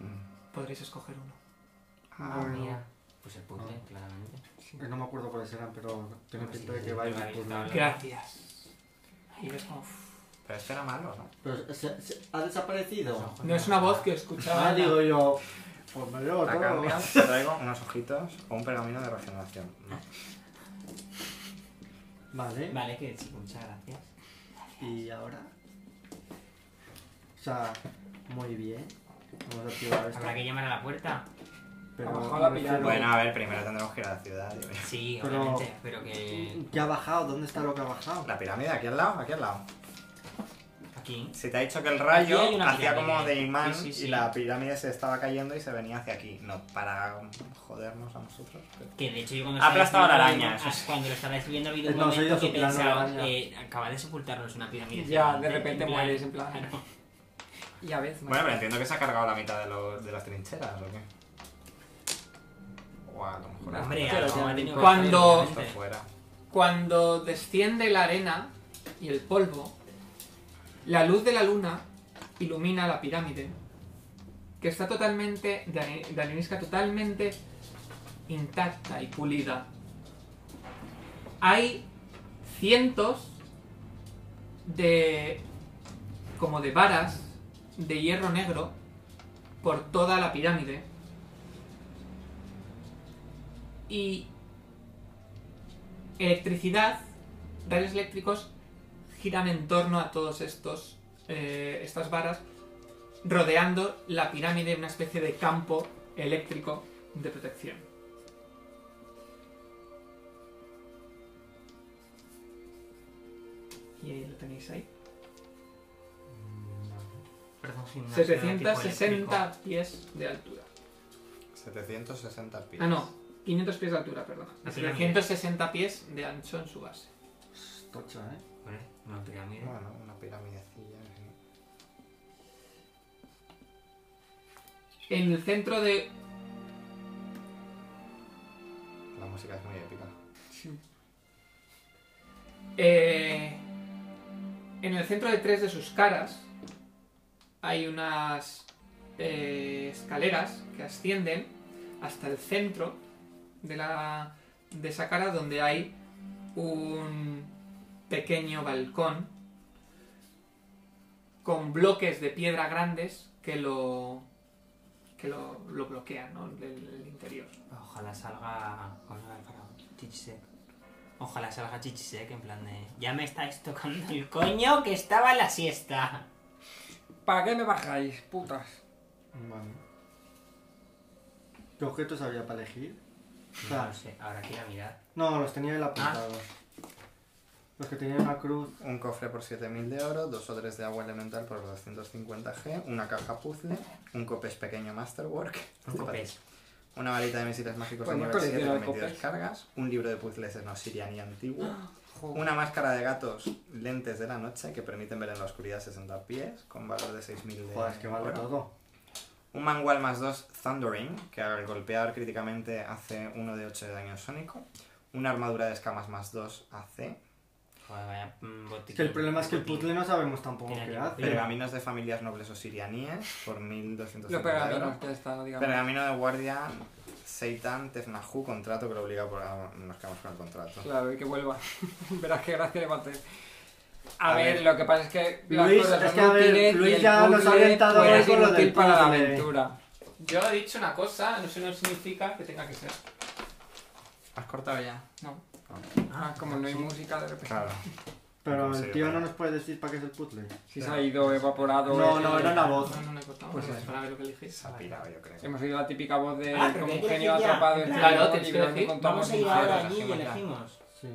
Mm. podréis escoger uno. Ah, Bueno, mira. Pues el puzzle, claramente. que No me acuerdo cuáles eran, pero tiene Sí, pinta de sí, que va a ir sí, el puzzle. vale. Gracias. Y ves como, "Uf". Pero este era malo, ¿no? Pero, ¿se- se- ¿Ha desaparecido? Pues No es una voz que escuchaba. Ah, digo yo. Pues me llevo A todo. cambio, te traigo unos ojitos o un pergamino de regeneración. No. Vale. Vale, que sí, pues muchas gracias. ¿Y ahora? O sea, muy bien. Vamos a activar esto. Habrá que llamar a la puerta. Pero Ha bajado la me pillada. refiero- Bueno, a ver, primero tendremos que ir a la ciudad. yo creo. Sí, Pero- obviamente, pero que. ¿Qué ha bajado? ¿Dónde está lo que ha bajado? La pirámide, aquí al lado, aquí al lado. Aquí. Se te ha dicho que el Aquí hay rayo una hacía pirámide. como de imán Sí, sí, sí. y la pirámide se estaba cayendo y se venía hacia aquí. No para jodernos a nosotros. pero- Que de hecho yo cuando Ha aplastado estaba la escribiendo- araña, ah, Cuando lo estaba escribiendo ha habido un No, se ha ido momento que soplando la pensaba araña. eh, acaba de sepultarnos una pirámide. Ya, de gigante, repente en plan- mueres, en plan. Y a veces. Bueno, pero entiendo que se ha cargado la mitad de, los- de las trincheras, ¿o qué? O a lo mejor Hombre, esto- algo ha tenido que Cuando- hacer, esto obviamente. fuera. Cuando desciende la arena y el polvo, la luz de la luna ilumina la pirámide, que está totalmente, de are- de arenisca totalmente intacta y pulida. Hay cientos de, como de varas de hierro negro por toda la pirámide. Y electricidad, rayos eléctricos giran en torno a todos estos eh, estas varas rodeando la pirámide una especie de campo eléctrico de protección. Y ahí lo tenéis ahí. Perdón, si no sé de tipo 760 eléctrico. pies de altura. 760 pies. Ah, no, 500 pies de altura, perdón. La pirámide. 760 pies de ancho en su base. Es Tocho, ¿eh? Bueno, una pirámide. Bueno, una piramidecilla. sí. En el centro de La música es muy épica. Eh, en el centro de tres de sus caras hay unas eh, escaleras que ascienden hasta el centro de, la, de esa cara donde hay un pequeño balcón con bloques de piedra grandes que lo que lo, lo bloquean ¿no? el, el interior. Ojalá salga. Ojalá para Chichisek. Ojalá salga Chichisek en plan de. Ya me estáis tocando el coño que estaba en la siesta. ¿Para qué me bajáis, putas? Vale. ¿Qué objetos había para elegir? No Claro. lo sé, ahora quiero mirar. No, los tenía él apuntados. Los que tenían la cruz. Un cofre por 7000 de oro, dos o tres de agua elemental por 250G, una caja puzzle, un copés pequeño Masterwork, Un copés. una varita de misiles mágicos Pues de no nivel 7 parecía con el 22 copés. cargas, un libro de puzzles esnosirian y antiguo, Joder. una máscara de gatos, lentes de la noche que permiten ver en la oscuridad 60 pies, con valor de 6000 de Joder, es que vale oro. todo. Un Mangual más 2 Thundering, que al golpear críticamente hace 1 de 8 de daño sónico. Una armadura de escamas más 2 AC. Joder, vaya mm, botiquín. Es que el problema es que el botiquín. puzzle no sabemos tampoco Tiene qué aquí. hace. Pergaminos de familias nobles o sirianíes por 1250 Los euros. pergaminos, ya está, no digamos. Pergamino de guardia Seitan Tefnahu, contrato que lo obliga por... ah, Nos quedamos con el contrato. Claro, y que vuelva. Verás qué gracia le va a hacer. A, A ver, ver. lo que pasa es que las Luis, cosas es son que a ver, útiles y Luis el ya nos ha puzzle, orientado pues, ahora es con lo inútil del para la puzzle. aventura. Yo he dicho una cosa, eso no significa que tenga que ser. ¿Has cortado ya? No. Ah, como no hay música, de repente. Claro. Pero Sí, el tío vale. no nos puede decir para qué es el puzzle. Si se ha ido evaporado. No, eh, no, era una voz. No, no, no he cortado. Pues Pues eso. para ver lo que elegís. Se ha eh. pirado, yo creo. Hemos oído la típica voz de Ah, pero como un que hay que genio decir ya. atrapado Claro, entre tienes y que verano decir, con todas Vamos a las ir ahora mujeres. allí y hacemos ya. elegimos. Sí.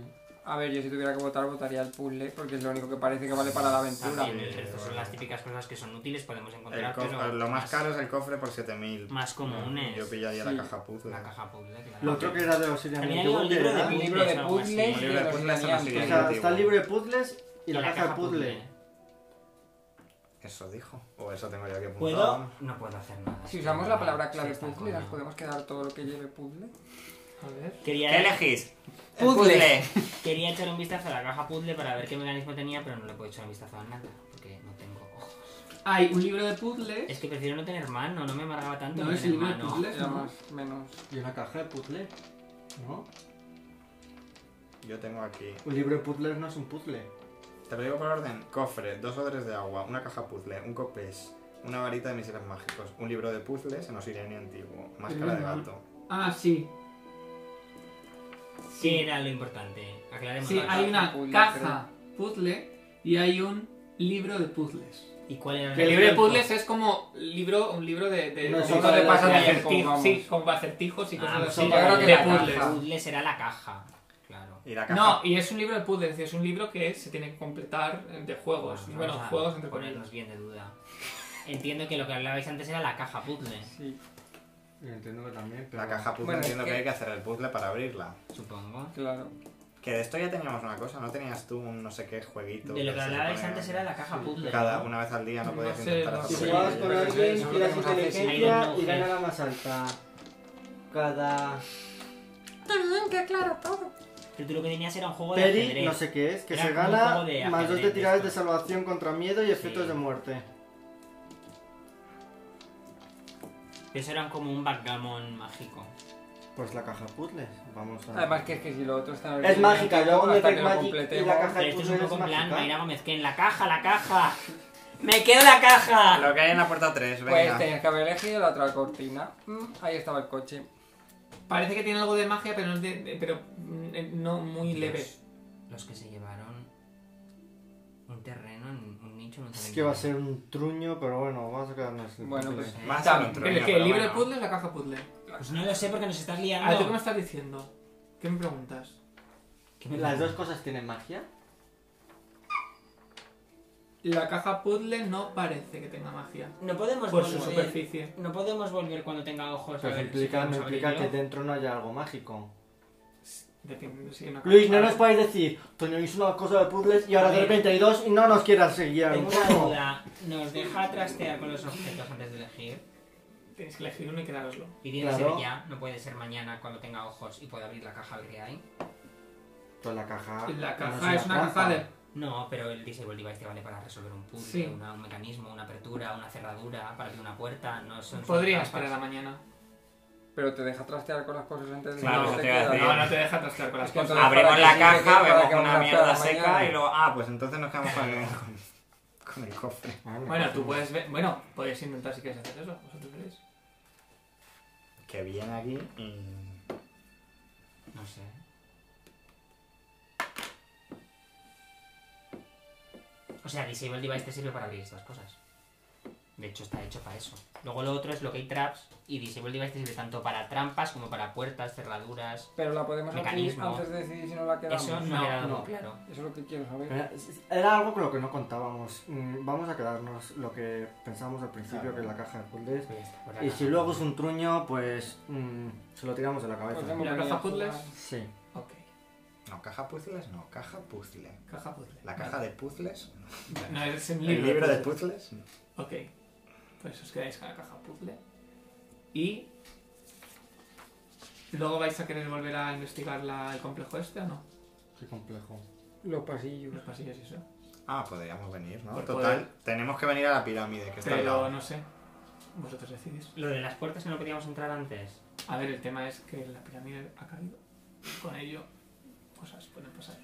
A ver, yo si tuviera que votar, votaría el puzzle, porque es lo único que parece que vale para la aventura. También, el resto Ah, son las típicas cosas que son útiles, podemos El encontrar. cof- pero lo más caro es el cofre por 7000. Más comunes. Yo pillaría Sí. la caja puzzle. Una caja puzzle, claro. Lo otro que era de Obsidian También Antiguo, hay un libro que era- de Un libro de algo así. puzzles pues, Un y libro de los puzzles son lineantes. O obsidianos. sea, está el libro de puzzles y, la, caja, de puzzle. Eso dijo. O eso tengo yo que apuntar. ¿Puedo? No puedo hacer nada. Si usamos la palabra clave Sí, está puzzle, ¿nos coño. podemos quedar todo lo que lleve puzzle? A ver. ¿Qué Quería, elegís? Puzzle. quería echar un vistazo a la caja puzzle para ver qué mecanismo tenía, pero no le puedo echar un vistazo a nada, porque no tengo ojos. Hay un libro de puzzles. Es que prefiero no tener mano, no me amargaba tanto No no es el tener libro de mano. puzzles, Era ¿no? más, menos. Y una caja de puzzle. ¿No? Yo tengo aquí. Un libro de puzzles no es un puzzle. Te lo digo por orden. Cofre, dos o tres de agua, una caja puzzle, un copés, una varita de misiles mágicos, un libro de puzzles en Osiriani antiguo, máscara de gato. Ah, sí. ¿Qué era lo importante? Aclaremos. Sí, hay una puzzle, caja puzzle y hay un libro de puzzles. ¿Y cuál era Ah, El libro de puzzles es como libro, un libro de, de, No, un sí, libro vale, de pasos de vale, acertijos, vamos. sí, con acertijos y Ah, cosas pues así. yo creo que de la puzzles. caja. puzzle será la caja. Claro. Y la caja. No, y es un libro de puzzles, y es un libro que se tiene que completar de juegos. Vamos bueno, a juegos entre comillas. ponernos bien de duda. Entiendo que lo que hablabais antes era la caja puzzle, Sí, Y entiendo que también, pero... La caja puzzle Bueno, es entiendo que... que- hay que hacer el puzzle para abrirla. supongo. claro. Que de esto ya teníamos una cosa, ¿no tenías tú un no sé qué jueguito? De lo que se hablabais supone antes era la caja puzzle. Cada ¿no? una vez al día no No podías sé, intentar no hacer Si Sí, jugabas con pero alguien, eso es lo que tiras hemos hecho. inteligencia Ahí y no, gana la más alta. Cada Pero tú lo que tenías era un juego de peri, ajedrez. no sé qué es, que Era se como un gana juego de más dos de ajedrez, tiradas de esto. salvación contra miedo y efectos Sí. de muerte. Eso era como un backgammon mágico. Pues la caja puzzle, vamos a... Además que es que si lo otro está en el Es mágica, yo hago un hasta Detect que lo Magic y completemos- la caja- Pero esto es un puzzle poco es en plan mágica. Mayra Gómez, que en la caja, la caja. ¡Me quedo la caja! Lo que hay en la puerta 3, venga. Pues tenías que haber elegido la otra cortina. Mm, ahí estaba el coche. Parece que tiene algo de magia, pero no, es de- de- pero mm, no muy leve. Los, los que se llevaron un terreno, en- un nicho mucho. No Es saben que va a cómo. ser un truño, pero bueno, vamos a quedarnos. en Bueno, papeles. pues- Va a O sea, ser un truño, el, que pero el libro bueno. puzzle es la caja puzzle. Pues no lo sé porque nos estás Ah, ¿tú qué me liando. estás diciendo? ¿Qué me preguntas? ¿Qué me ¿Las pasa? dos cosas tienen magia? La caja puzzle no parece que tenga magia. No podemos Pues Por su volver- superficie. No podemos volver cuando tenga ojos. a Pues ver si implica, podemos me implica que abrirlo. dentro no haya algo mágico. Depende si hay una caja Luis, no puzzle. nos podéis decir, tenéis una cosa de puzzles y ahora A de ver. repente hay dos y no nos quieras seguir un Tengo una poco. duda. Nos deja trastear con los objetos antes de elegir. Tienes que elegir uno y quedároslo. Y tiene que Claro. ser ya, no puede ser mañana cuando tenga ojos y pueda abrir la caja a ver qué hay. Pues la Ah, caja. La no caja es una trampa. caja de... No, pero el Disable Device te vale para resolver un puzzle, Sí. una- un mecanismo, una apertura, una cerradura, para abrir una puerta, no son... son Podrías trampas. para la mañana. Pero te deja trastear con las cosas antes de Claro, que eso te iba a decir. No, no te deja trastear con las Es que cosas. entonces- Abrimos para la que llegue, caja, para que vemos vamos a una mierda hacer seca mañana. y luego. Ah, pues entonces nos quedamos con el, con, con el cofre. Vale, Bueno, pues tú puedes ver... Bueno, podéis intentar si quieres hacer eso. ¿Vosotros queréis? Que viene aquí y. No sé. O sea, Disable Device te sirve para abrir estas cosas. De hecho, está hecho para eso. Luego lo otro es Locate Traps y Disable Device te sirve tanto para trampas como para puertas, cerraduras... Pero la podemos abrir Mecanismo. antes de decidir si no la quedamos. Eso no no, era algo no. claro. Eso es lo que quiero saber. Era- Era algo con lo que no contábamos. Mm, Vamos a quedarnos lo que pensamos al principio, Claro. que es la caja de puzzles. Pues ya está, pues la Y caja. si luego es un truño, pues mm, se lo tiramos de la Pues cabeza. hemos ¿La venido caja a jugar. puzzles? Sí. Ok. No, caja puzzles, no, caja puzzle. Caja puzzle. La caja de puzzles. no. No, es un El libro. libro de puzzles. Ok. Pues os quedáis con la caja puzzle. Y... ¿Luego vais a querer volver a investigar la- el complejo este o no? Qué complejo. Los pasillos. Los pasillos y eso. Ah, podríamos venir, ¿no? Pues Total, poder. tenemos que venir a la pirámide que está al Pero lado. no sé. Vosotros decidís. Lo de las puertas que no podíamos entrar antes. A ver, el tema es que la pirámide ha caído. Con ello, cosas pueden pasar.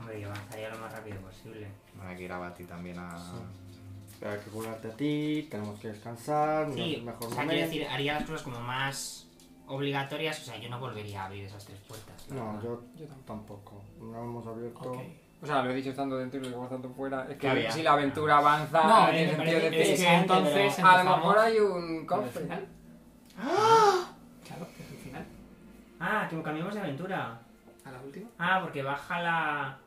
Hombre, yo avanzaría lo más rápido posible. Bueno, hay que ir a Bati también a. Hay que curarte a ti, tenemos que descansar, no es Sí, el mejor o sea, quiero momento. decir, haría las cosas como más obligatorias. O sea, yo no volvería a abrir esas tres puertas. la No, verdad. yo Yo tampoco. tampoco. No hemos abierto. Ok. O sea, lo he dicho estando dentro y lo digo tanto fuera. Es que Ya había. si la aventura avanza, en el No, Ah, me sentido parece de que Es que interesante, entonces pero- a lo empezamos mejor hay un con el cofre. final. ¡Ah! Claro, que es el final. Ah, que cambiamos de aventura. A la última. Ah, porque baja la.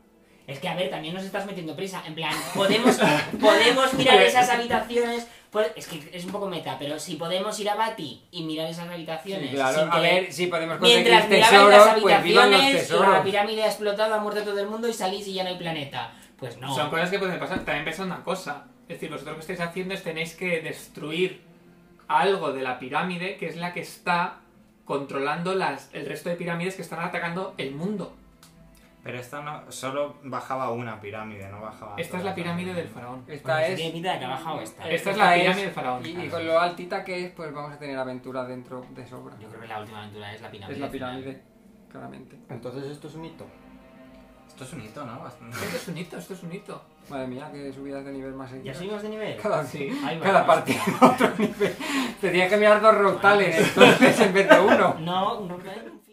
Es que a ver, también nos estás metiendo prisa. En plan, podemos, podemos mirar Pues- esas habitaciones. po- Es que es un poco meta, pero si podemos ir a Bati y mirar esas habitaciones. Sí, claro, sin a que- ver si podemos conseguir Mientras miraban las tesoros, pues vivan los habitaciones, la tesoros. pirámide ha explotado, ha muerto todo el mundo y salís y ya no hay planeta. Pues no. Son cosas que pueden pasar. También pasa una cosa. Es decir, vosotros lo que estáis haciendo es tenéis que destruir algo de la pirámide que es la que está controlando las, el resto de pirámides que están atacando el mundo. Pero esta no. Solo bajaba una pirámide, no bajaba. Esta es todas la pirámide las- del faraón. Bueno, Esta sí tiene es. pinta de que ha bajado esta. ¿eh? Esta es la Eh, Esta pirámide es- del faraón. Y, y con lo altita que es, pues vamos a tener aventura dentro de sobra. Yo creo que la última aventura es la pirámide. Es la pirámide, claramente. Entonces esto es un hito. Esto es un hito, ¿no? Bastante. Esto es un hito, esto es un hito. Madre mía, que subidas de nivel más ¿Ya seguidas. subimos de nivel? Cada, Sí. Ahí va. cada partido otro nivel. Te tienes que mirar dos roctales, entonces en vez de uno. No, un rock band.